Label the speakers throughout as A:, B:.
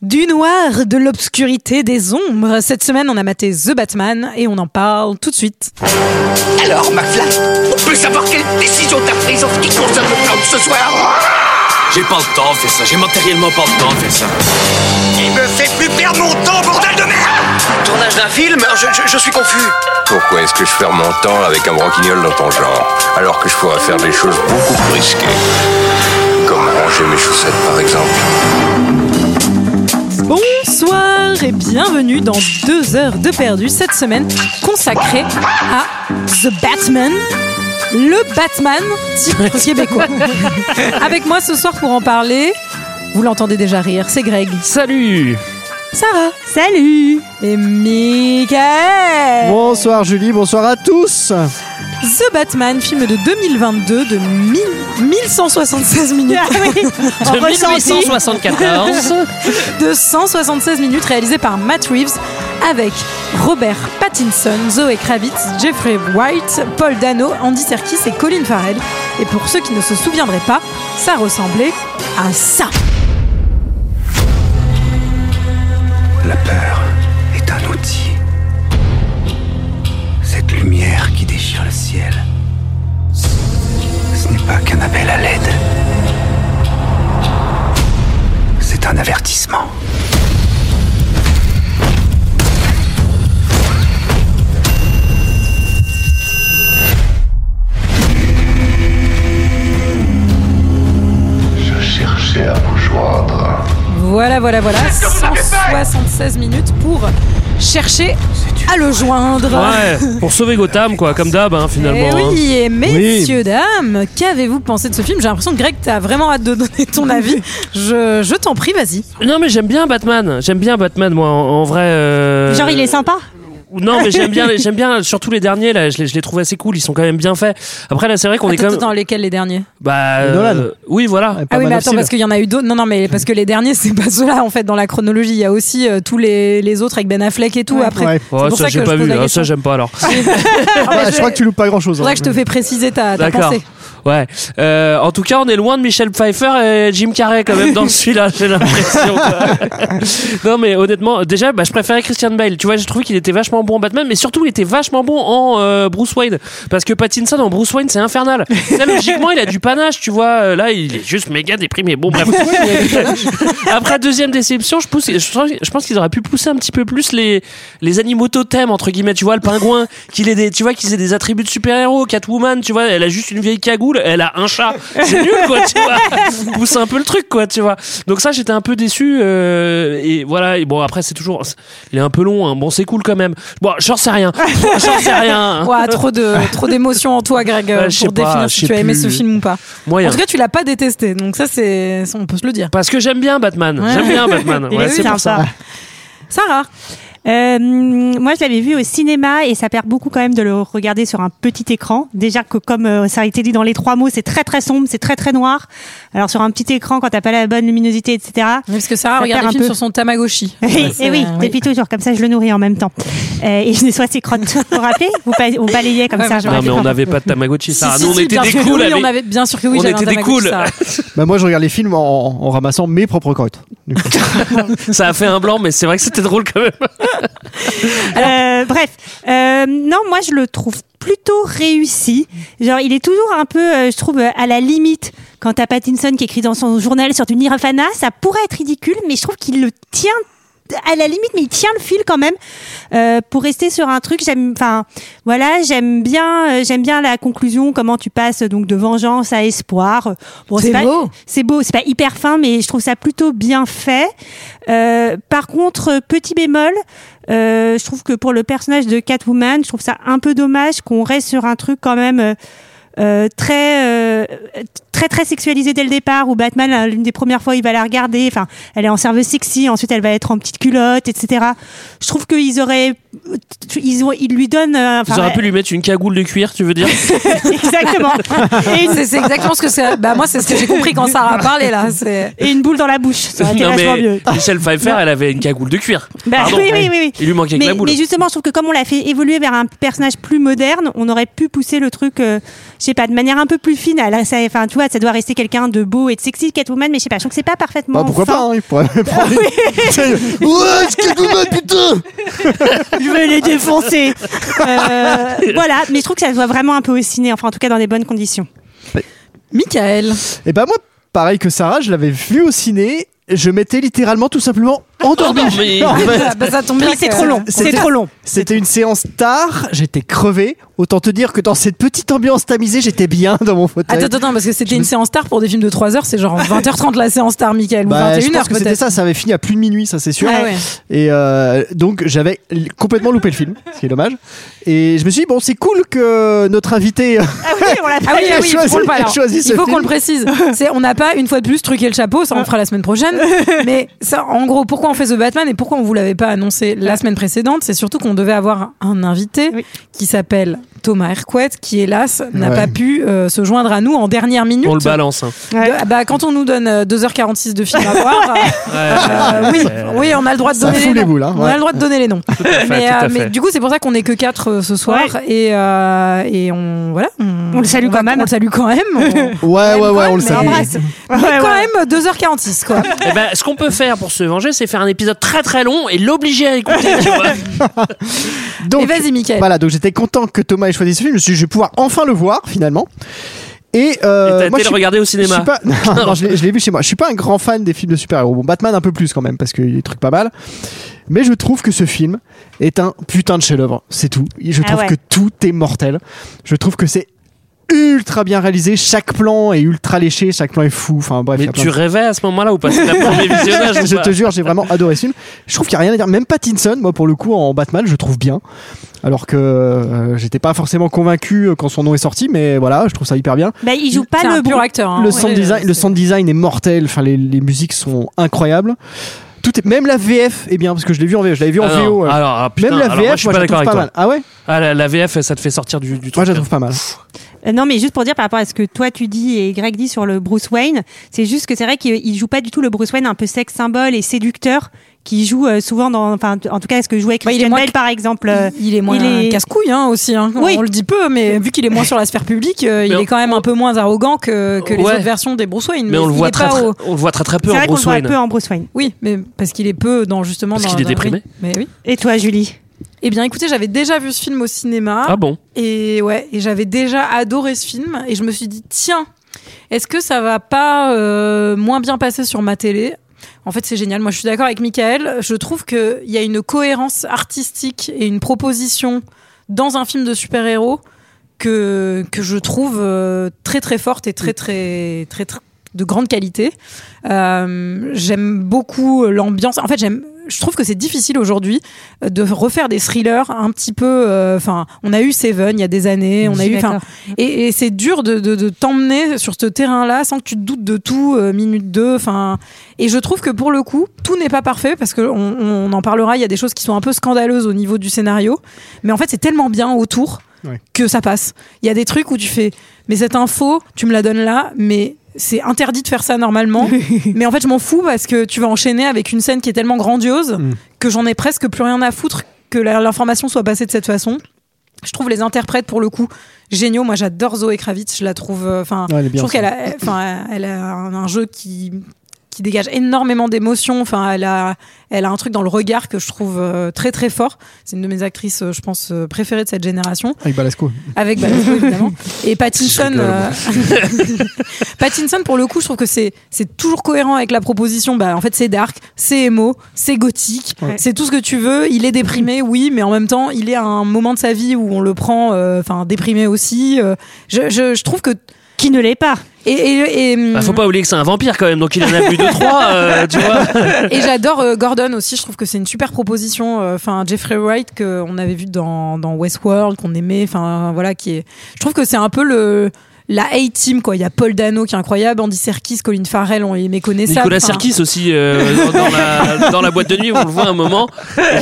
A: Du noir, de l'obscurité, des ombres. Cette semaine, on a maté The Batman et on en parle tout de suite.
B: Alors, McFly, on peut savoir quelle décision t'as prise en ce qui concerne le plan de ce soir
C: J'ai pas le temps de faire ça, j'ai matériellement pas le temps de faire ça.
B: Il me fait plus perdre mon temps, bordel de merde
D: Tournage d'un film
B: hein,
D: je, je- je suis confus.
E: Pourquoi est-ce que je perds mon temps avec un broquignol dans ton genre, alors que je pourrais faire des choses beaucoup plus risquées Comme ranger mes chaussettes, par exemple.
A: Bonsoir et bienvenue dans deux heures de perdu cette semaine consacrée à The Batman. Le Batman, titre québécois. Avec moi ce soir pour en parler, vous l'entendez déjà rire, c'est Greg.
F: Salut
A: Sarah. Salut. Et Michael.
G: Bonsoir Julie, bonsoir à tous.
A: The Batman, film de 2022 de 1000 1176 minutes.
F: De 1874
A: de 176 minutes réalisé par Matt Reeves avec Robert Pattinson, Zoe Kravitz, Jeffrey White, Paul Dano, Andy Serkis et Colin Farrell. Et pour ceux qui ne se souviendraient pas, ça ressemblait à ça.
B: La peur est un outil. Cette lumière qui déchire le ciel, ce n'est pas qu'un appel à l'aide. C'est un avertissement.
H: Je cherchais à vous joindre.
A: Voilà, voilà, voilà, 176 minutes pour chercher à le joindre.
F: Ouais, pour sauver Gotham, quoi, comme d'hab, hein, finalement.
A: Eh
F: hein.
A: oui, et messieurs, dames, qu'avez-vous pensé de ce film J'ai l'impression que Greg, t'as vraiment hâte de donner ton avis. Je, je t'en prie, vas-y.
F: Non, mais j'aime bien Batman. J'aime bien Batman, moi, en, en vrai. euh,
I: Genre, il est sympa.
F: ou Non, mais j'aime bien, j'aime bien, surtout les derniers, là, je les, je les trouve assez cool, ils sont quand même bien faits. Après, là, c'est vrai qu'on est
A: Attends,
F: quand même.
A: Dans lesquels les derniers
F: Bah.
G: Et Nolan.
F: oui, voilà.
G: Et pas
A: Ah oui,
G: Man
A: mais
G: of
A: attends,
G: Steel.
A: parce qu'il y en a eu d'autres. Non, non, mais parce que les derniers, c'est pas ceux-là, en fait, dans la chronologie. Il y a aussi euh, tous les, les autres avec Ben Affleck et tout après.
G: Ouais.
A: pour
F: Oh,
A: ça
F: ça, j'ai
A: que
F: pas
A: je pose
F: vu.
A: la
F: Ah,
A: question.
F: ça, j'aime pas alors.
G: Ah, je crois que tu loupes pas grand chose.
A: C'est vrai que je te fais préciser ta, ta
F: D'accord.
A: pensée.
F: Ouais. Euh, en tout cas, on est loin de Michel Pfeiffer et Jim Carrey quand même dans celui-là, j'ai l'impression. quoi. non, mais honnêtement, déjà, bah, je préférais Christian Bale. Tu vois, j'ai trouvé qu'il était vachement bon en Batman, mais surtout, il était vachement bon en euh, Bruce Wayne. Parce que Pattinson en Bruce Wayne, c'est infernal. Ça, logiquement, il a du panache, tu vois. Euh, Là, il est juste méga déprimé. Bon, bref. Après deuxième déception, je, pousse, je, pense- je pense qu'ils auraient pu pousser un petit peu plus les, les animaux totems, entre guillemets. Tu vois, le pingouin, qu'il ait des, tu vois, qu'ils aient des attributs de super-héros. Catwoman, tu vois, elle a juste une vieille cagoule, elle a un chat. C'est nul, quoi, tu vois. Pousse un peu le truc, quoi, tu vois. Donc ça, j'étais un peu déçu. euh, et voilà, et bon, après, c'est toujours. Il est un peu long, hein. Bon, c'est cool quand même. Bon, j'en sais rien. J'en sais rien.
A: Ouah, trop de trop d'émotions en toi, Greg, euh,
F: Ouais, Hein. Ah, je sais
A: pour
F: pas,
A: définir
F: je
A: si
F: sais
A: tu as aimé
F: plus.
A: ce film ou pas.
F: Moyen.
A: En tout cas, tu l'as pas détesté, donc ça, c'est on peut se le dire.
F: Parce que j'aime bien Batman.
A: Ouais.
F: J'aime bien Batman.
I: Il
F: Ouais,
I: est
F: c'est pour ça.
I: sympa.
A: Sarah,
I: Euh, moi, je l'avais vu au cinéma et ça perd beaucoup quand même de le regarder sur un petit écran. Déjà que, comme euh, ça a été dit dans les trois mots, c'est très très sombre, c'est très très noir. Alors sur un petit écran, quand t'as pas la bonne luminosité, etc.
A: Oui, parce que Sarah
I: Ça
A: regarde
I: perd
A: les
I: un
A: films
I: peu.
A: sur son Tamagotchi.
I: Et,
A: Ouais, c'est-
I: oui,
A: euh,
I: depuis toujours, comme ça je le nourris en même temps. Euh, et je nettoie ses crottes. Vous vous rappelez vous pa- On balayait comme
A: Ouais,
I: ça.
A: ouais.
I: je me
F: Non, mais on
I: rappelle.
F: n'avait pas de Tamagotchi,
A: Si,
F: Sarah.
A: si,
F: Nous, on
A: si,
F: était
A: bien
F: des
A: sûr que
F: cools
A: oui,
F: avec-
A: on avait bien sûr que oui,
F: On
A: j'avais un
F: était des
A: Tamagotchi,
F: cools.
A: Sarah.
G: Bah, moi je regarde les films en, en ramassant mes propres crottes. Du coup.
F: Ça a fait un blanc, mais c'est vrai que c'était drôle quand même.
I: Euh, bref, Euh, non, moi je le trouve plutôt réussi. Genre, il est toujours un peu, euh, je trouve, euh, à la limite. Quand t'as Pattinson qui écrit dans son journal sur du Nirvana, ça pourrait être ridicule, mais je trouve qu'il le tient à la limite, mais il tient le fil quand même euh, pour rester sur un truc. J'aime, enfin, voilà, j'aime bien, euh, j'aime bien la conclusion. Comment tu passes euh, donc de vengeance à espoir. Bon,
A: C'est
I: pas-
A: beau.
I: c'est beau, c'est pas hyper fin, mais je trouve ça plutôt bien fait. Euh, par contre, euh, petit bémol, euh, je trouve que pour le personnage de Catwoman, je trouve ça un peu dommage qu'on reste sur un truc quand même euh, euh, très euh, très très sexualisé dès le départ. Où Batman, là, l'une des premières fois, il va la regarder. Enfin, elle est en serveuse sexy, ensuite elle va être en petite culotte, etc. Je trouve qu'ils auraient tu- ils, ont, ils lui donnent. euh,
F: Ils
I: enfin,
F: auraient pu lui mettre une cagoule de cuir, tu veux dire
I: Exactement. Et une,
A: C'est c'est exactement ce que c'est. Bah, moi, c'est ce que j'ai compris quand Sarah parlait là. C'est.
I: et une boule dans la bouche. Ça aurait été
F: Non,
I: vachement mieux.
F: mais Michel Pfeiffer, elle avait une cagoule de cuir.
I: Bah,
F: Pardon.
I: oui, oui, oui, oui.
F: Il lui manquait que
I: Mais,
F: la boule.
I: mais justement, je trouve que comme on l'a fait évoluer vers un personnage plus moderne, on aurait pu pousser le truc, euh, je sais pas, de manière un peu plus fine. Là, ça, enfin, tu vois, ça doit rester quelqu'un de beau et de sexy, Catwoman, mais je sais pas, je trouve que c'est pas parfaitement.
G: Bah, pourquoi
I: fin.
G: pas, hein, il pourrait
A: Ah
G: prendre. une- Tiens, Ouais, ce qu'il vous met, putain
I: Je vais les défoncer. Euh, voilà, mais je trouve que ça se voit vraiment un peu au ciné, enfin, en tout cas, dans des bonnes conditions.
A: Michael.
G: Et bah, moi, pareil que Sarah, je l'avais vu au ciné. Je m'étais littéralement tout simplement endormi.
F: Endormi.
G: En fait,
A: Bah, ça tombe bien.
I: Mais c'est
A: que-
I: trop long.
G: C'était-
I: C'est trop long.
G: C'était une séance tard, j'étais crevé. Autant te dire que dans cette petite ambiance tamisée, j'étais bien dans mon fauteuil.
A: Attends, attends, parce que c'était une séance tard pour des films de 3 heures, c'est genre 20h30 la séance tard, Michael,
G: Bah,
A: ou
G: je
A: 21h
G: pense que c'était
A: peut-être.
G: ça, ça avait fini à plus de minuit, ça c'est sûr.
A: Ah ouais.
G: Et euh, donc j'avais l- complètement loupé le film, ce qui est dommage. Et je me suis dit, bon, c'est cool que notre invité.
I: Ah oui, on l'a
A: Ah oui,
G: Il
A: ah
G: a
A: oui,
G: choisi-
A: on le
G: il a
A: pas, alors.
G: choisi
A: il
G: ce
A: faut
G: film.
A: qu'on le précise. C'est, on n'a pas une fois de plus truqué le chapeau, ça on le fera la semaine prochaine. Mais ça, en gros, pourquoi on fait The Batman et pourquoi on vous l'avait pas annoncé la semaine précédente, c'est surtout qu'on devait avoir un invité
I: Oui.
A: qui s'appelle Thomas Hercouet, qui hélas n'a
G: Ouais.
A: pas pu euh, se joindre à nous en dernière minute.
F: On le balance. hein.
A: De- ah bah, quand on nous donne euh, 2h46 de film à voir, euh, oui, oui, on a le droit de
G: Ça
A: donner
G: fout
A: les
G: les
A: noms.
G: boules, hein,
A: On
G: ouais.
A: a le droit de donner les noms.
F: à fait,
A: mais,
F: Ah tout à
A: euh, mais
F: fait.
A: du coup, c'est pour ça qu'on est que 4 ce soir et, euh, et on voilà, on,
I: On le salue
A: va-
I: quand même.
A: On le salue quand même. on-
G: Ouais, ouais, ouais,
A: quand même,
G: on le
A: mais
G: savait.
A: embrasse.
I: Ouais,
A: Mais quand
I: ouais.
A: même 2h46 quoi.
F: Eh ben, ce qu'on peut faire pour se venger, c'est faire un épisode très très long et l'obliger à écouter. tu vois.
G: Donc,
A: Et ben- vas-y Mickaël.
G: Voilà, donc j'étais content que Thomas ait choisi ce film. Je me suis dit, je vais pouvoir enfin le voir finalement. Et,
F: Et
G: euh,
F: t'as
G: moi, je
F: été le
G: suis-
F: regarder au
G: je suis
F: cinéma.
G: pas- non, non, je l'ai je l'ai vu chez moi. Je suis pas un grand fan des films de super-héros. Bon, Batman un peu plus quand même parce qu'il y a des trucs pas mal. Mais je trouve que ce film est un putain de chef-d'œuvre. C'est tout. Je
I: Ah
G: trouve
I: ouais.
G: que tout est mortel. Je trouve que c'est ultra bien réalisé. Chaque plan est ultra léché. Chaque plan est fou. Enfin bref. il y
F: Mais
G: a plein
F: tu
G: de-
F: rêvais à ce moment-là ou pas C'est la première visionnage. ou
G: je
F: pas
G: te jure, j'ai vraiment adoré ce film. Je trouve qu'il n'y a rien à dire. Même Pattinson, moi pour le coup, en Batman, je trouve bien. Alors que euh, j'étais pas forcément convaincu euh, quand son nom est sorti, mais voilà, je trouve ça hyper bien.
I: Bah, il joue pas
A: C'est un
I: le
A: pur
I: bon.
A: acteur. hein.
G: Le
A: Ouais,
G: sound
A: euh,
G: design, le
A: c'est-
G: sound design est mortel. Enfin, les, les musiques sont incroyables. Tout est, même la VF est bien parce que je l'ai vu en VF. Je l'avais vu en
F: Ah non,
G: VO. euh.
F: alors, ah, putain,
G: même la
F: alors,
G: VF,
F: moi, je suis
G: moi,
F: pas
G: je la
F: d'accord
G: trouve
F: avec
G: pas
F: toi.
G: mal. Ah ouais,
F: Ah, la, la VF, ça te fait sortir du, du truc. hein.
G: moi je la trouve pas mal.
A: Ah,
I: Euh, Non, mais juste pour dire par rapport à ce que toi tu dis et Greg dit sur le Bruce Wayne, c'est juste que c'est vrai qu'il il joue pas du tout le Bruce Wayne un peu sex symbole et séducteur qui joue euh, souvent dans, enfin, en tout cas, ce que jouait
A: Bah, il est
I: Christian
A: moins
I: Bale par exemple. euh,
A: Il est moins
I: il est-
A: casse-couille hein, aussi. hein.
I: Oui.
A: On le dit peu, mais vu qu'il est moins sur la sphère publique, euh, il
F: Mais
A: est quand même un peu moins arrogant que, que les
F: Ouais.
A: autres versions des Bruce Wayne.
F: Mais on le,
A: il
F: voit
A: est
F: très,
A: pas
F: très-
A: au-
F: on le voit très très peu
I: C'est
F: en
I: vrai qu'on
F: Bruce
I: le voit un
F: Wayne.
I: peu en Bruce Wayne.
A: Oui, mais parce qu'il est peu dans justement.
F: Parce
A: dans-
F: qu'il est
A: dans-
F: déprimé.
G: hein.
A: Mais oui.
I: Et toi, Julie
A: Eh bien, écoutez, j'avais déjà vu ce film au cinéma.
F: Ah bon
A: Et ouais, et j'avais déjà adoré ce film et je me suis dit tiens, est-ce que ça va pas euh, moins bien passer sur ma télé En fait, c'est génial. Moi, je suis d'accord avec Michael. Je trouve que il y a une cohérence artistique et une proposition dans un film de super-héros que que je trouve euh, très très forte et très très très, très de grande qualité. Euh, j'aime beaucoup l'ambiance. En fait, j'aime. Je trouve que c'est difficile aujourd'hui euh, de refaire des thrillers un petit peu. euh, Enfin, on a eu Seven il y a des années. On a eu. Enfin, et, et c'est dur de, de, de t'emmener sur ce terrain-là sans que tu te doutes de tout, euh, minute 2. Enfin, et je trouve que pour le coup, tout n'est pas parfait parce que on, on en parlera. Il y a des choses qui sont un peu scandaleuses au niveau du scénario, mais en fait, c'est tellement bien autour
G: Ouais.
A: que ça passe. Il y a des trucs où tu fais, mais cette info, tu me la donnes là, mais c'est interdit de faire ça normalement. mais en fait, je m'en fous parce que tu vas enchaîner avec une scène qui est tellement grandiose que j'en ai presque plus rien à foutre que la- l'information soit passée de cette façon. Je trouve les interprètes pour le coup géniaux. Moi, j'adore Zoé Kravitz. Je la trouve, euh, enfin,
G: Ouais, elle est
A: je
G: bien,
A: trouve
G: ça.
A: qu'elle a, elle- enfin, elle a un, un jeu qui qui dégage énormément d'émotions. Enfin, elle a, elle a un truc dans le regard que je trouve euh, très très fort. C'est une de mes actrices, euh, je pense, euh, préférées de cette génération
G: Avec Balasco.
A: avec Balasco évidemment et Pattinson euh, Pattinson pour le coup je trouve que c'est c'est toujours cohérent avec la proposition bah en fait c'est dark c'est émo c'est gothique
I: Ouais.
A: c'est tout ce que tu veux il est déprimé oui mais en même temps il est à un moment de sa vie où on le prend euh, enfin déprimé aussi euh, je, je, je trouve que
I: Qui ne l'est pas
A: et, et, et-
F: Bah, Faut pas oublier que c'est un vampire quand même, donc il en a plus de trois, euh, tu vois.
A: Et j'adore euh, Gordon aussi, je trouve que c'est une super proposition. euh, Enfin, Jeffrey Wright, qu'on avait vu dans, dans Westworld, qu'on aimait, enfin voilà, qui est. Je trouve que c'est un peu le. la A-Team, quoi. Il y a Paul Dano qui est incroyable, Andy Serkis, Colin Farrell, on est méconnaissable.
F: Nicolas
A: Enfin,
F: Serkis aussi euh, dans, la, dans la boîte de nuit, on le voit un moment.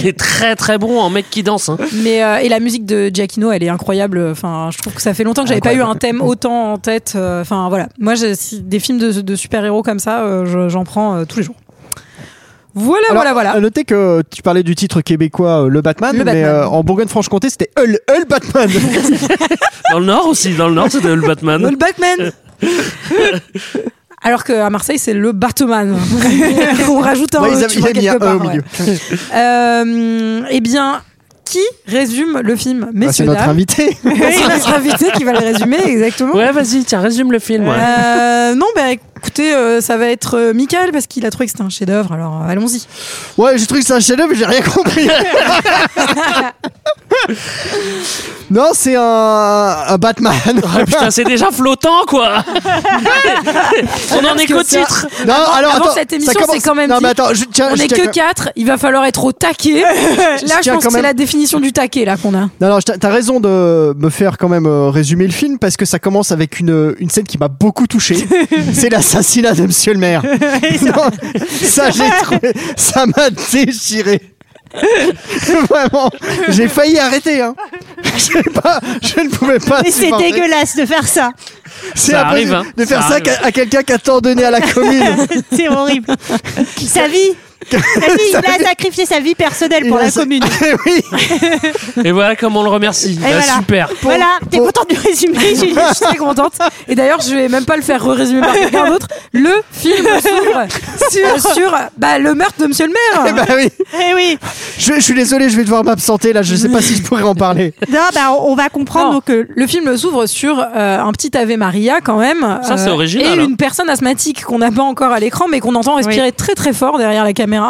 F: Il est très très bon en mec qui danse. hein.
A: Mais euh, et la musique de Giacchino, elle est incroyable. Enfin, je trouve que ça fait longtemps que j'avais pas eu un thème autant en tête. Euh, Enfin, voilà. Moi, j'ai- si- des films de, de super-héros comme ça, euh, je- j'en prends euh, tous les jours. Ah, Voilà,
G: Alors,
A: voilà, voilà.
G: à Noter que tu parlais du titre québécois euh, Le Batman,
A: Le
G: mais
A: Batman.
G: euh, en Bourgogne-Franche-Comté, c'était Hull, Hull Batman.
F: Dans le Nord aussi, dans le Nord, c'est le Batman.
A: Le Batman. Alors qu'à Marseille, c'est le Batman. On rajoute un
G: Ouais,
A: E,
G: ils avaient-
A: tu
G: ils
A: vois,
G: avaient mis
A: quelque
G: un E
A: part,
G: au
A: ouais.
G: milieu.
A: Euh, eh bien, qui résume le film,
G: Ah, c'est
A: messieurs
G: notre
A: dames
G: invité.
A: Oui, notre invité qui va le résumer, exactement.
F: Ouais, vas-y, tiens, résume le film. ouais.
A: Euh, non, bah écoutez, euh, ça va être euh, Michael parce qu'il a trouvé que c'était un chef-d'œuvre, alors euh, allons-y.
G: Ouais, j'ai trouvé que c'est un chef-d'œuvre, mais j'ai rien compris. non, c'est un, un Batman.
F: Ah, putain, c'est déjà flottant, quoi. on en est qu'au
A: que ça-
F: titre.
G: Non, alors
A: avant
G: attends,
A: cette
G: ça
A: émission,
G: commence-
A: c'est quand même
G: Non,
A: dit,
G: mais attends, je, tiens,
A: On
G: Ah, je
A: est
G: tiens
A: que
G: quand-
A: 4, il va falloir être au taquet. Là, je
G: tiens
A: pense
G: quand
A: que c'est
G: même-
A: la définition du taquet, là, qu'on a.
G: Non, non, je t'a- t'as raison de me faire quand même euh, résumer le film parce que ça commence avec une, une scène qui m'a beaucoup touché. c'est l'assassinat de Monsieur le Maire. Non, ça, j'ai trouvé, ça m'a déchiré. Vraiment, j'ai failli arrêter. Hein. Je sais pas, je ne pouvais pas.
I: Mais c'est
G: supporter.
I: dégueulasse de faire ça.
G: C'est
F: Ça
G: après
F: arrive,
G: de-
F: hein.
G: de faire
F: Ça
G: ça,
F: arrive.
G: qu'à- à quelqu'un qui a tant donné à la commune.
I: C'est horrible. sa vie. Sa vie, il a sacrifié sa vie personnelle pour
G: Il a
I: la
G: sa-
I: commune.
G: oui.
F: Et voilà comment on le remercie. Bah,
I: voilà.
F: Super.
I: Voilà, t'es
G: pour-
I: contente du résumé, Julie
A: Je suis très contente. Et d'ailleurs, je vais même pas le faire résumer par quelqu'un d'autre. Le film s'ouvre sur, sur, bah, le meurtre de Monsieur le
G: Eh
A: Maire.
G: ben oui.
I: Eh oui.
G: Je, je suis désolé, je vais devoir m'absenter là. Je sais pas si je pourrais en parler.
I: Non, bah, on on va
A: Non,
I: comprendre donc, euh,
A: le film s'ouvre sur euh, un petit Ave Maria quand même. Euh,
F: Ça, c'est original,
A: Et
F: hein.
A: une personne asthmatique qu'on n'a pas encore à l'écran, mais qu'on entend respirer très très fort derrière la caméra.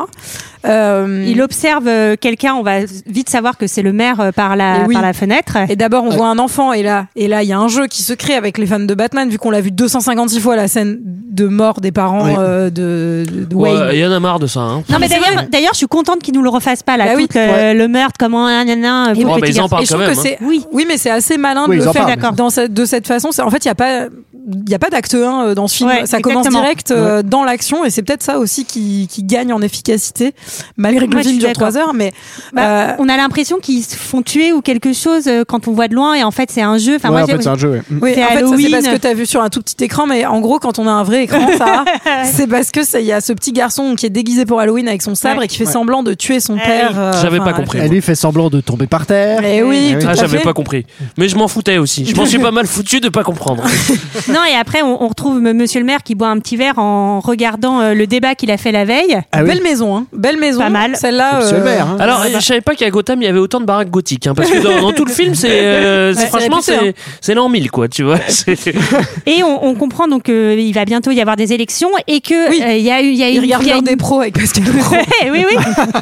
A: Euh,
I: il observe euh, quelqu'un, on va vite savoir que c'est le maire euh, par la,
A: Eh oui.
I: par la fenêtre.
A: Et d'abord, on voit un enfant, et là, et là, il y a un jeu qui se crée avec les fans de Batman, vu qu'on l'a vu 256 fois la scène de mort des parents
G: Oui.
A: euh, de, de
F: Ouais,
A: Wayne.
F: Il y en a marre de ça. Hein.
I: Non mais
A: Mais c'est
I: d'ailleurs,
A: vrai.
I: d'ailleurs, je suis contente qu'ils nous le refassent pas là,
A: Bah
I: tout
A: oui.
I: le,
G: Ouais.
I: le meurtre, comment, nan, nan, nan, pour
F: bon,
I: le
F: bah,
I: petit
F: ils en
I: garçon.
F: parlent
A: Et Oh, je
F: quand
A: trouve
F: même.
A: que
F: hein.
A: c'est
I: Oui.
A: oui, mais c'est assez malin de
G: Oui, ils
A: le
G: en
A: faire
G: parlent.
A: dans cette, de cette façon. C'est- En fait, il y a pas il y a pas d'acte 1 euh, dans ce film.
I: Ouais,
A: ça commence
I: exactement.
A: direct euh, dans l'action et c'est peut-être ça aussi qui, qui gagne en efficacité malgré que
I: Ouais,
A: le
I: je
A: film
I: suis
A: dure
I: d'accord.
A: 3 heures mais
I: Bah,
A: euh,
I: on a l'impression qu'ils se font tuer ou quelque chose euh, quand on voit de loin et en fait c'est un jeu. Enfin
G: Ouais,
I: moi,
G: en
I: j'ai-
G: fait, c'est un jeu. ouais.
A: oui, en fait,
I: c'est
A: ça, c'est
I: Halloween.
A: parce que t'as vu sur un tout petit écran, mais en gros, quand on a un vrai écran, ça, c'est parce que ça- il y a ce petit garçon qui est déguisé pour Halloween avec son sabre
I: Ouais.
A: et qui fait
G: Ouais.
A: semblant de tuer son
I: Eh
A: père. euh,
F: J'avais pas
A: enfin,
F: compris.
G: Et lui fait semblant de tomber par terre.
A: Eh oui,
G: Ah,
A: tout
F: Ah,
A: à
F: j'avais
A: fait.
F: pas compris. Mais je m'en foutais aussi. Je m'en suis pas mal foutu de pas comprendre.
I: non et après on, on retrouve m- Monsieur le maire qui boit un petit verre en regardant euh, le débat qu'il a fait la veille.
G: Ah oui.
A: Belle maison, hein. Belle maison.
I: Pas mal.
A: Celle-là.
G: Monsieur le
A: euh,
G: maire, hein.
F: Alors, je savais pas qu'à Gotham il y avait autant de baraques gothiques, hein, parce que dans, dans tout le film, c'est euh, c'est-
A: Ouais, c'est
F: franchement
A: réputé,
F: c'est c'est l'an 1000 quoi, tu vois. C'est-
I: Et on, on comprend donc euh, il va bientôt y avoir des élections et que euh,
A: Oui.
I: il y a eu il y a
A: Il
I: une-
A: regarde
I: il y a
A: l'heure
I: une-
A: des pros avec Pascal Pro.
I: Ouais, oui, oui.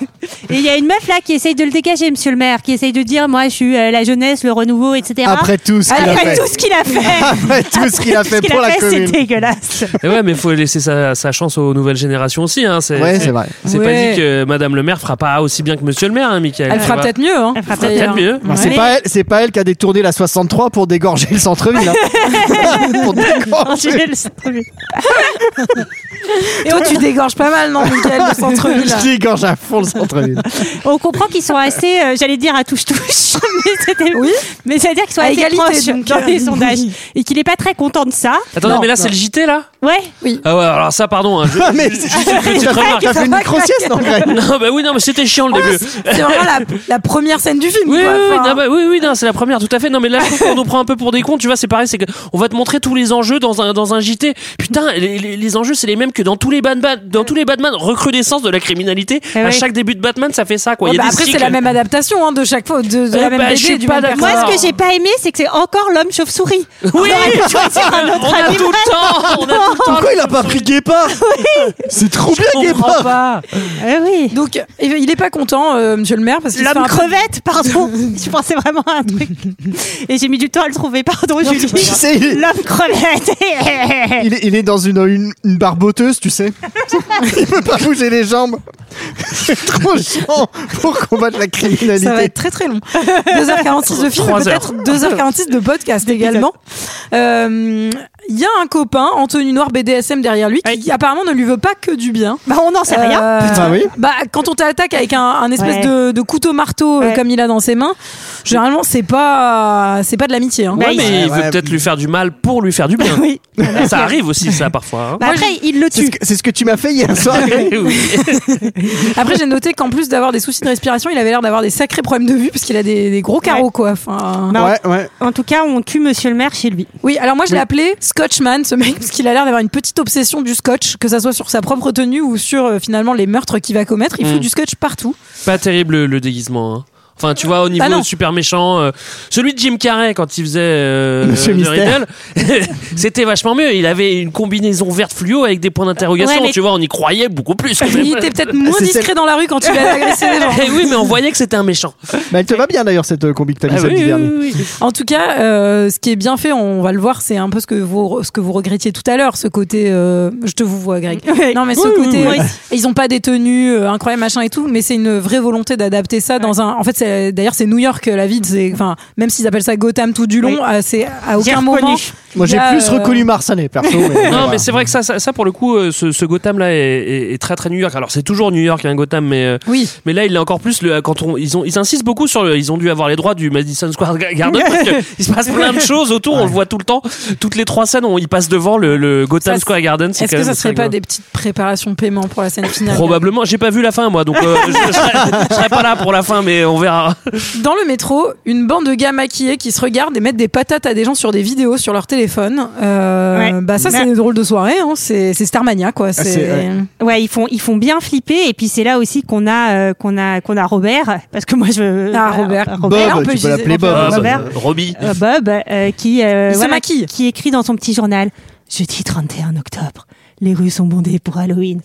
I: Et il y a une meuf là qui essaye de le dégager, monsieur le maire, qui essaye de dire moi je suis euh, la jeunesse, le renouveau, etc.
G: Après tout ce qu'il a
I: euh, Après
G: fait.
I: tout ce qu'il a fait.
G: Après tout ce qu'il a fait
I: qu'il
G: pour la
I: C'est
G: commune.
I: dégueulasse.
F: Et ouais, mais faut laisser sa, sa chance aux nouvelles générations aussi. Hein, c'est
G: Ouais, c'est vrai.
F: c'est pas
A: Ouais.
F: dit que Madame le Maire fera pas aussi bien que Monsieur le Maire, hein, Michael.
A: Elle
F: tu
A: fera
F: vois.
A: peut-être mieux. Hein,
I: Elle fera
A: D'ailleurs.
F: peut-être mieux.
G: Bah, c'est
I: Mais-
G: pas elle, c'est pas elle qui a détourné la 63 pour dégorger le centre-ville. hein. pour dégorger.
A: Et toi, tu dégorges pas mal, non, Mickaël, le centre-ville
G: Je dégorge à fond le centre-ville.
I: On comprend qu'ils sont assez, euh, j'allais dire à touche-touche, mais c'était-
A: Oui.
I: mais c'est-à-dire qu'ils sont
A: À
I: assez
A: égalité,
I: proches
A: donc,
I: dans
A: euh,
I: les sondages
A: oui.
I: et qu'il est pas très content de ça.
F: Attendez,
G: Non,
F: mais là
G: non.
F: c'est le JT là
I: Ouais.
F: Ah ouais, alors ça, pardon. hein, je-
G: Ah, mais
F: petite remarque.
G: t'as fait une micro-sieste, non, Greg
F: Non, bah oui, non, mais c'était chiant le début.
A: Oh, C'est vraiment la, la première scène du film.
F: Oui, oui,
A: quoi.
F: oui,
A: Enfin,
F: non, bah, oui, oui, non, c'est la première, tout à fait. Non, mais là, je trouve qu'on nous prend un peu pour des cons, tu vois, c'est pareil, c'est que on va te montrer tous les enjeux dans un, dans un JT. Putain, les, les- les enjeux, c'est les mêmes que dans tous les Batman, dans tous les Batman, recrudescence de la criminalité.
I: Eh
F: à
I: oui.
F: chaque début de Batman, ça fait ça, quoi.
A: ouais,
F: Il y a
A: bah
F: des
A: après, c'est
F: cycles.
A: la même adaptation hein, de chaque fois, de, de
F: Eh
A: la même
F: bah,
A: BD,
F: je suis
A: du
F: pas
A: même
F: d'accord.
A: personnage.
I: Moi, ce que j'ai pas aimé, c'est que c'est encore l'homme chauve-souris.
F: Oui, on a tout le temps, on a tout le temps.
G: Pourquoi il a pas pris Guépard C'est trop bien
F: On comprend
G: Guépard
F: pas.
I: Eh oui.
A: Donc, euh, il est pas content, euh, monsieur le maire, parce qu'il se fait
I: L'homme
A: un peu-
I: crevette, pardon. Je pensais vraiment à un truc. Et j'ai mis du temps à le trouver, pardon, Julie.
G: Tu sais, il, est-
I: L'homme crevette. Eh.
G: il est, il est dans une, une, une barboteuse, tu sais. Il peut pas bouger les jambes. trop chiant pour combattre la criminalité.
A: Ça va être très très long. 2h46 de film,
F: Trois
A: mais peut-être 2h46 de podcast également. Euh, Il y a un copain, Anthony Noir BDSM derrière lui, qui apparemment ne lui veut pas que du bien.
I: Bah, on n'en sait rien.
A: Euh,
G: Putain, Ah oui.
A: Bah, quand on t'attaque avec un, un espèce
I: Ouais.
A: de, de couteau-marteau euh,
I: Ouais.
A: comme il a dans ses mains, généralement c'est pas c'est pas de l'amitié. hein.
I: Bah,
F: Ouais, mais il
G: Ouais, ouais.
F: veut peut-être lui faire du mal pour lui faire du bien.
I: Oui.
F: Ça arrive aussi, ça, parfois. hein.
I: Bah, après, il le
G: C'est ce,
I: tue.
G: que, c'est ce que tu m'as fait hier soir.
F: Oui.
A: Après j'ai noté qu'en plus d'avoir des soucis de respiration, il avait l'air d'avoir des sacrés problèmes de vue parce qu'il a des, des gros carreaux quoi. Enfin,
I: Bah,
G: ouais, ouais.
I: En tout cas, on tue Monsieur le maire chez lui.
A: Oui, alors moi je l'ai appelé Scotchman, ce mec, parce qu'il a l'air d'avoir une petite obsession du scotch, que ça soit sur sa propre tenue ou sur euh, finalement les meurtres qu'il va commettre. Il fout
F: Mm.
A: du scotch partout.
F: Pas terrible le- le déguisement. hein. Enfin, tu vois, au niveau
A: Ah non.
F: super méchant, euh, celui de Jim Carrey quand il faisait euh,
G: Monsieur
F: The
G: Mystère.
F: Riddle, c'était vachement mieux. Il avait une combinaison verte fluo avec des points d'interrogation.
I: Ouais, mais-
F: Tu vois, on y croyait beaucoup plus. quand même.
A: Il était peut-être moins
G: C'est
A: discret
G: celle-
A: dans la rue quand tu l'as agressé les gens.
F: Eh oui, mais on voyait que c'était un méchant.
G: Mais Bah, elle te va bien d'ailleurs, cette euh, combi que t'as
F: Ah
G: mis samedi
F: oui, oui,
G: dernier.
F: oui, oui.
A: En tout cas, euh, ce qui est bien fait, on va le voir, c'est un peu ce que vous ce que vous regrettiez tout à l'heure, ce côté. euh, je te vous vois, Greg. Non, mais ce côté, euh, ils ont pas des tenues euh, incroyables, machin et tout, mais c'est une vraie volonté d'adapter ça dans un. En fait, c'est- d'ailleurs, c'est New York, la ville. C'est enfin, même s'ils appellent ça Gotham tout du long,
I: Oui.
A: euh, c'est à
I: J'ai
A: aucun
I: reconnu.
A: moment.
G: Moi, j'ai
A: il y a,
G: plus
A: euh,
G: reconnu Marsanet, perso. mais
F: Non,
G: voilà.
F: mais c'est vrai que ça, ça, ça, pour le coup, euh, ce, ce Gotham là est, est- est très très New York. Alors c'est toujours New York, un Gotham, mais euh,
A: Oui.
F: mais là il est encore plus. Le, quand on, ils ont, ils insistent beaucoup sur, le, ils ont dû avoir les droits du Madison Square Garden parce que il se passe plein de choses autour. On le voit tout le temps. Toutes les trois scènes, on, ils passent devant le, le Gotham
A: Ça,
F: Square Garden. c'est
A: Est-ce
F: quand
A: que
F: même
A: ça serait pas
F: très rigolo.
A: des petites préparations de paiement pour la scène finale
F: Probablement. J'ai pas vu la fin moi, donc euh, je, je serais, je serais pas là pour la fin, mais on verra.
A: Dans le métro, une bande de gars maquillés qui se regardent et mettent des patates à des gens sur des vidéos sur leur téléphone. Euh,
I: Ouais.
A: Bah ça, c'est
I: Mais-
A: des drôles de soirée. Hein. C'est c'est Starmania, quoi. C'est
G: c'est- ouais.
I: Ouais, ils font, ils font bien flipper. Et puis c'est là aussi qu'on a, euh, qu'on a, qu'on a Robert, parce que moi je. euh,
A: Ah, Robert.
G: Bob,
A: là, on peut
G: tu peux
A: giser-
G: l'appeler
A: on peut-
G: Bob.
F: Ah, bah,
I: Robert.
F: euh, Robbie.
I: Euh, Bob, euh, qui, euh,
A: Il se maquille.
I: qui écrit dans son petit journal Jeudi 31 octobre, les rues sont bondées pour Halloween.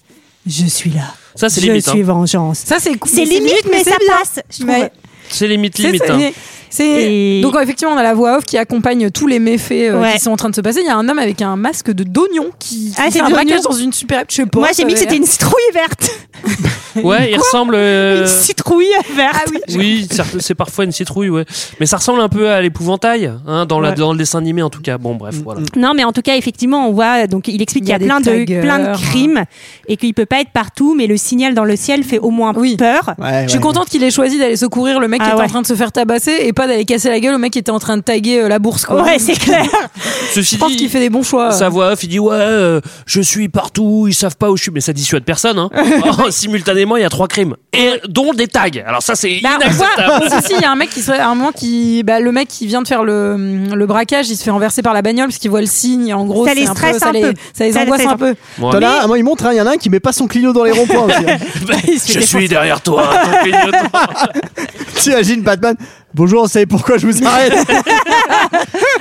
I: Je suis là.
F: Ça, c'est
I: Je
F: limite, hein.
A: hein.
I: suis vengeance.
A: Ça, c'est
I: C'est limite, mais ça
A: bien.
I: passe. Je trouve.
A: Mais-
F: C'est limite
A: C'est-
F: limite.
A: c'est-
F: hein.
A: c'est-
I: Et-
A: Donc effectivement, on a la voix off qui accompagne tous les méfaits euh,
I: Ouais.
A: qui sont en train de se passer. Il y a un homme avec un masque de d'oignon qui, qui
I: Ah,
A: fait
I: c'est
A: un
I: de
A: braquage
I: l'oignon.
A: dans une superbe. Je sais pas, euh,
I: Moi,
A: ça
I: j'ai mis que
A: avait
I: c'était une citrouille verte.
F: Ouais, il ressemble. euh,
I: Une citrouille verte.
A: Ah oui.
F: Oui, ça- c'est parfois une citrouille, ouais. Mais ça ressemble un peu à l'épouvantail, hein, dans, la,
I: Ouais.
F: dans le dessin animé en tout cas. Bon,
A: Mm,
F: bref, voilà.
I: Non, mais en tout cas, effectivement, on voit. Donc, il explique
A: Il y
I: qu'il y
A: a
I: a,
A: des
I: plein de
A: taggers.
I: plein de crimes et qu'il peut pas être partout, mais le signal dans le ciel fait au moins
A: Oui.
I: peur.
G: Ouais, Ah, ouais,
A: Je suis contente qu'il ait choisi d'aller secourir le mec qui
I: Ah
A: était en
I: ouais.
A: train de se faire tabasser et pas d'aller casser la gueule au mec qui était en train de taguer euh, la bourse. Quoi.
I: Ouais, c'est clair.
F: Ceci
A: Je pense qu'il
F: dit,
A: fait des bons choix.
F: sa voix off, il dit ouais, euh, je suis partout, ils savent pas où je suis, mais ça dissuade personne. Hein. Oh, simultanément, il y a trois crimes et dont des tags. Alors ça, c'est
A: Bah, on voit,
F: inacceptable.
A: si, si, il y a un mec qui serait, à un moment qui, bah, le mec qui vient de faire le, le braquage, il se fait renverser par la bagnole parce qu'il voit le signe. En gros,
I: Ça
A: c'est
I: les
A: peu-
I: stresse
A: ça
I: un
A: les,
I: peu.
A: ça les
I: Ça les
A: angoisse
I: stresse
A: un peu.
F: Ouais.
G: T'en as un, moi, il montre, hein, il y en a un qui met pas son Clio dans les ronds-points. aussi, hein.
F: bah, je suis derrière toi. hein, ton
A: Bah,
F: clignotant.
G: T'imagines Batman Bonjour, vous savez pourquoi je vous arrête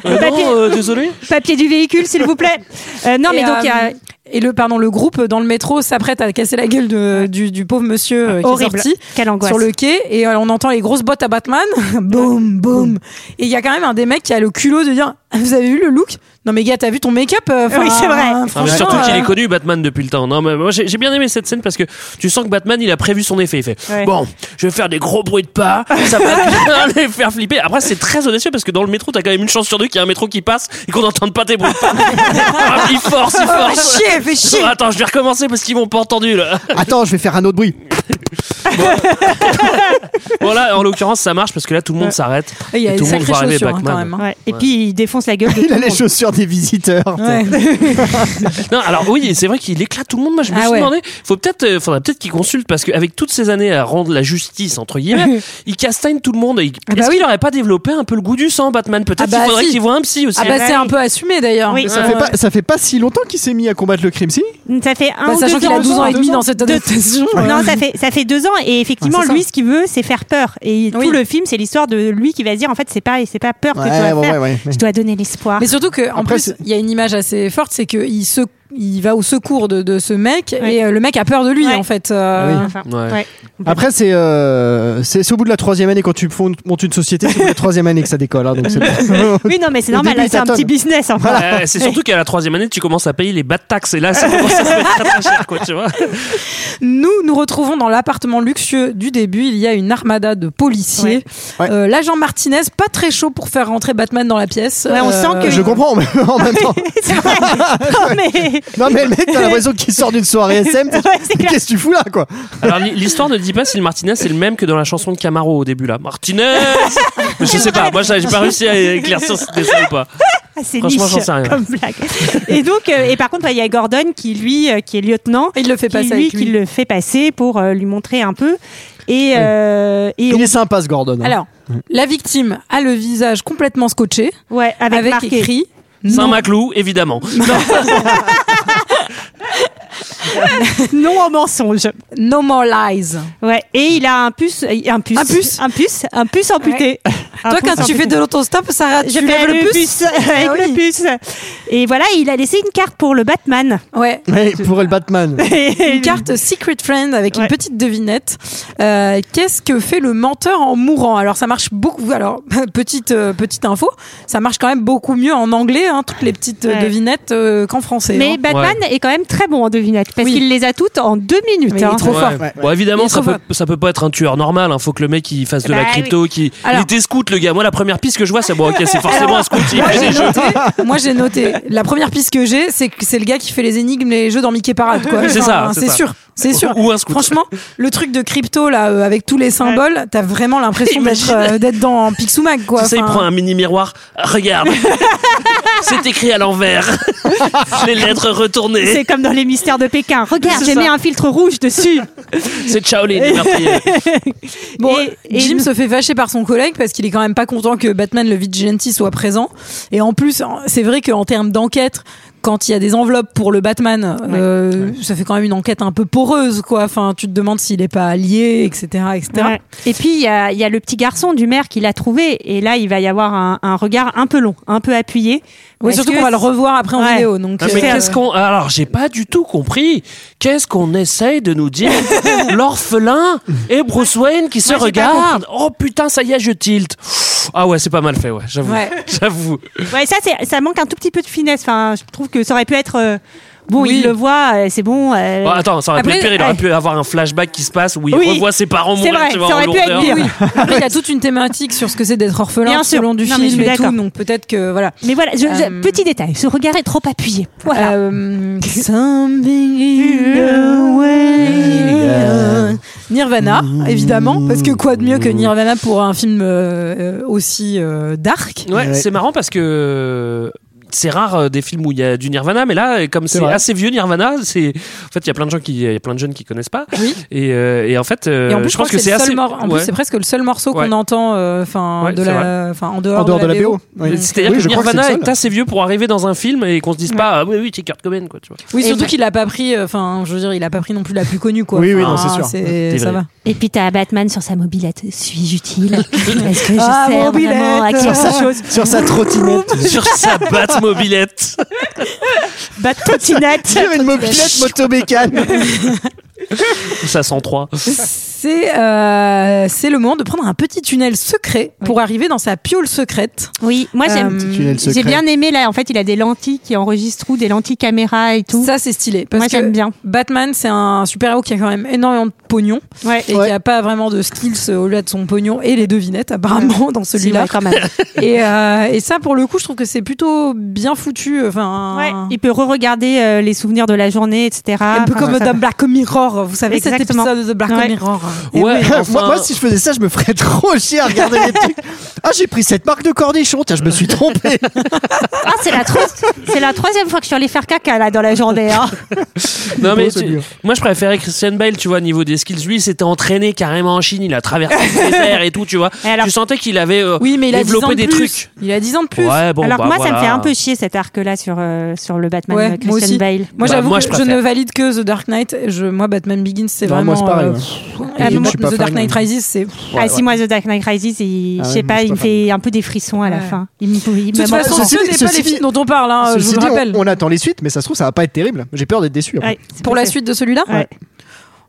F: Euh,
I: papier.
F: non, euh, désolé.
I: Papier du véhicule, s'il vous plaît. Euh, non,
A: Et,
I: mais donc il y a
A: euh, Et le, pardon, le groupe dans le métro s'apprête à casser la gueule de- du, du pauvre monsieur euh, qui
I: horrible.
A: est sorti.
I: Quelle angoisse.
A: sur le quai et euh, on entend les grosses bottes à Batman. boum, boum. Et il y a quand même un des mecs qui a le culot de dire Vous avez vu le look Non, mais gars, t'as vu ton make-up euh, enfin,
I: Oui, c'est vrai.
A: euh,
I: Non, mais
F: Non, Ah, mais
A: franchement,
F: surtout qu'il
A: euh,
F: est connu Batman depuis le temps. Non, mais moi j'ai j'ai bien aimé cette scène parce que tu sens que Batman il a prévu son effet. Il fait
I: Ouais.
F: bon, je vais faire des gros bruits de pas, ça va bien les faire flipper. Après c'est très audacieux parce que dans le métro t'as quand même une chance sur deux qu'il y a un métro qui passe et qu'on n'entende pas tes bruits de pas. Ah, il force, il
A: Oh,
F: force.
A: fais chier, fais chier.
F: Oh, attends, je vais recommencer parce qu'ils m'ont pas entendu là.
G: Attends, je vais faire un autre bruit.
F: Voilà, en l'occurrence ça marche parce que là tout le monde s'arrête.
A: Et Il y a
F: Et
A: des
F: tout le monde
A: sacrées
F: voit arriver
A: chaussures hein,
F: Batman.
A: quand même. hein.
I: Ouais. Et puis il défonce la gueule de
G: Il
I: tout
G: a
I: le
G: les
I: monde.
G: chaussures des visiteurs.
A: Ouais.
F: Non, alors oui, et c'est vrai qu'il éclate tout le monde. Moi, je me
A: Ah
F: suis
A: ouais.
F: demandé, faut peut-être, euh, faudrait peut-être qu'il consulte parce qu'avec toutes ces années à rendre la justice entre guillemets, il castagne tout le monde. Et il-
A: Ah bah
F: Est-ce
A: oui.
F: qu'il aurait pas développé un peu le goût du sang, Batman Peut-être
A: Ah bah
F: qu'il faudrait
A: si.
F: qu'il voit un psy aussi.
A: Ah bah c'est un peu assumé d'ailleurs.
I: Oui.
G: Ça fait, pas, ça fait pas si longtemps qu'il s'est mis à combattre le crime, si
I: Ça fait un
A: Bah,
I: ou
A: sachant
I: deux
A: qu'il
I: ans.
A: a 12 ans et demi
G: deux ans.
A: dans cette adaptation. euh.
I: Non, ça fait ça fait deux ans et effectivement
A: Ouais, c'est
I: lui ce qu'il veut c'est faire peur et
A: Oui.
I: tout le film c'est l'histoire de lui qui va se dire en fait c'est pas c'est pas peur que je dois
G: ouais,
I: faire
G: ouais, ouais.
I: je dois donner l'espoir
A: Mais surtout que en
G: Après,
A: plus,
G: c'est-
A: il y a une image assez forte, c'est qu'il se il va au secours de, de ce mec
I: Ouais.
A: et euh, le mec a peur de lui
I: Ouais.
A: en fait. euh,
G: Ah
I: Enfin,
F: Ouais.
I: ouais.
G: Après, c'est euh, c'est c'est au bout de la troisième année quand tu fondes- montes une société, c'est au bout de la troisième année que ça décolle. hein, donc c'est bon.
I: Oui, non, mais c'est
G: Au
I: normal,
G: début,
I: là, c'est un
G: t'attends.
I: petit business. Enfin.
F: Euh, c'est surtout qu'à la troisième année, tu commences à payer les bas de taxes et là, ça commence à se faire très, très cher, quoi, tu vois.
A: Nous nous retrouvons dans l'appartement luxueux du début. Il y a une armada de policiers.
G: Ouais. Ouais.
A: Euh, L'agent Martinez, pas très chaud pour faire rentrer Batman dans la pièce. Euh,
I: Ouais, on sent que-
G: Je comprends, mais en même temps.
I: C'est vrai. Non, mais.
G: Non, mais le mec, t'as l'impression qu'il sort d'une soirée SM. t'es-
I: Ouais, c'est
G: Mais
I: clair.
G: qu'est-ce que tu fous là, quoi
F: Alors l'hi- l'histoire ne dit pas si le Martinez c'est le même que dans la chanson de Camaro au début là. Martinez Mais Je sais pas, moi j'ai j'ai pas réussi à éclaircir si c'était ça ou pas.
I: Ah, c'est
F: Franchement,
I: niche
F: j'en sais rien.
I: comme blague. Et donc, euh, et par contre, bah, il y a Gordon qui lui, euh, qui est lieutenant,
A: Il le fait
I: qui,
A: passer
I: lui,
A: avec
I: qui
A: lui.
I: le fait passer pour euh, lui montrer un peu. Et, euh, et
G: Il est sympa, ce Gordon. hein.
A: Alors, la victime a le visage complètement scotché
I: on- ouais, avec,
A: avec,
I: marqué.
A: écrit. Non,
F: Saint-Maclou, évidemment.
I: non au mensonge.
A: no more lies.
I: Ouais. Et il a un puce, euh, un puce,
A: Un puce.
I: un puce, un puce amputé. Un
A: Toi,
I: pouce
A: quand tu
I: amputé.
A: fais de l'autostop, Sarah, tu
I: je
A: lèves
I: fais
A: le, puce.
I: avec
A: Ah oui.
I: le puce. Et voilà, il a laissé une carte pour le Batman.
A: Ouais.
G: Ouais, pour le Batman.
A: Une carte Secret Friend avec
I: Ouais.
A: une petite devinette. Euh, Qu'est-ce que fait le menteur en mourant Alors ça marche beaucoup. Alors petite euh, petite info, ça marche quand même beaucoup mieux en anglais hein, toutes les petites euh,
I: Ouais.
A: devinettes euh, qu'en français.
I: Mais
A: hein.
I: Batman est quand même très bon en devinette parce
A: Oui.
I: qu'il les a toutes en deux minutes.
A: Mais il est
I: hein.
A: trop
F: Ouais.
A: fort.
G: Ouais.
F: Bon, évidemment,
A: Il est
F: ça
A: trop
F: peut, ça peut pas être un tueur normal. Il faut que le mec il fasse de la
I: Bah
F: crypto, qui il
A: Alors-
F: était scout le gars. Moi, la première piste que je vois, c'est bon, ok, c'est forcément un scout. Il
A: Moi
F: fait
A: j'ai
F: des jeux.
A: noté, moi, j'ai noté. La première piste que j'ai, c'est que c'est le gars qui fait les énigmes, les jeux dans Mickey Parade. quoi.
F: C'est
A: Enfin,
F: ça, c'est
A: C'est
F: ça.
A: sûr. C'est sûr.
F: Ou un scout.
A: Franchement, le truc de crypto là, euh, avec tous les symboles, t'as vraiment l'impression d'être euh, d'être dans Picsou Mag quoi.
F: Tu sais, il
A: Enfin, hein.
F: prend un mini miroir. Regarde, c'est écrit à l'envers. Les lettres retournées.
I: C'est comme dans les mystères de Pékin. Regarde,
F: C'est
I: j'ai
F: ça.
I: mis un filtre rouge dessus.
F: C'est Shaolin, les meurtriers.
A: Bon,
I: Et- et
A: Jim
I: nous-
A: se fait fâcher par son collègue parce qu'il est quand même pas content que Batman le vigilante soit présent. Et en plus, en- c'est vrai qu'en termes d'enquête, quand il y a des enveloppes pour le Batman, euh, ça fait quand même une enquête un peu poreuse, quoi. Enfin, tu te demandes s'il est pas lié, etc., etc.
I: Ouais. Et puis, il y a, il y a le petit garçon du maire qui l'a trouvé. Et là, il va y avoir un, un regard un peu long, un peu appuyé.
A: Oui,
I: Parce
A: surtout
I: que
A: qu'on va le revoir après en
I: Ouais.
A: vidéo. Donc,
F: Ah, mais
A: euh,
F: qu'est-ce qu'on alors j'ai pas du tout compris qu'est-ce qu'on essaye de nous dire l'orphelin et Bruce Wayne qui se
I: Moi, j'ai pas
F: regardent oh putain ça y est je tilt ah ouais c'est pas mal fait ouais j'avoue
A: Ouais.
F: j'avoue
I: Ouais, ça, c'est- ça manque un tout petit peu de finesse. Enfin, je trouve que ça aurait pu être. euh, Bon,
A: Oui.
I: il le voit, euh, c'est bon. euh,
F: Bon, Oh, attends ça aurait pu
A: Après,
F: être pire, il aurait
A: ouais.
F: pu avoir un flashback qui se passe où il
I: Oui.
F: revoit ses parents
I: C'est
F: mourir
I: vrai,
F: tu vois,
I: ça
F: en
I: aurait pu être
F: lourdeur.
I: pire.
A: oui. Après, il y a toute une thématique sur ce que c'est d'être orphelin
I: Bien sûr.
A: selon du
I: Non, mais je
A: film
I: suis
A: et tout.
I: d'accord.
A: Donc peut-être que voilà.
I: Mais voilà, je- je-
A: Euh,
I: petit détail, ce regard est trop appuyé. Voilà.
A: Euh, Mm. something in the way. Euh, Nirvana, évidemment, parce que quoi de mieux que Nirvana pour un film euh, euh, aussi euh, dark
F: ouais,
G: Ouais.
F: c'est marrant parce que c'est rare euh, des films où il y a du Nirvana, mais là, euh, comme c'est
G: vrai.
F: assez vieux Nirvana, c'est en fait il y a plein de gens qui, il y a plein de jeunes qui connaissent pas.
A: Oui.
F: Et, euh, et en fait, euh,
A: Et en plus,
F: je pense que c'est
A: le seul
F: assez.
A: mor- en plus,
F: ouais.
A: c'est presque le seul morceau
F: Ouais.
A: qu'on entend, euh, enfin,
F: Ouais,
A: de
F: c'est
A: la, enfin, en dehors,
G: En dehors de la BO.
F: Mais
G: Oui.
F: C'est-à-dire
G: Oui,
F: que
G: je crois
F: Nirvana
G: c'est
F: est,
G: le seul.
F: assez vieux pour arriver dans un film et qu'on se dise pas ah, oui oui c'est Kurt Cobain quoi tu vois.
A: Oui,
I: Et
A: surtout
I: bah-
A: qu'il a pas pris, euh, enfin, je veux dire, il a pas pris non plus la plus connue, quoi.
G: Oui, oui,
A: Enfin,
G: non, c'est sûr.
A: c'est-
F: C'est
A: ça
F: vrai.
A: va.
I: Et puis, t'as Batman sur sa mobilette. Suis-je utile Est-ce que je
A: Ah,
I: sers
A: mobilette.
I: vraiment à
G: Sur
I: quelque
G: sa,
I: chose
G: sur sa trottinette.
F: Sur sa batte mobilette.
I: Batotinette
G: Sur une mobilette motobécane.
F: Ça 103.
A: C'est, euh, c'est le moment de prendre un petit tunnel secret pour arriver dans sa piole secrète.
I: Oui, moi j'aime.
A: Euh,
G: tunnel secret.
I: J'ai bien aimé là. En fait, il a des lentilles qui enregistrent tout, des lentilles caméra et tout.
A: Ça, c'est stylé. Parce
I: Moi,
A: que
I: j'aime bien.
A: Batman, c'est un super-héros qui a quand même énormément de pognon
I: Ouais.
A: et
G: Ouais.
A: qui a pas vraiment de skills euh, au-delà de son pognon et les devinettes, apparemment, dans
I: Si,
A: celui-là.
I: ouais, quand même.
A: Et, euh, et ça, pour le coup, je trouve que c'est plutôt bien foutu. Enfin,
I: Ouais, Il peut re-regarder euh, les souvenirs de la journée, etc.
G: Ah,
A: un peu
I: Enfin,
A: comme
I: ça-
A: dans Black Mirror. Vous savez, cet
I: Exactement.
A: épisode de Black
I: Ouais.
A: Mirror.
F: Ouais. enfin,
G: moi, moi, si je faisais ça, je me ferais trop chier à regarder les trucs. Ah, j'ai pris cette marque de cornichon. Tiens, je me suis trompé.
I: Ah, c'est la, tro- c'est la troisième fois que je suis allée faire caca là dans la journée. hein.
F: non mais
G: beau,
F: tu-
G: celui-là.
F: moi je préférais Christian Bale tu vois au niveau des skills lui il s'était entraîné carrément en Chine il a traversé le désert et tout tu vois.
I: Et alors-
F: Tu sentais qu'il avait euh,
A: Oui, mais il a 10 ans
F: développé
A: de
F: des
A: plus.
F: trucs.
A: Il a 10 ans de plus.
F: Ouais, bon,
I: Alors que
F: bah,
I: moi, ça
F: voilà.
I: me fait un peu chier cet arc là sur, euh, sur le Batman
A: Ouais,
I: euh,
A: moi
I: Christian
A: aussi.
I: Bale.
A: Moi,
F: Bah,
A: j'avoue
F: moi,
A: que
F: je
A: je
F: préfère.
A: ne valide que The Dark Knight. Je, moi, Batman Begins, c'est
G: Non,
A: vraiment.
G: moi, c'est pareil,
A: euh,
G: ouais.
A: pff,
G: Ah,
A: Ah,
G: je
A: mais moi,
G: suis pas
A: The Dark
G: fan.
A: Knight Rises, c'est.
I: ah, si, moi, The Dark Knight Rises, il-
G: Ah
I: je
G: ouais,
I: sais
G: moi,
I: pas,
G: je
I: il me fait un peu des frissons à la
A: Ouais.
I: fin. Il me il
A: De toute
I: me-
A: façon,
G: ceci
A: ce
G: dit-
A: n'est pas
G: ceci
A: les
G: dit-
A: films dont on parle, hein, je
G: Ceci
A: vous le
G: dit, on-
A: rappelle.
G: on, attend les suites, mais ça se trouve, ça va pas être terrible. J'ai peur d'être déçu. après.
I: Ouais, c'est
A: Pour
I: pas
A: la
I: ça.
A: suite de celui-là
I: Ouais.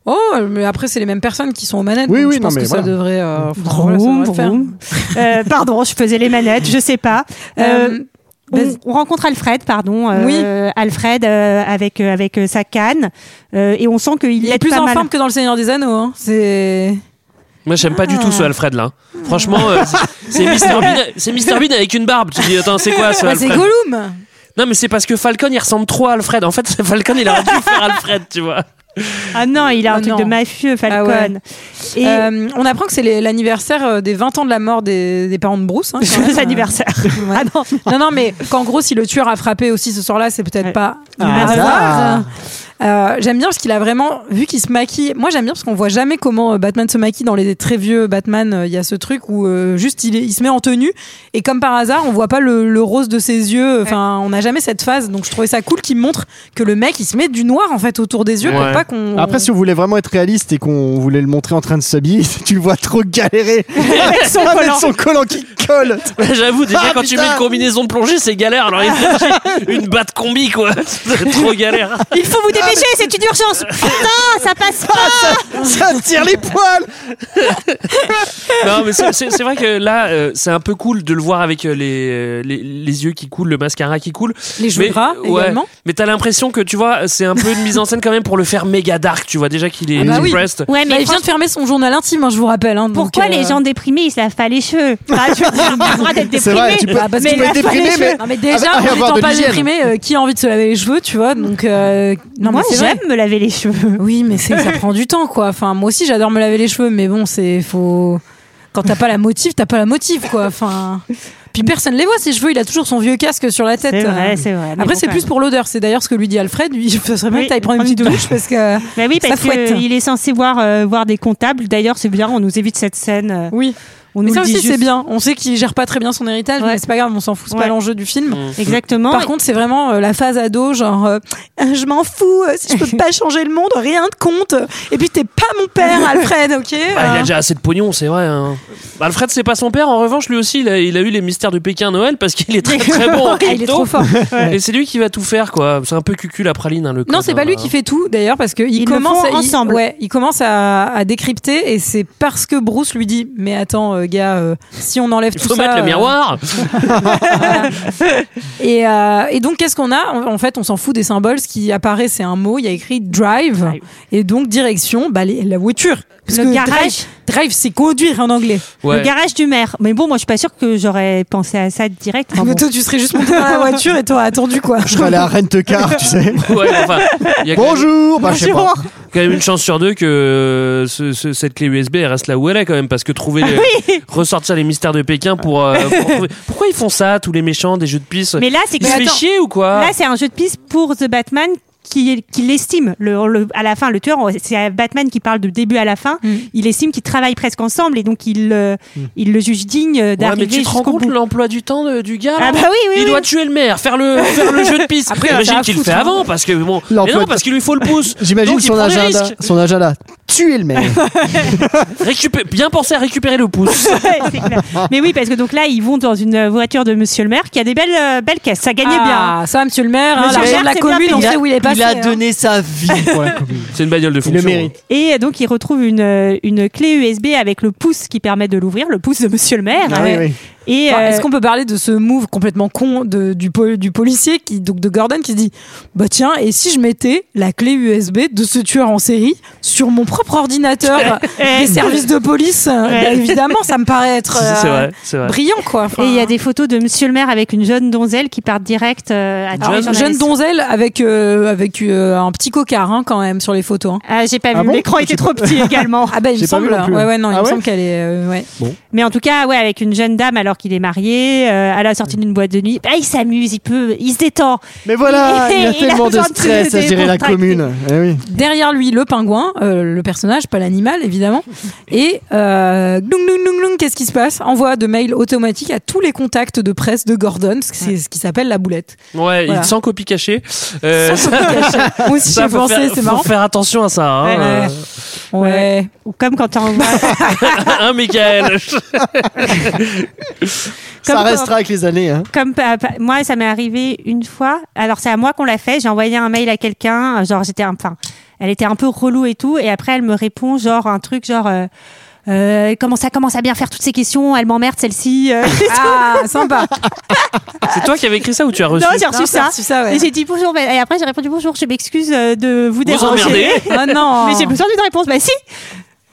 A: Oh, mais après, c'est les mêmes personnes qui sont aux manettes.
G: Oui,
A: donc
G: oui,
A: je
G: non,
A: pense
G: mais
A: que ça
G: voilà.
A: devrait. euh, enfin, voilà, ça
I: Vroom,
A: devrait le faire.
I: vroom. Euh, pardon, je faisais les manettes, je sais pas. Euh,
A: Euh,
I: on, on rencontre Alfred, pardon. euh,
A: Oui.
I: Alfred euh, avec euh, avec euh, sa canne euh, et on sent qu'il
A: il est
I: l'aide
A: plus
I: pas
A: en
I: mal.
A: forme que dans Le Seigneur des Anneaux. hein. C'est.
F: Moi, j'aime pas du
I: Ah.
F: tout ce Alfred là. Franchement, euh, c'est- c'est Mr Bean, c'est Mr Bean avec une barbe. Tu dis attends, c'est quoi ce
A: Bah, c'est
F: Alfred
A: Gollum
F: Non, mais c'est parce que Falcon il ressemble trop à Alfred. En fait, Falcon il aurait dû faire Alfred, tu vois.
I: Ah non, il a un
A: Ah
I: truc
A: non.
I: de mafieux, Falcon.
A: Ah
I: Et
A: Euh, on apprend que c'est les- l'anniversaire euh, des 20 ans de la mort des, des parents de Bruce. hein, quand même.
I: joyeux anniversaire.
A: Ouais.
I: Ah non.
A: Non, non, mais qu'en gros, si le tueur a frappé aussi ce soir-là, c'est peut-être
I: Ouais.
A: pas du
G: Ah,
A: hasard. Euh, j'aime bien parce qu'il a vraiment vu qu'il se maquille. Moi, j'aime bien parce qu'on voit jamais comment euh, Batman se maquille dans les très vieux Batman. euh, Il y a ce truc où euh, juste il, est- il se met en tenue et comme par hasard, on voit pas le, le rose de ses yeux. euh, Enfin, on n'a jamais cette phase. Donc, je trouvais ça cool qu'il montre que le mec il se met du noir en fait autour des yeux pour
F: Ouais.
A: pas qu'on.
G: Après, si on voulait vraiment être réaliste et qu'on voulait le montrer en train de s'habiller, tu le vois trop galérer avec son, avec son collant qui colle.
F: J'avoue, déjà
G: Ah,
F: quand tu mets
G: putain.
F: une combinaison de plongée, c'est galère. Alors, il faut une batte combi quoi. C'est trop galère.
I: Il faut vous dépêcher, c'est une urgence. Putain, ça passe pas.
G: Ça tire les poils.
F: Non, mais c'est- c'est c'est vrai que là, euh, c'est un peu cool de le voir avec euh, les, les, les yeux qui coulent, le mascara qui coule.
A: Les cheveux
F: Mais-
A: gras
F: ouais.
A: également.
F: Mais t'as l'impression que tu vois, c'est un peu une mise en scène quand même pour le faire méga dark. Tu vois déjà qu'il est
A: Ah bah oui.
F: depressed.
I: Ouais,
A: Bah, il vient de fermer son journal intime, hein, je vous rappelle. hein, donc,
I: Pourquoi
A: euh,
I: les gens déprimés, ils se lavent pas les cheveux Enfin, je veux dire, on a le droit d'être
G: C'est vrai, tu
I: déprimé.
G: peux-
A: Ah, parce
G: tu
A: qu'il
G: peux
A: a
G: être déprimé,
I: fallu-
G: mais
A: Non mais déjà,
G: Ah,
A: en
G: bah, avoir
A: étant
G: de
A: pas
G: l'hygiène. Mm.
A: déprimé, euh, qui a envie de se laver les cheveux, tu vois Donc euh, non,
I: Moi,
A: mais c'est vrai.
I: j'aime me laver les cheveux.
A: Oui, mais c'est ça prend du temps, quoi. Enfin, moi aussi, j'adore me laver les cheveux, mais bon, c'est faut. Quand t'as pas la motive, t'as pas la motive, quoi. Enfin, puis personne les voit ses cheveux. Il a toujours son vieux casque sur la tête.
I: C'est vrai,
A: Euh,
I: c'est vrai. mais
A: Après,
I: bon,
A: c'est
I: quand
A: plus
I: même.
A: pour l'odeur. C'est d'ailleurs ce que lui dit Alfred. Lui, il serait bien
I: Oui,
A: que t'ailles prendre une petite douche parce que.
I: Bah oui,
A: ça
I: parce
A: fouette.
I: qu'il est censé voir, euh, voir des comptables. D'ailleurs, c'est bien, on nous évite cette scène. euh,
A: Oui.
I: On
A: Mais
I: nous
A: ça
I: le dit
A: aussi, c'est
I: juste.
A: bien. On sait qu'il gère pas très bien son héritage,
I: Ouais.
A: mais c'est pas grave. On s'en fout. C'est
I: Ouais. Mm.
A: pas l'enjeu du film.
I: Exactement.
A: Par contre, c'est vraiment euh, la phase ado, genre euh, je m'en fous, euh, si je peux pas changer le monde, rien de compte. Et puis t'es pas mon père, Alfred, ok
F: Bah,
A: euh.
F: il a déjà assez de pognon, c'est vrai. hein. Alfred, c'est pas son père. En revanche, lui aussi, il a, il a eu les mystères de Pékin à Noël parce qu'il est très très bon en
A: Ah, il est
F: crypto.
A: trop fort.
F: Et c'est lui qui va tout faire, quoi. C'est un peu cucul la praline, hein, le
A: Non,
F: code,
A: c'est pas
F: hein.
A: lui qui fait tout d'ailleurs parce que il
I: Ils le
A: commence
I: font
A: à- il-
I: ensemble.
A: ouais, il commence à, à décrypter et c'est parce que Bruce lui dit mais attends euh, gars, euh, si on enlève
F: Il
A: tout
F: faut
A: ça,
F: mettre le
A: euh,
F: miroir.
A: Et, euh, et donc, qu'est-ce qu'on a En en fait, on s'en fout des symboles. Ce qui apparaît, c'est un mot. Il y a écrit drive.
I: Drive.
A: Et donc, direction, bah, les- la voiture. Parce
I: Le
A: que
I: garage.
A: Drive, drive, c'est conduire en anglais.
F: Ouais.
I: Le garage du maire. Mais bon, moi, je suis pas sûre que j'aurais pensé à ça direct. Enfin,
A: Mais
I: bon.
A: toi, tu serais juste monté dans la voiture et t'aurais attendu, quoi.
G: Je serais allé à Rent-Car, tu sais.
F: Ouais, enfin, il y a quand même-
G: Bonjour. Bah, je sais pas.
F: quand même une chance sur deux que euh, ce- ce- cette clé USB elle reste là où elle est quand même parce que trouver les-
I: Ah
F: ressortir les mystères de Pékin pour, euh, pour trouver- pourquoi ils font ça tous les méchants des jeux de piste
I: Mais là, c'est
F: ils se fait
I: attends,
F: chier ou quoi
I: Là, c'est un jeu de piste pour The Batman qui, qui l'estime. Le, le- à la fin, le tueur, oh, c'est Batman qui parle du début à la fin.
F: Hmm.
A: Mm.
I: Il estime qu'ils travaillent presque ensemble et donc il, euh,
G: Hmm.
I: il le juge digne euh,
F: Ouais, mais
I: d'arriver
F: tu te rends
I: jusqu'au
F: compte
I: bout.
F: l'emploi du temps de- du gars là
I: Ah bah oui, oui,
F: il
I: oui.
F: doit tuer le maire, faire le, faire le jeu de piste.
A: Après, t'as
F: J'imagine
A: à
F: qu'il le
A: foutre,
F: fait
A: hein.
F: avant parce que bon, mais
G: L'emploi
F: non
G: de-
F: parce qu'il lui faut le pouce.
G: J'imagine
F: Donc, il
G: son
F: prend des
G: agenda.
F: risques.
G: Son agenda. Tuer le mec.
F: Récupé- bien penser à récupérer le pouce.
I: Ouais, c'est clair. mais oui, parce que donc là, ils vont dans une voiture de Monsieur le Maire qui a des belles, euh, belles caisses. Ça gagnait bien.
A: Ah, ça, monsieur le maire, hein,
I: Monsieur le
A: l'argent
I: maire,
A: de la
I: c'est bien
A: commune, on
I: payé.
A: sait où il est passé. hein.
G: sa vie.
F: C'est une bagnole de
G: Il le
F: fonction.
G: mérite.
I: Et donc, ils retrouvent une, euh, une clé USB avec le pouce qui permet de l'ouvrir, le pouce de Monsieur le Maire.
G: Ah oui, oui.
I: Et
A: Enfin,
I: euh,
A: Est-ce qu'on peut parler de ce move complètement con de- du, pol- du policier, qui, donc de Gordon, qui se dit Bah tiens, et si je mettais la clé USB de ce tueur en série sur mon propre ordinateur des services de police Bah, Évidemment, ça me paraît être
F: C'est c'est
A: euh,
F: vrai, c'est vrai.
A: brillant, quoi. Enfin,
I: Et il y a des photos de Monsieur le Maire avec une jeune donzelle qui part direct euh, à
A: alors,
I: tuer les
A: une jeune
I: journalistes.
A: donzelle avec, euh, avec euh, un petit cocard hein, quand même sur les photos. hein.
I: Ah, j'ai pas
G: Ah
I: vu.
G: bon
I: L'écran était trop petit également.
A: Ah bah il me
G: Oh, J'ai pas vu
A: semble,
G: non plus.
A: ouais ouais non, il
G: Ah
A: me
G: ouais
A: semble qu'elle est, euh, ouais.
I: Mais en tout cas, ouais, avec une jeune dame. Alors alors qu'il est marié, euh, à la sortie d'une boîte de nuit. Bah, il s'amuse, il peut, il se détend.
G: Mais voilà, il,
I: Il
G: y
I: a
G: a tellement de
I: besoin de
G: stress à
I: se
G: gérer la
I: décontracter.
G: commune. Eh oui.
A: Derrière lui, le pingouin, euh, le personnage, pas l'animal évidemment. Et euh, dung, dung, dung, dung, qu'est-ce qui se passe Envoi de mail automatique à tous les contacts de presse de Gordon, parce que c'est ce qui s'appelle la boulette.
F: Ouais,
A: Voilà.
F: il sans copie cachée. Euh,
A: Sans copie cachée. Moi aussi,
F: ça,
A: j'ai
F: faut
A: pensé,
F: faire,
A: c'est
F: faut
A: marrant.
F: faire attention à ça. hein.
A: Ouais, ouais. Ouais.
I: Ou comme quand on
F: hein, Michael
G: Ça
I: Comme
G: restera avec les années. hein.
I: comme pa- pa- moi, ça m'est arrivé une fois. Alors c'est à moi qu'on l'a fait. J'ai envoyé un mail à quelqu'un. Genre j'étais un- enfin, elle était un peu relou et tout. Et après elle me répond genre un truc genre euh, euh, comment ça commence à bien faire toutes ces questions. Elle m'emmerde celle-ci. euh.
A: Ah, sympa.
F: C'est toi qui avais écrit ça ou tu as reçu
I: non j'ai reçu
A: Non, t'as
I: ça.
A: reçu ça, ouais.
I: Et j'ai dit bonjour. mais- Et après j'ai répondu bonjour. Je m'excuse euh, de vous
F: Vous
I: déranger.
F: emmerdez.
A: Ah non.
I: Mais j'ai besoin d'une réponse. Bah si.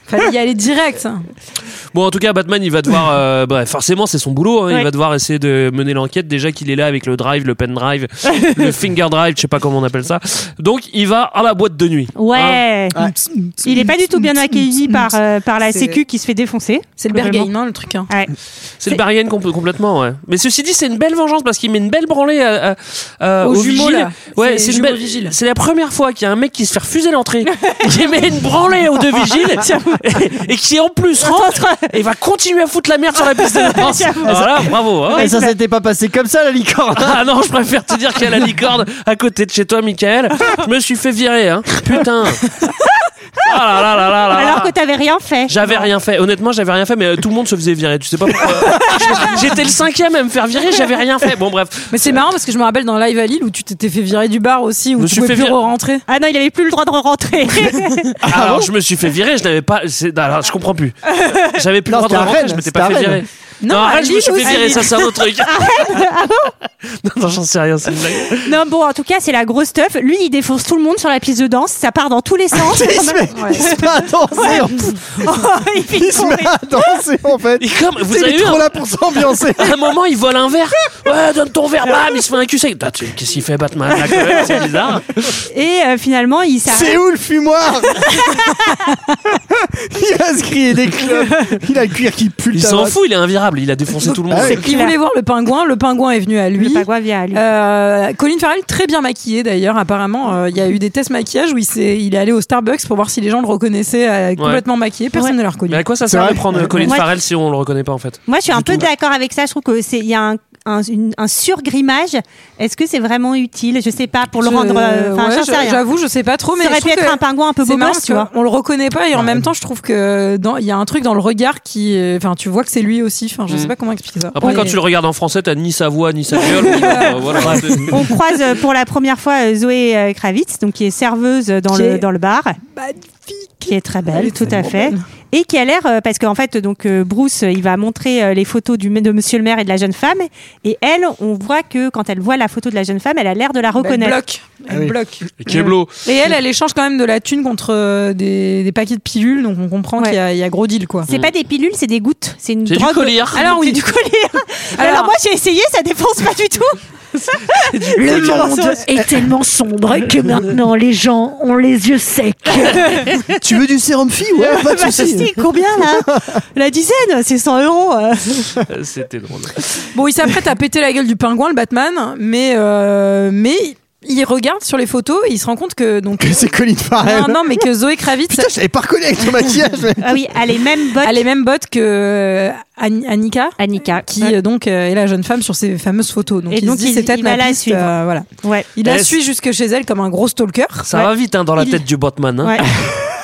A: Fallait y aller direct.
F: Bon, en tout cas, Batman, il va devoir. euh, bah, forcément, c'est son boulot. hein, Il
I: Ouais.
F: va devoir essayer de mener l'enquête. Déjà qu'il est là avec le drive, le pen drive, le finger drive, je sais pas comment on appelle ça. Donc, il va à la boîte de nuit. Hein.
I: Ouais.
G: Ah,
I: Il est pas du tout bien accueilli par euh, par la
A: C'est-
I: Sécu qui se fait défoncer.
A: C'est le
I: Globalement.
A: Berghain, hein, le truc. hein.
I: Ouais.
F: c'est le bargain compl- complètement. Ouais. Mais ceci dit, c'est une belle vengeance parce qu'il met une belle branlée à, à- à-
A: Aux
F: aux
A: jumeaux,
F: vigiles.
A: là. C'est
F: Ouais, c'est
A: les
F: une
A: jumeaux
F: belle-
A: vigiles.
F: C'est la première fois qu'il y a un mec qui se fait refuser l'entrée, qui met une branlée aux deux vigiles et, et qui en plus rentre et va continuer à foutre la merde sur la piste de danse. Voilà, bravo. hein.
G: Et ça s'était pas passé comme ça, la licorne.
F: Ah non, je préfère te dire qu'il y a la licorne à côté de chez toi, Michael. Je me suis fait virer, hein. Putain. Ah là là là là là.
I: Alors que t'avais rien fait.
F: J'avais rien fait. Honnêtement, j'avais rien fait, mais euh, tout le monde se faisait virer. Tu sais pas pourquoi. J'étais le cinquième à me faire virer, j'avais rien fait. Bon, bref.
A: Mais c'est marrant parce que je me rappelle dans Live à Lille où tu t'étais fait virer du bar aussi, où
F: me
A: tu
F: suis
A: pouvais
F: fait
A: plus
F: virer.
A: rentrer.
I: Ah non, il avait plus le droit de rentrer.
F: Alors, je me suis fait virer, je n'avais pas. c'est- Alors, je comprends plus. J'avais plus
G: Non,
F: le droit de
G: c'était à
F: rentrer,
G: Rennes,
F: je m'étais
G: c'était à
F: pas fait
G: Rennes.
F: virer.
A: Non, à
F: arrête, je me
A: Lille
F: suis fait
A: aussi. ah
F: virer, ça c'est un autre truc. Non, non, j'en sais rien, c'est une blague.
I: Non, bon, en tout cas, c'est la grosse stuff. Lui, il défonce tout le monde sur la piste de danse. Ça part dans tous les
A: Oh,
I: sens.
G: Il se met- il se met à danser. en-
I: Oh, il finit
G: Il se met à danser, en fait.
F: Et comme, vous
G: Il
F: avez
G: est
F: vu,
G: trop là pour s'ambiancer.
F: À un moment, il vole un verre. Ouais, donne ton verre. Bam, il se fait un cul sec. Putain, tu- Qu'est-ce qu'il fait, Batman là, Ah, quand même C'est bizarre.
I: Et euh, finalement, il s'arrête.
G: C'est où le fumoir Il va se crier des clubs. Il a le cuir qui pue le
F: Il s'en
G: tabac.
F: fout, il est invirable. Il a défoncé tout le monde.
G: Ah ouais.
A: Il voulait voir le pingouin, le pingouin est venu à lui.
I: Le pagouin vient à lui.
A: Euh, Colin Farrell très bien maquillé d'ailleurs apparemment euh, il y a eu des tests maquillage où il, s'est- il est allé au Starbucks pour voir si les gens le reconnaissaient euh, complètement maquillé personne ne l'a reconnu
F: Mais à quoi ça sert
G: vrai.
F: de prendre Colin
I: Moi,
F: Farrell si on le reconnaît pas en fait
I: Moi, je suis un peu
F: tout.
I: d'accord avec ça. Je trouve que c'est il y a un un, une- un surgrimage. Est-ce que c'est vraiment utile Je sais pas pour le
A: Je-
I: rendre. euh, Enfin,
A: ouais,
I: j'en
A: je-
I: sais rien.
A: j'avoue je sais pas trop mais
I: ça aurait
A: je
I: pu
A: trouve
I: être
A: que
I: un pingouin un peu
A: c'est marrant
I: bobos, tu
A: parce
I: vois.
A: que on le reconnaît pas et en même temps je trouve que dans- il y a un truc dans le regard qui euh, enfin tu vois que c'est lui aussi enfin je sais pas comment expliquer ça
F: Mm. Après, quand tu le regardes en français, t'as ni sa voix ni sa gueule. Euh, voilà.
I: On croise euh, pour la première fois euh, Zoé euh, Kravitz, donc qui est serveuse euh, dans
A: Qui
I: le
A: est-
I: dans le bar.
A: Bah, magnifique
I: qui est très
A: Elle
I: belle,
A: est
I: tout à
A: tellement
I: fait,
A: belle.
I: et qui a l'air euh, parce qu'en fait donc euh, Bruce euh, il va montrer euh, les photos du de Monsieur le Maire et de la jeune femme, et elle on voit que quand elle voit la photo de la jeune femme, elle a l'air de la
A: elle
I: reconnaître.
A: bloque elle
G: Ah oui.
A: bloque Mm.
F: Keblo.
A: et elle elle échange quand même de la thune contre euh, des, des paquets de pilules donc on comprend
I: Ouais.
A: qu'il y a- il y, a gros deal quoi
I: C'est pas des pilules, c'est des gouttes, c'est une
F: C'est du
I: drogue.
F: collier.
I: Alors oui, du collier. Alors,
A: Alors-
I: moi j'ai essayé, ça défonce pas du tout.
J: Le monde est tellement sombre que maintenant les gens ont les yeux secs.
G: Tu veux du sérum fille Ouais, pas de
I: Bah, je
G: soucis.
I: dis, combien là La dizaine, c'est 100 euros. euh.
F: Euh, C'était drôle.
A: Bon, il s'apprête à péter la gueule du pingouin, le Batman, mais euh, mais il regarde sur les photos et il se rend compte que donc
G: Que c'est Colin Farrell.
A: non non mais que Zoé Kravitz
G: Ah Putain, je l'avais pas reconnu avec ton maquillage. mais-
I: Ah oui, elle est même botte.
A: a les mêmes bottes que euh, Ann- Annika
I: Annika.
A: qui
I: Ouais.
A: euh, donc euh, est la jeune femme sur ces fameuses photos. Donc
I: Et
A: il
I: donc,
A: se dit
I: il-
A: c'est peut-être
I: il
A: ma
I: va la
A: piste,
I: suivre.
A: euh, voilà.
I: Ouais.
A: Il la
F: Est-ce-
A: suit jusque chez elle comme un gros stalker.
F: Ça va vite hein, dans la
A: Il-
F: tête du Batman. hein.
I: Ouais.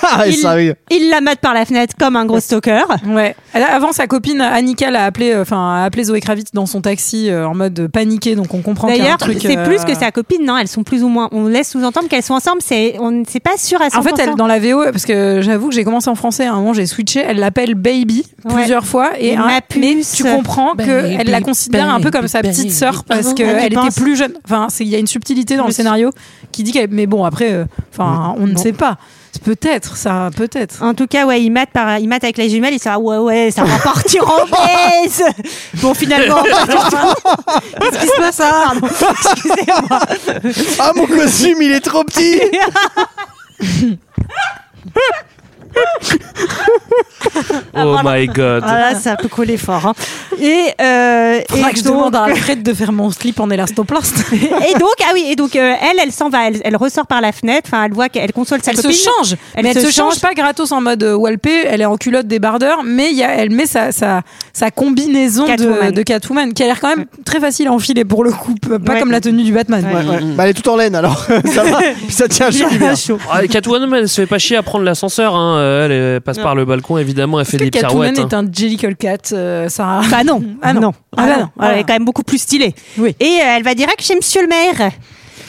G: Ah, ouais,
I: Il-
G: sérieux.
I: Il la mate par la fenêtre comme un gros stalker.
A: Ouais. Elle a- avant sa copine Annika l'a appelé euh, enfin a appelé Zoé Kravitz dans son taxi euh, en mode paniqué donc on comprend qu'il y a un
I: D'ailleurs,
A: truc,
I: c'est
A: euh,
I: plus que sa copine, non Elles sont plus ou moins. On laisse sous-entendre qu'elles sont ensemble. C'est on ne sait pas sûr à 100%.
A: En fait, elle, dans la VO, parce que j'avoue que j'ai commencé en français, à un moment j'ai switché, elle l'appelle Baby
I: Ouais.
A: plusieurs fois. Et
I: Et
A: un-
I: ma
A: mais
I: puce.
A: tu comprends qu'elle la considère un peu comme sa petite sœur parce
I: Ah, tu
A: qu'elle était
I: penses
A: plus jeune. Enfin, c'est- il y a une subtilité dans le scénario qui dit qu'elle. Mais bon, après, euh, enfin, on ne
I: Bon.
A: sait pas. C'est Peut-être, ça, peut-être.
I: En tout cas, ouais, il mate par, il mate avec les jumelles. Il se dit, ah ouais, ouais, ça va partir en baisse. bon, finalement, pas du tout. qu'est-ce qui se passe
A: hein?
I: ça Excusez-moi.
G: Ah, mon costume, il est trop petit.
F: Oh my god.
A: Ah.
I: Voilà, ça peut coller fort. hein. Et, euh,
A: Faudra
I: et
A: que je
I: donc-
A: demande à Alfred de faire mon slip en élastoplast.
I: et donc, ah oui, et donc euh, elle, elle s'en va, elle, elle ressort par la fenêtre, enfin, elle voit qu'elle console sa
A: Elle se
I: copine.
A: change,
I: Elle
A: mais elle se
I: se
A: change
I: change.
A: pas gratos en mode euh, walpé, elle est en culotte débardeur, mais il y a, elle met sa, sa, sa combinaison
I: Catwoman.
A: De, de Catwoman, qui a l'air quand même très facile à enfiler pour le coup, p- pas
I: Ouais.
A: comme la tenue du Batman.
G: Ouais, ouais. Bah, elle est toute en laine alors. ça va. Puis ça tient chaud l'hiver.
F: Ah, et Catwoman, elle se fait pas chier à prendre l'ascenseur. Hein. Euh, Elle, elle passe par le balcon, évidemment, elle fait
A: Est-ce
F: des
A: que Catwoman
F: pirouettes. hein.
A: est un Jellicle Cat, euh, Sarah
I: Bah non,
A: Ah non.
I: Ah
A: Ah bah
I: non.
A: non. Voilà.
I: Elle est quand même beaucoup plus stylée.
A: Oui.
I: Et euh, elle va direct chez Monsieur le maire.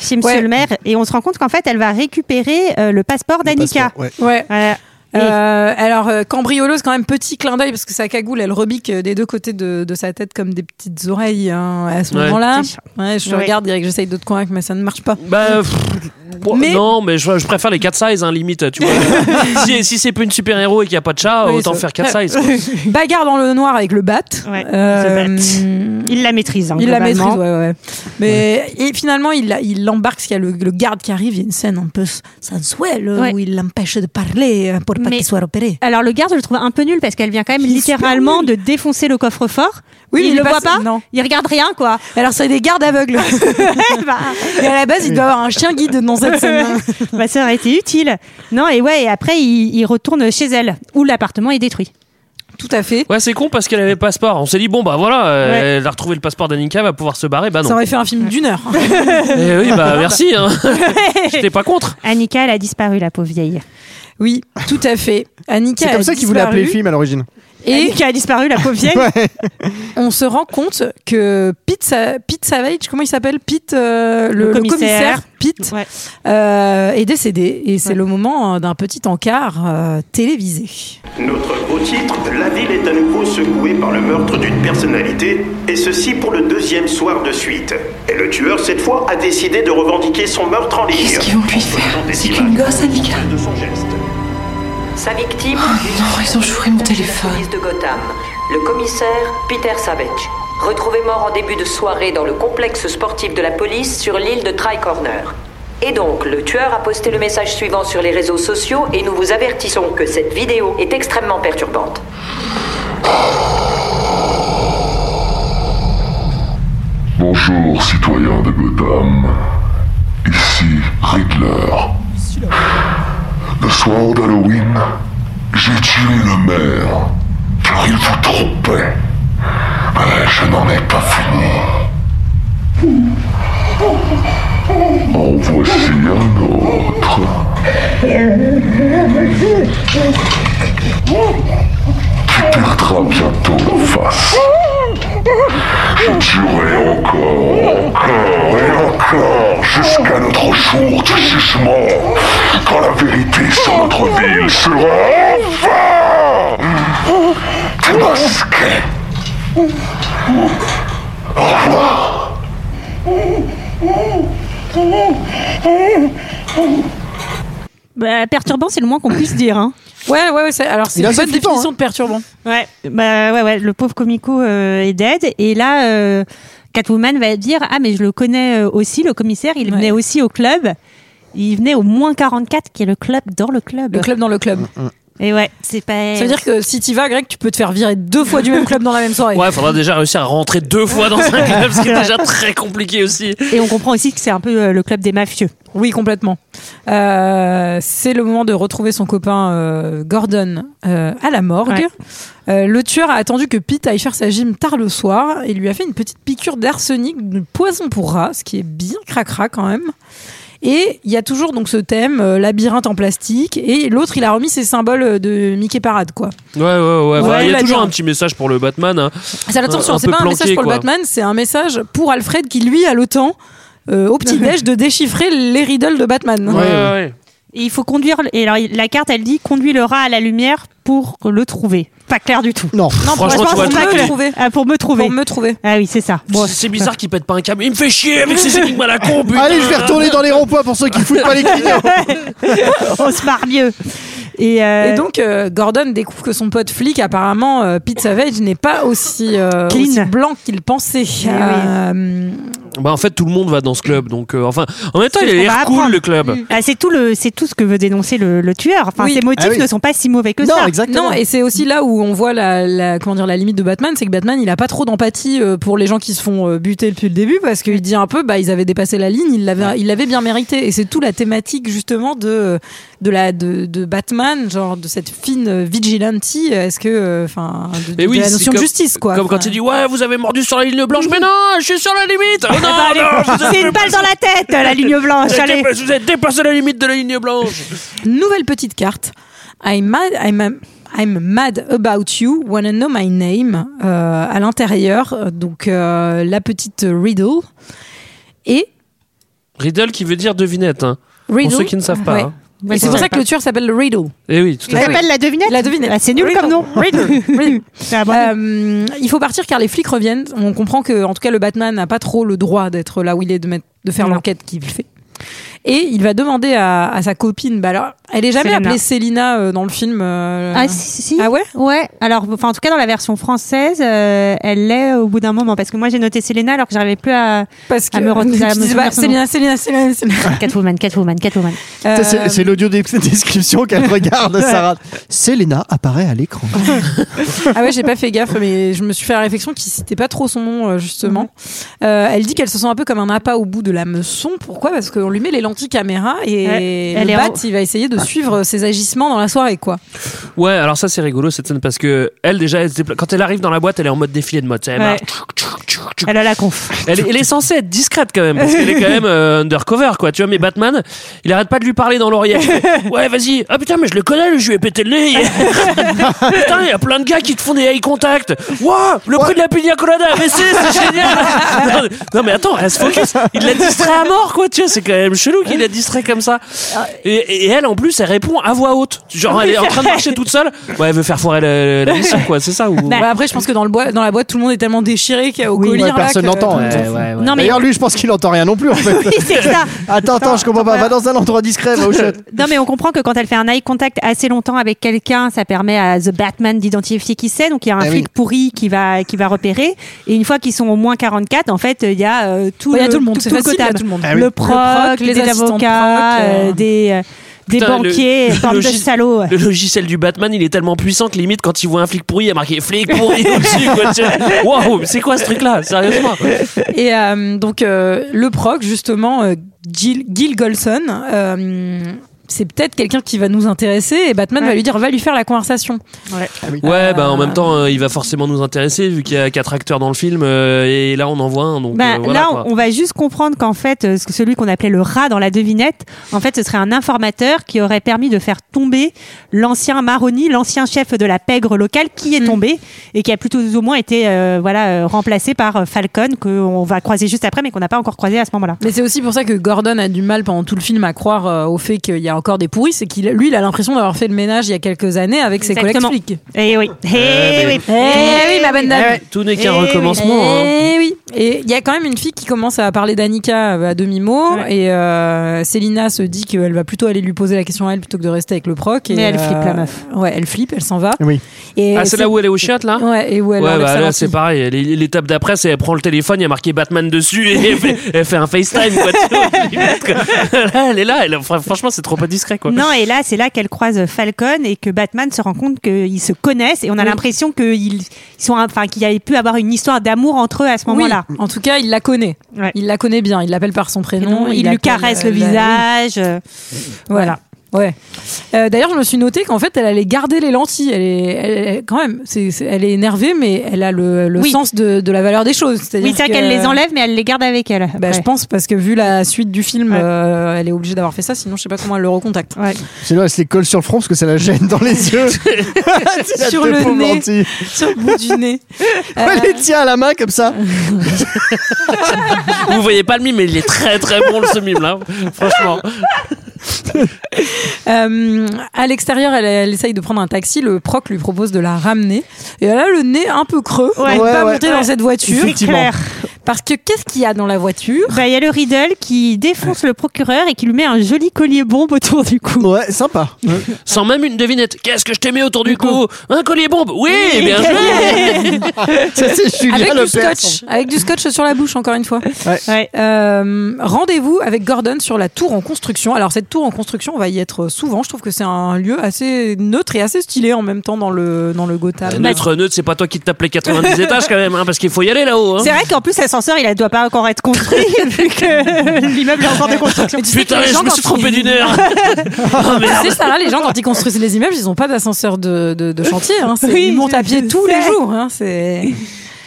I: Chez Monsieur
A: Ouais.
I: le maire. Et on se rend compte qu'en fait, elle va récupérer euh, le passeport d'Annika.
G: Passeport, ouais.
A: Ouais.
I: Voilà. Et-
A: Euh, alors, euh, cambrioleuse, quand même, petit clin d'œil, parce que sa cagoule, elle rebique euh, des deux côtés de, de sa tête comme des petites oreilles hein, à ce
F: Ouais.
A: moment-là.
I: C'est ça.
A: Ouais, je te
I: Ouais.
A: regarde, direct, j'essaye de te convaincre, mais ça ne marche pas.
F: Bah, pff, bon,
A: Mais-
F: non, mais je, je préfère les 4 size, hein, limite. Tu vois. si si c'est pas une super-héros et qu'il n'y a pas de chat,
A: Oui,
F: autant
A: ça-
F: faire 4 size. quoi.
A: Bagarre dans le noir avec le bat.
I: Ouais,
A: Euh,
I: the Il la maîtrise. hein,
A: Il la maîtrise,
I: globalement.
A: ouais, ouais. ouais. Mais et finalement, il la- il l'embarque, il y a le, le garde qui arrive, il y a une scène un peu sensuelle
I: Ouais.
A: où il l'empêche de parler euh, pour pas
I: Mais-
A: qu'il soit repéré.
I: Alors le garde, je le trouve un peu nul parce qu'elle vient quand même littéralement de défoncer le coffre-fort.
A: Oui, mais
I: il,
A: il
I: le
A: passe-
I: voit pas.
A: non.
I: Il regarde rien quoi.
A: Alors, c'est des gardes aveugles.
I: Bah,
A: et à la base, il doit avoir un chien guide dans cette scène.
I: bah, ça aurait été utile. Non et ouais et après il, il retourne chez elle où l'appartement est détruit.
A: Tout à fait.
F: Ouais, c'est con parce qu'elle avait le passeport. On s'est dit, bon, bah voilà, euh, elle a retrouvé le passeport d'Annika, elle va pouvoir se barrer. Bah
A: Ça
F: non.
A: aurait fait un film d'une heure. hein.
F: Eh oui, bah merci. Hein. J'étais pas contre.
I: Annika elle a disparu la pauvre vieille.
A: Oui, tout à fait. Annika.
G: C'est
A: a
G: comme ça qu'ils voulaient
A: disparu
G: appeler le film à l'origine.
A: Et
I: Annika a disparu la pauvre vieille.
G: Ouais.
A: on se rend compte que Pete, Sa- Pete Savage, comment il s'appelle Pete, euh, le,
I: Le
A: le
I: commissaire.
A: commissaire. Pete,
I: Ouais.
A: euh, est décédé. Et c'est
I: Ouais.
A: le moment euh, d'un petit encart euh, télévisé.
B: Notre beau titre, La ville est à nouveau secouée par le meurtre d'une personnalité, et ceci pour le deuxième soir de suite. Et le tueur, cette fois, a décidé de revendiquer son meurtre en ligne.
K: Qu'est-ce qu'ils vont lui faire C'est qu'une gosse, Annika.
B: De son geste.
K: Sa victime Oh Non, ils ont joué mon téléphone. de Gotham, le commissaire Peter Savage, retrouvé mort en début de soirée dans le complexe sportif de la police sur l'île de Tri-Corner. Et donc, le tueur a posté le message suivant sur les réseaux sociaux et nous vous avertissons que cette vidéo est extrêmement perturbante.
H: Bonjour, citoyens de Gotham. Ici Riddler. Le soir d'Halloween, j'ai tué le maire, car il vous trompait. Mais Euh, je n'en ai pas fini. En voici un autre. Tu perdras bientôt la face. Je tuerai encore, encore et encore, jusqu'à notre jour du jugement, quand la vérité sur notre ville sera enfin démasquée. Au revoir.
I: Bah, perturbant c'est le moins qu'on puisse dire. Hein.
A: Ouais, ouais, ouais, c'est- alors c'est
G: Il a
A: une bonne
G: assez flippant,
A: définition
G: hein.
A: de perturbant.
I: Ouais. Bah ouais ouais le pauvre comico euh, est dead et là. euh, Catwoman va dire ah mais je le connais euh, aussi le commissaire il
A: Ouais.
I: venait aussi au club il venait au moins 44 qui est le club dans le club
A: Le club dans le club.
I: Et ouais, c'est pas.
A: Ça veut dire que si t'y vas, Greg, tu peux te faire virer deux fois du même club dans la même soirée.
F: Ouais, faudra déjà réussir à rentrer deux fois dans un club, ce qui est déjà très compliqué aussi.
I: Et on comprend aussi que c'est un peu euh, le club des mafieux.
A: Oui, complètement. Euh, c'est le moment de retrouver son copain euh, Gordon euh, à la morgue.
I: Ouais.
A: Euh, le tueur a attendu que Pete aille faire sa gym tard le soir et lui a fait une petite piqûre d'arsenic, de poison pour rat, ce qui est bien cracra quand même. Et il y a toujours donc ce thème euh, labyrinthe en plastique et l'autre il a remis ses symboles euh, de Mickey Parade quoi.
F: Ouais, ouais, ouais. bah,
A: Ouais,
F: Il y
A: la
F: a toujours
A: dire.
F: un petit message pour le Batman. hein.
A: Ça, attention,
F: Un- un
A: c'est
F: peu
A: pas un message
F: planqué,
A: pour
F: quoi.
A: le Batman, c'est un message pour Alfred qui lui a le temps euh, au petit déj de déchiffrer les riddles de Batman.
F: Ouais, ouais, ouais.
I: Et il faut conduire. le- Et alors, il- la carte, elle dit conduis le rat à la lumière pour le trouver. Pas clair du tout.
G: Non.
A: Non,
F: Franchement,
A: pour
F: tu vois,
A: l'instant,
F: tout
A: c'est
F: le-
A: pas trouvé.
I: Ah, pour me trouver.
A: Pour me trouver.
I: Ah oui, c'est ça. Bon.
F: C'est- C'est bizarre qu'il pète pas un câble. Il me fait chier avec ses énigmes à la con, putain.
G: Allez, je vais retourner dans les ronds-points pour ceux qui foutent pas les clignotants.
I: on se marre mieux. Et, euh,
A: Et donc, euh, Gordon découvre que son pote flic, apparemment, euh, Pete Savage, n'est pas aussi, euh,
I: Clean.
A: aussi blanc qu'il pensait.
I: Eh oui.
A: Euh,
F: Bah, en fait, tout le monde va dans ce club. Donc, euh, enfin, en même temps, il a
I: qu'on va
F: l'air cool
I: apprendre.
F: le club.
I: Ah, c'est tout le, c'est tout ce que veut dénoncer le, le tueur. Enfin,
A: Oui.
I: ses motifs
F: Ah oui.
I: ne sont pas si mauvais que ça.
F: Ah,
A: Non, et c'est aussi là où on voit la, la- comment dire, la limite de Batman, c'est que Batman, il a pas trop d'empathie euh, pour les gens qui se font euh, buter depuis le début, parce qu'il dit un peu, bah, ils avaient dépassé la ligne, ils l'avaient, ils l'avaient bien mérité. Et c'est tout la thématique, justement, de, de la, de, de Batman, genre, de cette fine euh, vigilante, est-ce que, euh, enfin, de,
F: Mais
A: de
F: Eh oui,
A: la
F: c'est
A: notion de
F: comme-
A: justice, quoi.
F: Comme quand il dit ouais, vous avez mordu sur la ligne blanche, mais non, je suis sur la limite. Oh, non,
I: Ah, bah, Allez,
F: non, vous avez
I: c'est une balle dans la tête, la ligne blanche.
F: Vous avez
I: Allez.
F: dépassé- Vous avez dépassé la limite de la ligne blanche.
A: Nouvelle petite carte. I'm mad, I'm, I'm mad about you, wanna know my name. Euh, à l'intérieur, euh, donc euh, la petite riddle. Et
F: Riddle qui veut dire devinette. hein.
A: riddle.
F: Pour ceux qui ne savent pas.
A: Ouais.
F: hein.
A: Et c'est pour ça que le tueur s'appelle le riddle.
F: Eh oui, tout à
I: Elle
F: fait.
I: s'appelle la devinette.
A: La devinette.
I: Ah, c'est nul
A: Riddle.
I: comme nom. Riddle.
A: Riddle.
I: Ah, bon.
A: Euh, il faut partir car les flics reviennent. On comprend que, en tout cas, le Batman n'a pas trop le droit d'être là où il est, de, mettre- de faire
I: Non.
A: l'enquête qu'il fait. Et il va demander à, à sa copine. Bah alors, elle est jamais
I: Selena.
A: appelée Célina euh, dans le film. euh,
I: Ah si, si, si.
A: Ah ouais
I: Ouais. Alors, enfin, en tout cas, dans la version française, euh, elle l'est au bout d'un moment parce que moi j'ai noté Selena alors que j'arrivais plus à
A: Parce que
I: Ah, me re-
A: tu
I: ça me
A: dis,
I: souvient
A: bah,
I: son
A: Célina, Célina, Célina, Célina.
I: Catwoman, Catwoman, Catwoman.
G: Ça, C'est c'est l'audio des- description qu'elle regarde, Sarah. Selena apparaît à l'écran.
A: Ah ouais, j'ai pas fait gaffe, mais je me suis fait la réflexion qu'il citait pas trop son nom, euh, justement. Euh, elle dit qu'elle se sent un peu comme un appât au bout de la meçon. Pourquoi Parce qu'on lui met les lentilles caméra et
I: Ouais, elle
A: le
I: est
A: bat,
I: en-
A: il va essayer
G: Ah.
A: de suivre ses agissements dans la soirée, quoi.
F: Ouais, alors ça c'est rigolo cette scène parce que elle déjà, elle se dépla- quand elle arrive dans la boîte, elle est en mode défilé de mode. tu sais, Elle,
I: Ouais.
F: marche, tchouk, tchouk, tchouk, tchouk.
I: Elle a la conf.
F: Elle, est- elle est censée être discrète quand même parce qu'elle est quand même euh, undercover quoi. Tu vois, mais Batman, il arrête pas de lui parler dans l'oreillette. Ouais, vas-y. Ah putain, mais je le connais, lui, je lui ai pété le nez. hier. putain, il y a plein de gars qui te font des eye contact. Waouh, le prix de la pina colada, mais c'est c'est génial. non, non, mais attends, reste focus. Il l'a distrait à mort quoi. Tu vois, c'est quand même chelou qu'il l'a distrait comme ça. Et, et elle en plus, elle répond à voix haute. Genre, elle est en train de marcher toute seule. Ouais, elle veut faire foirer la, la mission quoi. C'est ça ou
A: Bah, après, je pense que dans, le boi- dans la boîte, tout le monde est tellement déchiré qu'au
G: Oui,
A: collier.
G: ouais,
A: là,
G: personne
A: que-
G: n'entend.
A: tout le
G: ouais,
A: monde-
G: ouais, ouais.
I: Non, mais-
G: D'ailleurs, lui, je pense qu'il n'entend rien non plus. En fait.
I: Oui, c'est ça.
G: Attends, attends, je comprends pas. Va dans un endroit discret, va au shot.
I: Non, mais on comprend que quand elle fait un eye contact assez longtemps avec quelqu'un, ça permet à The Batman d'identifier qui c'est. Donc il y a un
G: Eh oui.
I: flic pourri qui va qui va repérer. Et une fois qu'ils sont au moins 44, en fait, il y a euh, tout,
A: Ouais, il y a tout le monde, c'est facile, il
I: Gotham.
A: y a tout le monde.
F: Eh
G: Ah oui.
I: le
G: Le
I: proc,
A: proc,
I: les,
A: les assistants
I: avocats,
A: proc, euh,
I: euh, des euh, des
F: Putain, le-
I: banquiers,
F: le
I: bande de
F: logis-
I: salauds.
F: Le logiciel du Batman, il est tellement puissant que limite, quand il voit un flic pourri, il y a marqué flic pourri au-dessus. quoi, tu sais. Waouh, mais c'est quoi ce truc-là Sérieusement
A: Et euh, donc, euh, le proc, justement, euh, Gil, Gil Golson, euh, c'est peut-être quelqu'un qui va nous intéresser et Batman
I: Ouais.
A: va lui dire va lui faire la conversation.
F: Ouais, bah en même temps, euh, il va forcément nous intéresser vu qu'il y a quatre acteurs dans le film euh, et là on en voit un. Donc
I: Ben,
F: euh, voilà,
I: là,
F: quoi.
I: on, on va juste comprendre qu'en fait, euh, ce que- celui qu'on appelait le rat dans la devinette, en fait, ce serait un informateur qui aurait permis de faire tomber l'ancien Maroni, l'ancien chef de la pègre locale, qui est
A: Mm.
I: tombé et qui a plutôt ou moins été euh, voilà euh, remplacé par euh, Falcon, qu'on va croiser juste après, mais qu'on n'a pas encore croisé à ce moment-là.
A: Mais c'est aussi pour ça que Gordon a du mal pendant tout le film à croire euh, au fait qu'il y a encore des pourris, c'est qu'il lui il a l'impression d'avoir fait le ménage il y a quelques années avec ses collègues
I: Exactement.
A: flics.
I: Eh oui, eh
F: Eh
I: oui,
A: Eh oui, ma bonne dame.
F: Tout n'est qu'un
I: Eh oui.
F: recommencement. hein.
A: Eh oui. Et il y a quand même une fille qui commence à parler d'Annika euh, à demi mot
I: Ouais.
A: et euh, Célina se dit qu'elle va plutôt aller lui poser la question à elle plutôt que de rester avec le proc. Et,
I: Mais elle flippe, la
A: meuf. Ouais, elle flippe, elle s'en va.
G: Oui.
A: Et
F: Ah, c'est là où elle est au chiottes là
A: Ouais, et où elle
F: Ouais,
A: enlève
F: bah
A: sa
F: là
A: lentille.
F: c'est pareil. Elle- L'étape d'après, c'est elle prend le téléphone, il y a marqué Batman dessus et elle fait, elle fait un FaceTime. Quoi, tu vois, limite, quoi. Là, elle est là, elle- fr- franchement, c'est trop pas discret quoi.
I: Non, et là, c'est là qu'elle croise Falcon et que Batman se rend compte qu'ils se connaissent et on a
A: Oui.
I: l'impression qu'ils ils sont, enfin, qu'il y a pu avoir une histoire d'amour entre eux à ce moment-là.
A: Oui, en tout cas, il la connaît.
I: Ouais.
A: Il la connaît bien. Il l'appelle par son prénom.
I: il, lui
A: l'appelle,
I: caresse le
A: euh, la-
I: visage. euh,
A: Voilà. Ouais. Euh, D'ailleurs, je me suis noté qu'en fait, elle allait garder les lentilles. Elle est, elle est- quand même, c'est, c'est- elle est énervée, mais elle a le, le
I: Oui.
A: sens de, de la valeur des choses.
I: Oui,
A: C'est-à-dire
I: c'est vrai
A: que-
I: qu'elle les enlève, mais elle les garde avec elle.
A: Bah,
I: après.
A: Je pense parce que vu la suite du film,
I: Ouais.
A: euh, elle est obligée d'avoir fait ça. Sinon, je sais pas comment elle le recontacte.
I: Ouais.
G: Sinon, elle se les colle sur le front parce que ça la gêne dans les yeux. La
A: Sur
G: deux
A: le
G: pauvres
A: nez.
G: lentilles.
A: Sur le bout du nez.
G: Elle les tient à la main comme ça.
F: Vous voyez pas le mime, mais il est très très bon ce mime là. Franchement.
A: Euh, à l'extérieur, elle, elle essaye de prendre un taxi. Le proc lui propose de la ramener. Et elle a le nez un peu creux.
I: Ouais.
A: elle n'est
G: Ouais,
A: pas
G: ouais.
A: montée dans cette voiture.
I: C'est clair.
A: Parce que qu'est-ce qu'il y a dans la voiture
I: Bah, il y a le Riddle qui défonce le procureur et qui lui met un joli collier bombe autour du cou.
G: Ouais, sympa.
F: Sans même une devinette. Qu'est-ce que je t'ai mis autour du cou Un collier bombe Oui, bien joué
G: Ça, c'est Julien
A: avec du
G: Lepers.
A: scotch, avec du scotch sur la bouche encore une fois.
G: Ouais.
I: Ouais.
A: Euh, Rendez-vous avec Gordon sur la tour en construction. Alors cette tour en construction, on va y être souvent. Je trouve que c'est un lieu assez neutre et assez stylé en même temps dans le dans le Gotham.
F: Neutre, neutre, c'est pas toi qui te tapes les 90 étages quand même, hein, parce qu'il faut y aller là-haut. hein.
I: C'est vrai qu'en plus, l'ascenseur, il ne doit pas encore être construit, vu que l'immeuble est encore de construction.
A: Mais tu sais que
F: Putain,
A: les gens,
F: je me
A: quand
F: suis trompé
A: ils-
F: d'une heure Oh,
A: C'est ça, hein, les gens quand ils construisent les immeubles, ils n'ont pas d'ascenseur de, de- de chantier. hein. C'est-
I: Oui,
A: ils montent à pied
I: je
A: tous les
I: sais.
A: jours. hein. C'est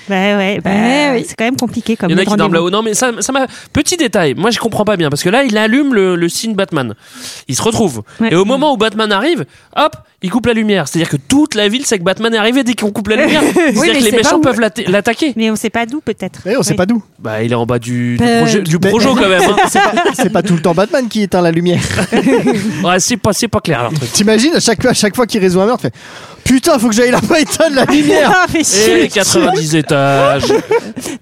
I: Bah ouais, bah,
A: Ouais, oui.
I: c'est quand même compliqué comme
F: Il y en a
I: notre
F: qui dorment
I: rendez-vous.
F: là-haut. Non, mais ça, ça m'a. Petit détail. Moi, je comprends pas bien parce que là, il allume le, le signe Batman. Il se retrouve.
I: Ouais.
F: Et au moment où Batman arrive, hop, il coupe la lumière. C'est-à-dire que toute la ville sait que Batman est arrivé dès qu'on coupe la lumière. C'est-à-dire
A: mais
F: que les
A: c'est pas
F: méchants
A: où-
F: peuvent l'atta- l'attaquer.
I: Mais on sait pas d'où, peut-être.
G: Eh, on sait
I: Oui.
G: pas d'où.
F: Bah, il est en bas du, du
A: Euh,
F: projet- du
G: mais-
F: projo quand même. hein.
G: C'est pas, c'est pas tout le temps Batman qui éteint la lumière.
F: Ouais, c'est pas, c'est pas clair leur truc.
G: T'imagines à chaque, à chaque fois qu'il résout un meurtre, fait Putain, faut que j'aille là-bas éteindre la lumière
I: Ah, fais chier.
F: Et 90 étages.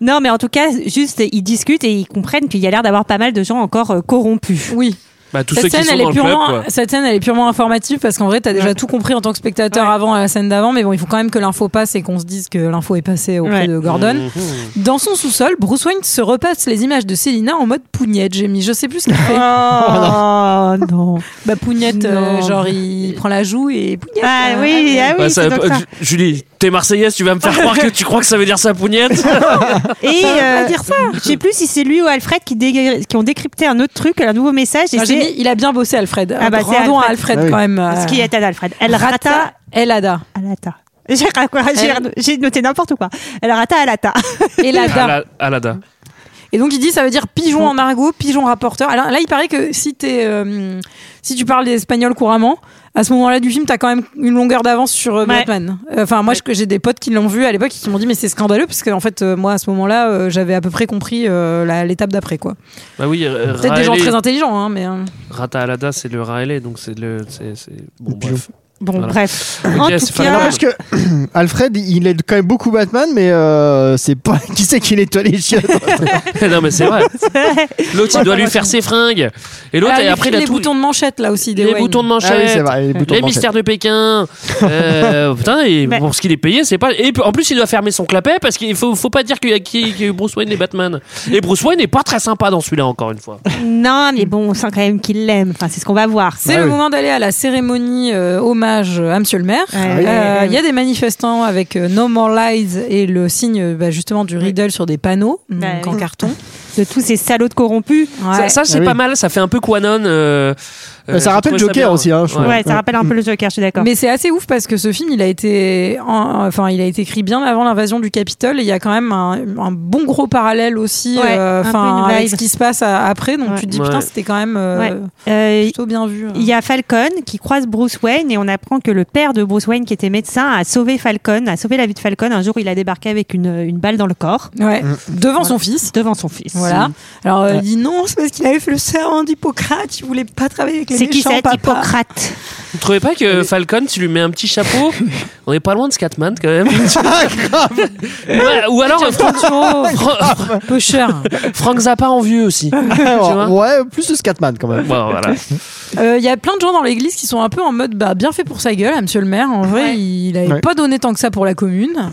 I: Non, mais en tout cas, juste, ils discutent et ils comprennent qu'il y a l'air d'avoir pas mal de gens encore euh, corrompus.
A: oui.
F: Bah, tous ceux
A: Cette
F: qui
A: scène,
F: sont
A: elle est Ah
F: dans le club,
A: purement,
F: quoi.
A: cette scène, elle est purement informative parce qu'en vrai, t'as déjà tout compris en tant que spectateur avant à la scène d'avant, mais bon, il faut quand même que l'info passe et qu'on se dise que l'info est passée auprès
I: Ouais. Mhm.
A: de Gordon. Dans son sous-sol, Bruce Wayne se repasse les images de Selina en mode pougnette. J'ai mis, je sais plus ce qu'il fait.
I: Oh non.
A: bah pougnette, euh,
I: Non.
A: genre il prend la joue et pougnette.
I: Ah
A: euh,
I: oui, ah oui,
F: Ouais, ça-
I: c'est donc ça.
F: euh, Ju- Julie, t'es marseillaise, tu vas me faire croire que tu crois que ça veut dire sa pougnette
I: Et
A: va
I: euh,
A: dire ça.
I: je sais plus si c'est lui ou Alfred qui, dé- qui ont décrypté un autre truc, un nouveau message. Et
A: j'ai
I: c'est
A: mis, il a bien bossé Alfred.
I: Ah, bah, c'est
A: Rendons à Alfred
I: Alfred.
G: Ah oui.
A: quand même. euh,
I: ce qui est à Alfred. Elle rata,
A: Rata Elada.
I: Alata. J'ai raccor- j'ai-
A: Elle-
I: J'ai noté n'importe quoi. Elle rata Alata.
F: à
A: Elada.
F: Ah, la- à la da.
A: Et donc il dit ça veut dire pigeon en argot, pigeon rapporteur. Alors là il paraît que si t'es euh, si tu parles espagnol couramment, à ce moment-là du film t'as quand même une longueur d'avance sur euh,
I: Ouais.
A: Batman. Euh, Enfin moi je- j'ai des potes qui l'ont vu à l'époque et qui m'ont dit mais c'est scandaleux parce que en fait euh, moi à ce moment-là euh, j'avais à peu près compris euh, la- l'étape d'après quoi.
F: Bah oui, euh,
A: Peut-être des gens
F: Raël-
A: très intelligents hein mais euh,
F: Rata Alada, c'est le Raélé, donc c'est le. c'est- c'est- Bon,
G: pigeon.
F: bref.
I: Bon,
F: Voilà.
I: bref.
F: Ok,
I: en
F: c'est
I: tout
F: pas
I: cas,
G: Non, parce que Alfred, il aide quand même beaucoup Batman, mais euh, c'est pas qui c'est qui nettoie les chiottes.
F: non, mais c'est vrai. L'autre, il doit lui faire ses fringues. Et l'autre,
A: ah,
F: et
A: les-
F: après, il a
A: les
F: tout.
A: boutons de manchette là aussi des
F: les
A: Wayne.
F: boutons de manchette.
G: Ah oui, c'est vrai, les boutons
F: les
G: de
F: mystères de Pékin. Euh, putain, et
I: Mais-
F: pour ce qu'il est payé, c'est pas. Et en plus, il doit fermer son clapet parce qu'il faut, faut pas dire qu'il y, a- qu'il y a eu Bruce Wayne et Batman. Et Bruce Wayne n'est pas très sympa dans celui-là, encore une fois.
I: non, mais bon, on sent quand même qu'il l'aime. Enfin, c'est ce qu'on va voir.
A: C'est
F: Ah
A: le moment d'aller à la cérémonie euh, hommage à Monsieur le maire.
F: Ah
I: Ouais,
A: Euh, Il
I: ouais, ouais,
A: y a
I: ouais.
A: des manifestants avec euh, No More Lies et le signe euh, bah, justement du Riddle sur des panneaux donc
I: Ouais,
A: en
I: Bah oui.
A: carton.
I: De tous ces salauds de corrompus.
A: Ouais.
F: Ça, ça, c'est
G: Ah oui.
F: pas mal. Ça fait un peu Quanon. euh, euh,
G: ça
F: je
G: rappelle
F: trouve
G: Joker
F: bien.
G: aussi, hein, je
F: Ouais.
I: Ouais,
G: trouve.
I: ça rappelle un peu le Joker, je suis d'accord.
A: Mais c'est assez ouf parce que ce film, il a été, en- enfin, il a été écrit bien avant l'invasion du Capitole. et Il y a quand même un, un bon gros parallèle aussi,
I: Ouais,
A: euh,
I: un peu
A: enfin,
I: une
A: avec
I: vibe.
A: ce qui se passe à- après. Donc
I: Ouais.
A: tu te dis
F: Ouais.
A: putain, c'était quand même euh,
I: Ouais. Euh,
A: plutôt bien vu. hein.
I: Il y a Falcon qui croise Bruce Wayne et on apprend que le père de Bruce Wayne, qui était médecin, a sauvé Falcon, a sauvé la vie de Falcon. Un jour, il a débarqué avec une, une balle dans le corps
A: Ouais. devant son fils.
I: devant son fils.
A: Voilà. Alors euh, il dit non, c'est parce qu'il avait fait le serment d'Hippocrate. Il voulait pas travailler avec les
I: C'est qui
A: méchants.
I: cet
A: papa.
I: Hippocrate
F: Vous trouvez pas que Falcon, tu lui mets un petit chapeau On est pas loin de Scatman quand même. Ouais, ou alors euh, Frank, Fra-
A: Oh, Peu cher.
F: Frank Zappa en vieux aussi.
G: Alors,
F: Tu vois
G: ouais, plus de Scatman quand même.
F: Bon, voilà.
A: Euh, Il y a plein de gens dans l'église qui sont un peu en mode bah, bien fait pour sa gueule, à monsieur le maire. En vrai, il n'avait
G: Ouais.
A: pas donné tant que ça pour la commune.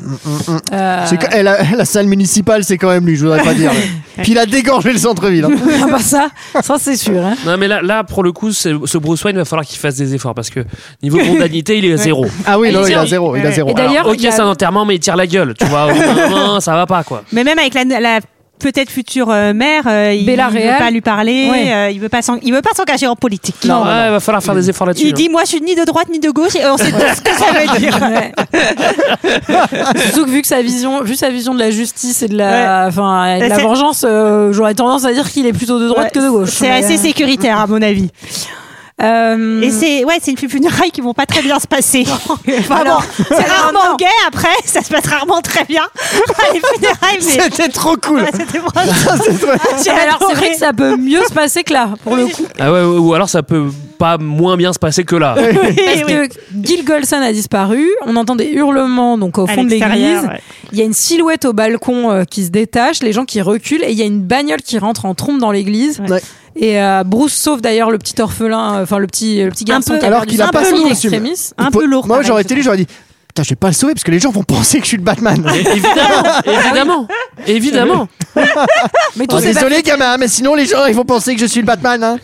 A: Euh,
G: C'est quand- eh, la, la salle municipale, c'est quand même lui, je voudrais pas dire. mais- Puis il a dégorgé le centre-ville. hein.
A: ah bah ça, ça c'est sûr. hein.
F: Non mais là, là pour le coup, c'est- ce Bruce Wayne, il va falloir qu'il fasse des efforts parce que niveau condamnité, il est à zéro.
G: Ah oui,
F: Et
G: non,
F: il
G: il a
F: tire-
G: zéro. Il a
I: Ouais.
G: zéro.
A: Et d'ailleurs-
F: Alors, ok,
A: il y a-
F: c'est un enterrement, mais il tire la gueule. Tu vois, au bout d'un moment, ça va pas quoi.
I: Mais même avec la, la peut-être future euh, mère, euh, il,
A: Bella
I: il veut
A: Real.
I: pas lui parler,
A: Ouais.
I: euh, il veut pas s'en- il veut pas s'engager en politique.
F: ouais, il va falloir faire des efforts là-dessus.
I: Il dit moi je suis ni de droite ni de gauche et on sait tout ce que ça veut dire.
A: Ouais. Surtout que vu que sa vision, vu sa vision de la justice et de la, enfin, et de
I: Et
A: la
I: c'est-
A: vengeance, euh, j'aurais tendance à dire qu'il est plutôt de droite
I: Ouais,
A: que de gauche.
I: C'est
A: Mais,
I: assez
A: euh,
I: sécuritaire à mon avis.
A: Euh,
I: Et c'est ouais, c'est une funérailles qui vont pas très bien se passer. Enfin
A: Alors,
I: bon, c'est rarement gay après, ça se passe rarement très bien. les funérailles, mais
G: C'était trop cool.
I: Ouais, c'était vraiment- J'ai
A: Ah, alors c'est vrai
I: adoré.
A: que ça peut mieux se passer que là, pour le coup.
F: Ah ouais, ou ou alors ça peut pas moins bien se passer que là.
A: Parce que Gil Golson a disparu, on entend des hurlements donc au
I: À
A: fond de
I: l'extérieur,
A: l'église.
I: ouais.
A: Il y a une silhouette au balcon euh, qui se détache, les gens qui reculent et il y a une bagnole qui rentre en trompe dans l'église.
G: Ouais.
A: Et euh, Bruce sauve d'ailleurs le petit orphelin, euh, enfin le petit le petit garçon
I: peu-
A: qui a
G: alors
A: perdu
G: qu'il a
A: son
G: pas
A: père
G: son
A: in
G: costume.
A: extremis.
G: Il
I: Un
G: faut-
I: peu lourd,
G: Moi,
I: pareil,
G: j'aurais
I: ce
G: été lu, j'aurais dit. Putain, je vais pas le sauver parce que les gens vont penser que je suis le Batman.
F: évidemment, évidemment, évidemment.
A: Mais tous
G: Oh,
A: ces
G: désolé, gamin, mais sinon les gens ils vont penser que je suis le Batman. Hein.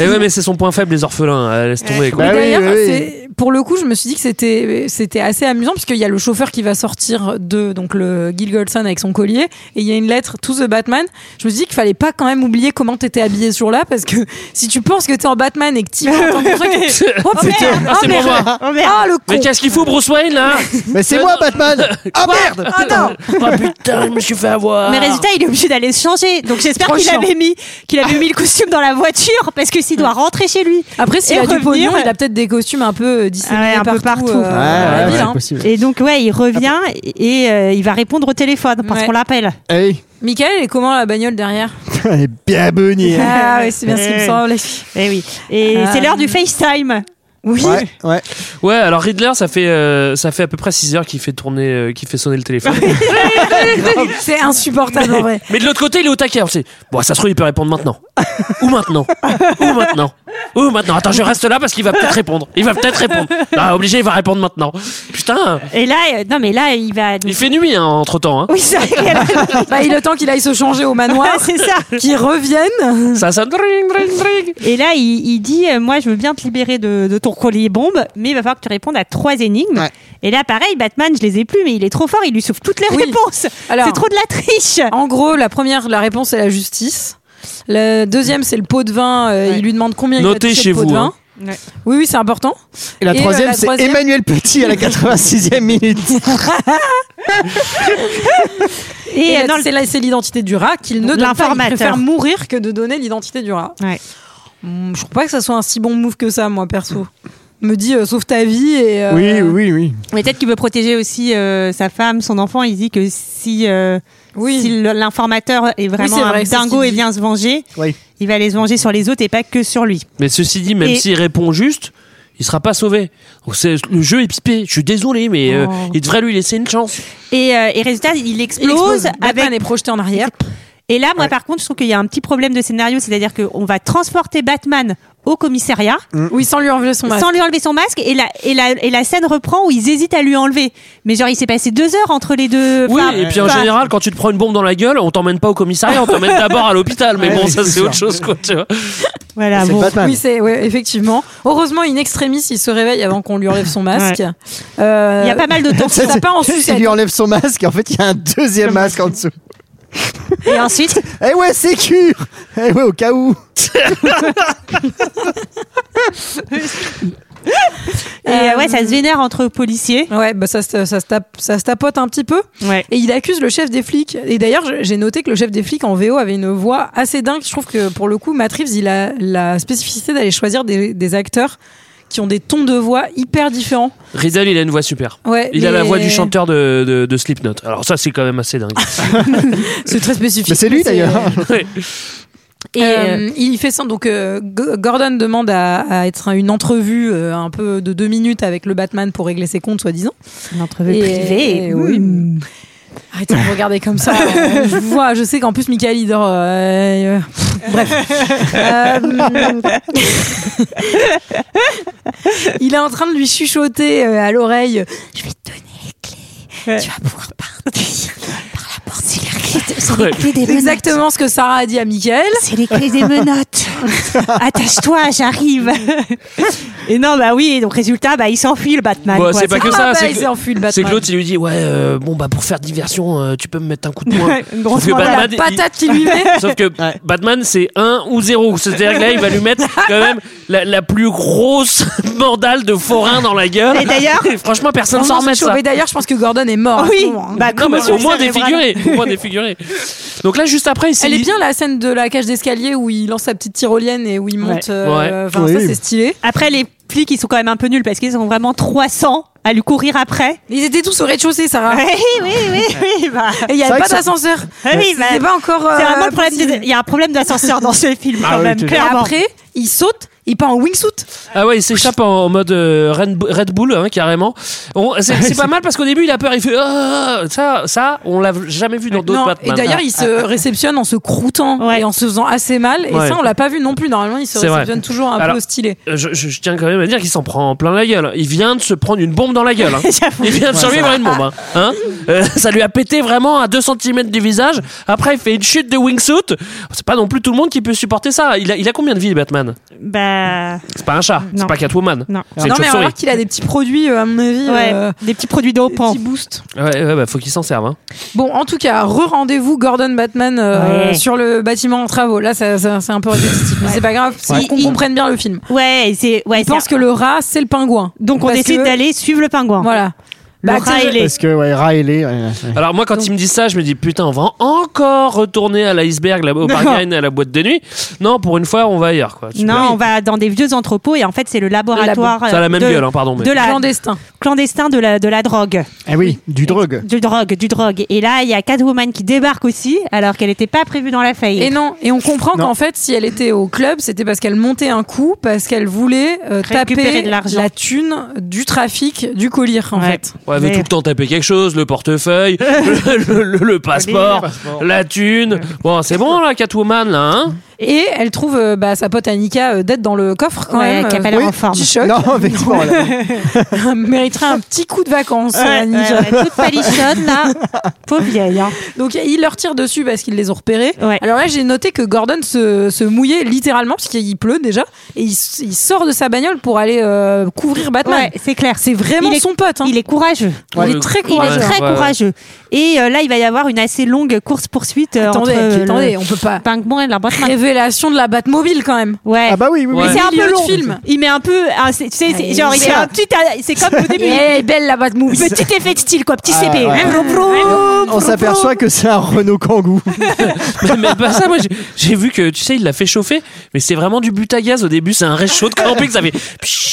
F: Et ouais, mais c'est son point faible, les orphelins. euh, laisse tomber. Quoi.
G: Bah
A: Mais
G: oui,
A: d'ailleurs,
G: oui, oui.
A: c'est- pour le coup, je me suis dit que c'était c'était assez amusant parce qu'il y a le chauffeur qui va sortir de donc le Gil Goldson avec son collier et il y a une lettre To the Batman. Je me suis dit qu'il fallait pas quand même oublier comment t'étais habillé ce jour-là parce que si tu penses que t'es en Batman et que t'y vas en tant que truc, oh putain,
F: Ah, c'est
A: oh,
F: pour
A: merde.
F: moi.
I: Oh merde.
A: Ah, le
F: Mais
A: con.
F: qu'est-ce qu'il fout, Bruce Wayne, là
G: Mais c'est
F: Euh,
G: moi
F: non.
G: Batman. Ah merde.
F: Oh putain, je me suis fait avoir.
I: Mais résultat, il est obligé d'aller se changer. Donc j'espère
A: Trop
I: qu'il
A: chiant.
I: avait mis qu'il avait mis le costume dans la voiture parce que s'il doit rentrer chez lui.
A: Après, s'il
I: Et
A: a du
I: revenir,
A: pognon,
I: ouais.
A: il a peut-être des costumes un peu disséminés
I: Ouais, un peu
A: partout.
I: partout.
A: euh, dans la
G: Ouais, ouais,
A: ville,
G: c'est
A: hein.
G: possible.
I: Et donc ouais, il revient et et, euh, il va répondre au téléphone parce
A: Ouais.
I: qu'on l'appelle.
G: Hey,
A: Michael, elle est comment la bagnole derrière
G: elle Eh, est bien bonnie. hein.
A: Ah oui, c'est bien ce qui me
I: Ouais.
A: semblait.
I: Et Eh oui. Et
A: Euh,
I: c'est l'heure du FaceTime. Ah Oui.
G: Ouais, ouais.
F: Ouais, alors Riddler, ça fait, euh, ça fait à peu près 6 heures qu'il fait tourner, euh, qu'il fait sonner le téléphone.
A: C'est insupportable en vrai.
F: Mais de l'autre côté, il est au taquet. On sait, bon, ça se trouve, il peut répondre maintenant. Ou maintenant. Ou maintenant. Ou maintenant. Attends, je reste là parce qu'il va peut-être répondre. Il va peut-être répondre. Ah, obligé, il va répondre maintenant. Putain,
I: Et là, euh, non mais là, il va.
F: il fait nuit, hein, entre-temps. hein.
I: Oui, c'est vrai. qu'elle a-
A: Bah, il est temps qu'il aille se changer au manoir,
I: Ouais, c'est ça.
A: qu'il revienne.
F: Ça sonne. Dring, dring, dring.
I: Et là, il, il dit euh, Moi, je veux bien te libérer de, de ton collier bombe, mais il va falloir que tu répondes à trois énigmes.
G: Ouais.
I: Et là, pareil, Batman, je les ai plus, mais il est trop fort, il lui sauve toutes les
A: Oui.
I: réponses.
A: Alors-
I: C'est trop de la triche.
A: En gros, la première, la réponse, c'est la justice. Le deuxième, c'est le pot de vin. euh,
I: Ouais.
A: Il lui demande combien
F: Notez
A: il va toucher
F: chez
A: le pot
F: vous,
A: de vin.
I: hein. Ouais.
A: Oui, oui, c'est important.
G: Et la
A: Et, euh,
G: troisième,
A: la
G: c'est
A: troisième-
G: Emmanuel Petit à la 86e minute.
A: Et,
I: Et, euh,
A: la-
I: non, le-
A: c'est là, c'est l'identité du rat qu'il ne donne pas. Il
I: L'informateur.
A: préfère mourir que de donner l'identité du rat.
I: Ouais.
A: Hum, Je trouve pas que ça soit un si bon move que ça, moi perso. Me dit euh, sauve ta vie et. euh,
G: Oui, oui, oui.
I: Mais peut-être qu'il veut protéger aussi euh, sa femme, son enfant. Il dit que si, euh,
A: Oui.
I: si le- l'informateur est vraiment
A: c'est
I: un
A: vrai, c'est ce
I: dingo
A: qu'il
I: et
A: dit.
I: vient se venger,
G: Oui.
I: il va aller se venger sur les autres et pas que sur lui.
F: Mais ceci dit, même
I: Et-
F: s'il répond juste, il sera pas sauvé. Donc, c'est- le jeu est pipé. Je suis désolé, mais euh,
A: Oh.
F: il devrait lui laisser une chance.
I: Et, euh, et résultat, il
A: Il explose.
I: explose,
A: Batman
I: avec
A: est projeté en arrière.
I: Et là, moi, par contre, je trouve qu'il y a un petit problème de scénario, c'est-à-dire qu'on va transporter Batman au commissariat
A: Oui, sans lui enlever son masque.
I: sans lui enlever son masque et la, et, la, et la scène reprend où ils hésitent à lui enlever. Mais genre, il s'est passé deux heures entre les deux.
F: Oui,
I: Enfin,
F: et puis en
I: enfin,
F: général, quand tu te prends une bombe dans la gueule, on t'emmène pas au commissariat, on t'emmène d'abord à l'hôpital. Mais
G: Ouais,
F: bon,
G: oui,
F: ça,
G: c'est
F: c'est autre
G: sûr.
F: chose, quoi, tu vois.
I: Voilà,
G: c'est
I: bon.
G: Batman.
A: Oui, c'est ouais, effectivement. Heureusement, in extremis, il se réveille avant qu'on lui enlève son masque. Euh,
I: Il y a pas mal de temps.
A: Ça part en
G: Il
A: sucette.
G: lui enlève son masque et en fait, il y a un deuxième masque en dessous.
I: Et ensuite,
G: Eh ouais, c'est cure Eh ouais, au cas où
I: et, euh, ouais, ça se vénère entre policiers.
A: Ouais, bah ça, se- ça, se tape- ça se tapote un petit peu.
I: Ouais.
A: Et il accuse le chef des flics. Et d'ailleurs, je- j'ai noté que le chef des flics en VO avait une voix assez dingue. Je trouve que pour le coup, Matt Reeves, il a la spécificité d'aller choisir des, des acteurs qui ont des tons de voix hyper différents.
F: Riddle, il a une voix super.
A: Ouais,
F: Il a la
A: mais-
F: voix du chanteur de, de, de Slipknot. Alors ça, c'est quand même assez dingue.
A: C'est très spécifique.
G: Mais c'est lui
A: Mais
G: d'ailleurs
F: Ouais.
A: Et euh, il fait ça. Donc euh, G- Gordon demande à, à être une entrevue euh, un peu de deux minutes avec le Batman pour régler ses comptes, soi-disant.
I: Une entrevue
A: Et-
I: privée.
A: et-
I: oui.
A: Arrêtez de me regarder comme ça. Euh, je vous vois, je sais qu'en plus Michael il dort. euh, euh, pff, bref. Euh, il est en train de lui chuchoter euh, à l'oreille. Je vais te donner les clés. Tu vas pouvoir partir par la porte. C'est la clé.
J: C'est les clés des
A: C'est
J: menottes.
A: exactement ce que Sarah a dit à Michael.
J: C'est les clés des menottes.
I: Attache-toi, j'arrive. et non, bah oui, donc résultat, bah il s'enfuit le Batman.
F: Bon,
I: quoi.
F: c'est pas que
A: Ah
F: ça,
A: bah,
F: c'est
A: il
F: que-
A: s'est enfui, le
F: C'est
A: Batman.
F: que l'autre, il lui dit Ouais, euh, bon, bah pour faire diversion, euh, tu peux me mettre un coup de poing.
I: Une grosse
F: Sauf que
I: mandale.
F: Batman, il-
A: Patate qui lui met.
F: Sauf que Batman, c'est 1 ou 0. C'est-à-dire que là, il va lui mettre quand même la, la plus grosse mandale de forain dans la gueule.
I: Et d'ailleurs-
F: franchement, personne
A: Vraiment, c'est
F: s'en remet de
A: chaud.
F: ça.
A: Mais d'ailleurs, je pense que Gordon est mort. à
I: Oui.
A: ce moment. hein.
I: Bah,
F: hein. Non, mais
I: comment
F: au moins
I: ça, c'est vrai
F: défiguré. Au moins défiguré. préféré. Donc là, juste après, il s'est
A: Elle est
F: dit-
A: bien la scène de la cage d'escalier où il lance sa petite tyrolienne et où il monte. euh,
F: Ouais.
A: enfin, Ça,
F: Oui.
A: c'est stylé.
I: Après, les flics, ils sont quand même un peu nuls parce qu'ils ont vraiment 300 à lui courir après.
A: Ils étaient tous au rez-de-chaussée, Sarah.
I: Oui, oui, oui, oui. bah.
A: Et il n'y
G: C'est
A: avait
G: vrai
A: pas
G: que ça-
A: d'ascenseur.
I: Ah oui, bah,
A: C'est pas encore.
I: c'est
A: euh,
I: vraiment le problème.
A: possible.
I: des- Il y a un problème d'ascenseur dans ce film,
G: Ah
I: quand
G: oui,
I: même,
G: tout à fait.
I: clairement.
A: Après, il saute, il part en wingsuit.
F: Ah ouais, il s'échappe en, en mode euh, Red Bull- Red Bull, hein, carrément. On-
A: Ah
F: C'est c'est pas mal parce qu'au début, il a peur, il fait Ah ça, ça, on l'a jamais vu dans d'autres
A: Non,
F: Batman. Ah.
A: et d'ailleurs, il se réceptionne en se croûtant
I: Ouais.
A: et en se faisant assez mal. Et
F: Ouais.
A: ça, on l'a pas vu non plus. Normalement, il se
F: C'est vrai.
A: réceptionne toujours un
F: Alors-
A: peu stylé.
F: Euh, Je, je- je tiens quand même à dire qu'il s'en prend plein la gueule. Il vient de se prendre une bombe dans la gueule. hein. Il vient de survivre à une bombe. hein. Hein Euh, ça lui a pété vraiment à 2 cm du visage. Après, il fait une chute de wingsuit. C'est pas non plus tout le monde qui peut supporter ça. Il a, il a combien de vies, Batman
I: Bah,
F: C'est pas un chat, c'est
I: Non.
F: pas Catwoman.
I: non.
F: C'est
A: Non,
F: une
A: mais on
F: chauve-souris.
A: voit qu'il a des petits produits, euh, à mon avis.
I: Ouais,
A: euh,
I: des petits produits
A: des
I: dopants.
A: petits boosts.
F: Ouais, ouais, bah, faut qu'il s'en serve. hein.
A: Bon, en tout cas, re-rendez-vous Gordon Batman euh,
I: Ouais.
A: sur le bâtiment en travaux. Là, ça- ça- c'est un peu répétitif, mais c'est pas grave. C'est
I: Ouais.
A: qu'on
I: Il-
A: comprenne bien le film.
I: Ouais, c'est. Ouais,
A: Il
I: c'est-
A: pense que le rat, c'est le pingouin.
I: Donc on
A: Parce
I: décide
A: que-
I: d'aller suivre le pingouin.
A: Voilà.
I: Le
A: Bah,
I: rat,
A: tu sais,
I: il est-
G: Parce que, ouais, Riley. ouais, ouais.
F: Alors, moi, quand il me dit ça, je me dis putain, on va encore retourner à l'iceberg, là- au bargain, à la boîte de nuit. Non, pour une fois, on va ailleurs. Quoi. Super.
I: Non, on va dans des vieux entrepôts et en fait, c'est le laboratoire
F: Ça a la
I: euh,
F: même
I: de-
F: gueule, hein, pardon. mais-
I: de la
A: Clandestin.
I: clandestin de la de la drogue,
G: Ah oui, du drogue.
I: du drogue, du drogue. Et là, il y a Catwoman qui débarque aussi, alors qu'elle n'était pas prévue dans la faille.
A: Et non, et on comprend
G: Non.
A: qu'en fait, si elle était au club, c'était parce qu'elle montait un coup, parce qu'elle voulait euh,
I: Récupérer
A: taper
I: de l'argent.
A: la thune du trafic du collier, en
I: Ouais.
A: fait.
F: Ouais, elle veut
I: Mais-
F: tout le temps taper quelque chose, le portefeuille, le, le- le- le passeport, la thune. Bon, c'est bon là, Catwoman, là, hein
A: Et elle trouve euh, bah, sa pote Annika euh, d'être dans le coffre quand
I: Ouais,
A: même.
I: qui a pas l'air en forme.
A: Petit choc.
G: Non, effectivement. là.
A: mériterait un petit coup de vacances,
I: Ouais,
A: euh, Annika.
I: ouais, ouais, toute palichonne là, pauvre vieille. hein.
A: Donc il leur tire dessus parce qu'ils les ont repérés.
I: Ouais.
A: Alors là, j'ai noté que Gordon se, se mouillait littéralement parce qu'il pleut déjà et il, s- il sort de sa bagnole pour aller euh, couvrir Batman.
I: Ouais, c'est clair.
A: C'est vraiment
I: Il est-
A: son pote. hein.
I: Il est courageux.
A: Il
F: Ouais,
A: est très
I: Il est
A: courageux.
F: Ouais,
I: très
F: ouais, ouais.
I: courageux. Et euh, là, il va y avoir une assez longue course poursuite
A: Attendez,
I: entre euh,
A: attendez,
I: le
A: on peut pas.
I: pingouin et la Batman.
A: Révélation de la Batmobile quand même.
I: Ouais.
G: Ah bah oui, oui, oui.
F: Ouais.
I: Mais c'est un
A: Milieu
I: peu
A: de
I: long.
A: film.
I: Il met un peu, ah, c'est- tu sais, c'est-
A: Allez,
I: genre il
A: c'est
I: fait
A: un-
I: un petit, euh, c'est comme au début.
A: Elle est Eh, belle la Batmobile.
I: Petit effet de style, quoi, petit
G: Ah,
I: CP.
G: ouais.
I: Vroom, vroom.
G: On s'aperçoit que c'est un Renault Kangoo.
F: mais, mais pas ça, moi j'ai- j'ai vu que, tu sais, il l'a fait chauffer, mais c'est vraiment du but à gaz au début, c'est un réchaud de camping, ça fait. pshhh.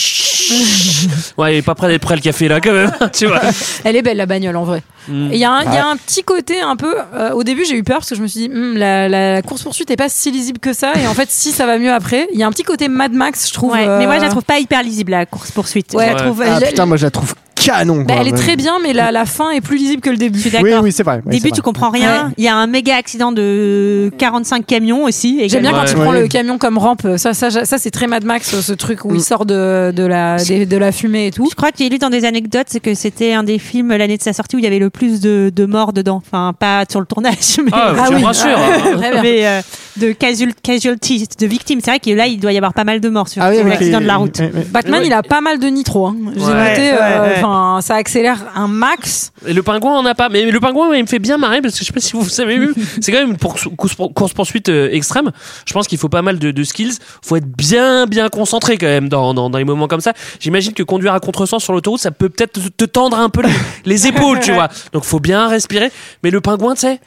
F: Ouais, il est pas prêt d'être prêt le café là quand même, tu vois.
A: Elle est belle la bagnole en vrai. Et Il y, a un- il y a un petit côté un peu. euh, au début, j'ai eu peur parce que je me suis dit, Hum, la, course poursuite est pas si lisible que ça. Et en fait, si ça va mieux après, il y a un petit côté Mad Max, je trouve.
I: Ouais,
A: euh,
I: mais moi je la trouve pas hyper lisible la course poursuite.
A: Ouais, je
I: Je la
A: la
I: trouve-
A: trouve-
G: Ah
A: je-
G: putain, moi je la trouve canon.
A: bah,
G: quoi.
A: elle est très bien, mais la, la fin est plus lisible que le début.
I: Je suis
G: Oui,
I: d'accord.
G: oui, c'est vrai. ouais, c'est
I: Début,
G: vrai.
I: tu comprends rien.
A: Ouais.
I: Il y a un méga accident de 45 camions aussi.
A: J'aime bien
I: également.
A: quand il
G: Ouais.
A: prend
G: Ouais.
A: le camion comme rampe. Ça, ça, ça c'est très Mad Max, ce truc où il sort de, de, la, des- de la fumée et tout.
I: Je crois que j'ai lu dans des anecdotes c'est que c'était un des films l'année de sa sortie où il y avait le plus de, de morts dedans. Enfin, pas sur le tournage, mais, euh,
F: Ah, je te rassure. hein.
A: Très bien.
I: mais, euh, de casual, casualties, de victimes. C'est vrai que là, il doit y avoir pas mal de morts sur,
G: Ah oui,
I: sur
G: avec
I: l'accident
G: les-
I: de la route.
G: ouais, ouais.
A: Batman,
F: Ouais.
A: il a pas mal de nitro. Hein. J'ai
F: Ouais.
A: noté, euh,
I: Ouais, ouais.
A: enfin, ça accélère un max.
F: Et le pingouin en a pas. Mais le pingouin, il me fait bien marrer parce que je sais pas si vous savez vu. C'est quand même une pour- course, course poursuite euh, extrême. Je pense qu'il faut pas mal de, de skills. Faut être bien, bien concentré quand même dans, dans, dans les moments comme ça. J'imagine que conduire à contresens sur l'autoroute, ça peut peut-être te, te tendre un peu les, les épaules, tu vois. Donc faut bien respirer. Mais le pingouin, tu sais.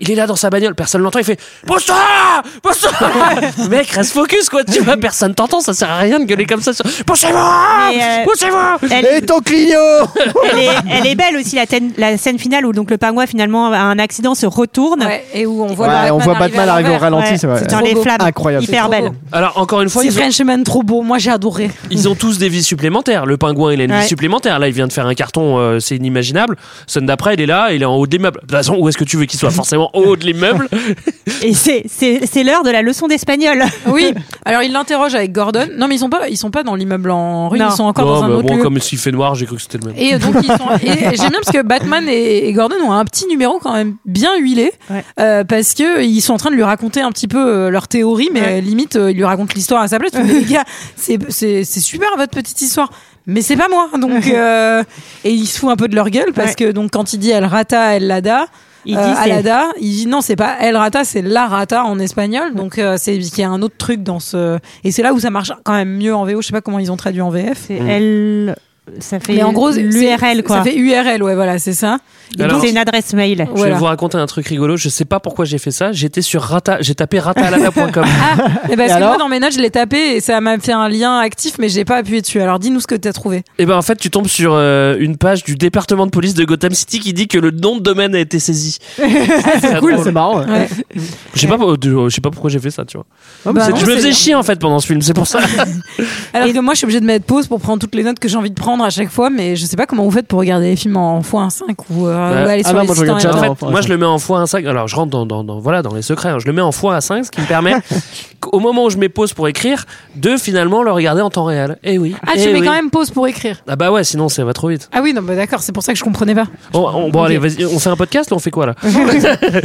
F: Il est là dans sa bagnole, personne l'entend, il fait Pousse-toi Pousse-toi Mec, reste focus quoi, tu vois, personne t'entend, ça sert à rien de gueuler comme ça sur Poussez-moi
I: Mais, euh,
F: Poussez-moi
I: Elle,
G: Et ton clignot
I: elle est, elle est belle aussi la, thène- la scène finale où donc le pingouin finalement a un accident se retourne
A: Ouais, et où on voit,
G: Ouais,
A: Batman,
G: on voit Batman
A: à
G: arriver au
A: l'envers.
G: ralenti,
I: Ouais,
G: c'est vrai.
I: c'est dans
A: Trop
I: les
A: beau.
I: flammes
G: Incroyable.
I: hyper
A: Trop
I: belle.
A: beau.
F: Alors encore une fois,
A: C'est
F: ils ont-
A: Frenchman trop beau. Moi, j'ai adoré.
F: Ils ont tous des vies supplémentaires. Le pingouin, il a une
I: Ouais.
F: vie supplémentaire. Là, il vient de faire un carton, euh, c'est inimaginable. Scène d'après, il est là, il est en haut de l'immeuble. De toute façon, où est-ce que tu veux qu'il soit Forcément en haut de l'immeuble.
I: Et c'est- c'est c'est l'heure de la leçon d'espagnol.
A: Oui. Alors, il l'interroge avec Gordon. Non, mais ils sont pas, ils sont pas dans l'immeuble en rue.
I: Non.
A: Ils sont encore dans
F: Non,
A: un
F: bah,
A: autre
F: bon,
A: lieu.
F: comme s'il fait noir, j'ai cru que c'était le même.
A: Et euh, donc ils sont. Et j'aime bien parce que Batman et, et Gordon ont un petit numéro quand même bien huilé
I: Ouais.
A: euh, parce que ils sont en train de lui raconter un petit peu euh, leur théorie, mais
I: Ouais.
A: euh, limite euh, ils lui racontent l'histoire à sa place. Mais les gars, c'est c'est c'est super votre petite histoire. Mais c'est pas moi, donc euh, et il se fout un peu de leur gueule parce
I: Ouais.
A: que donc quand il dit El Rata, El Lada,
I: Il dit
A: euh,
I: c'est-
A: Alada, il dit non c'est pas El Rata, c'est La Rata en espagnol, donc euh, c'est qu'il y a un autre truc dans ce et c'est là où ça marche quand même mieux en VO. Je sais pas comment ils ont traduit en VF.
I: C'est elle ça fait
A: Mais en gros, c'est-
I: l'URL quoi.
A: Ça fait URL, ouais, voilà, c'est ça.
I: Et
F: Alors-
I: donc, c'est une adresse mail.
F: Je vais
A: Voilà.
F: vous raconter un truc rigolo. Je sais pas pourquoi j'ai fait ça. J'étais sur rata. J'ai tapé ratalala.com.
A: Ah. Et parce que
G: Et alors
A: moi, dans mes notes, je l'ai tapé et ça m'a fait un lien actif, mais j'ai pas appuyé dessus. Alors dis-nous ce que t'as trouvé.
F: et ben en fait, tu tombes sur euh, une page du département de police de Gotham City qui dit que le nom de domaine a été saisi.
A: Ah,
F: c'est
G: Cool, c'est marrant. ouais.
A: Ouais.
F: Je sais pas, pour- je sais pas pourquoi j'ai fait ça, tu vois.
G: Ah,
A: Bah,
F: C'est-
A: non,
F: je me
A: c'est
F: faisais
A: bien.
F: chier en fait pendant ce film, c'est pour ça.
A: Alors que moi, je suis obligée de mettre pause pour prendre toutes les notes que j'ai envie de prendre à chaque fois, mais je sais pas comment vous faites pour regarder les films en x1.5 ou, euh,
F: Ouais.
A: ou aller
G: Ah
A: sur
G: non,
A: les
G: moi, je
A: sites
G: regarde
A: internet.
G: jamais.
F: en fait,
G: non, pour
F: moi je
G: l'instant.
F: le mets en x1.5. Alors je rentre dans, dans- dans- voilà, dans les secrets. hein. Je le mets en x1.5, ce qui me permet au moment où je mets pause pour écrire, de finalement le regarder en temps réel. Eh oui.
A: Ah, tu
F: Eh
A: mets
F: oui.
A: quand même pause pour écrire.
F: Ah bah ouais, sinon ça va trop vite.
A: Ah oui, non, bah d'accord, c'est pour ça que je comprenais pas.
F: Bon, on- bon, allez, vas-y, on fait un podcast là, on fait quoi là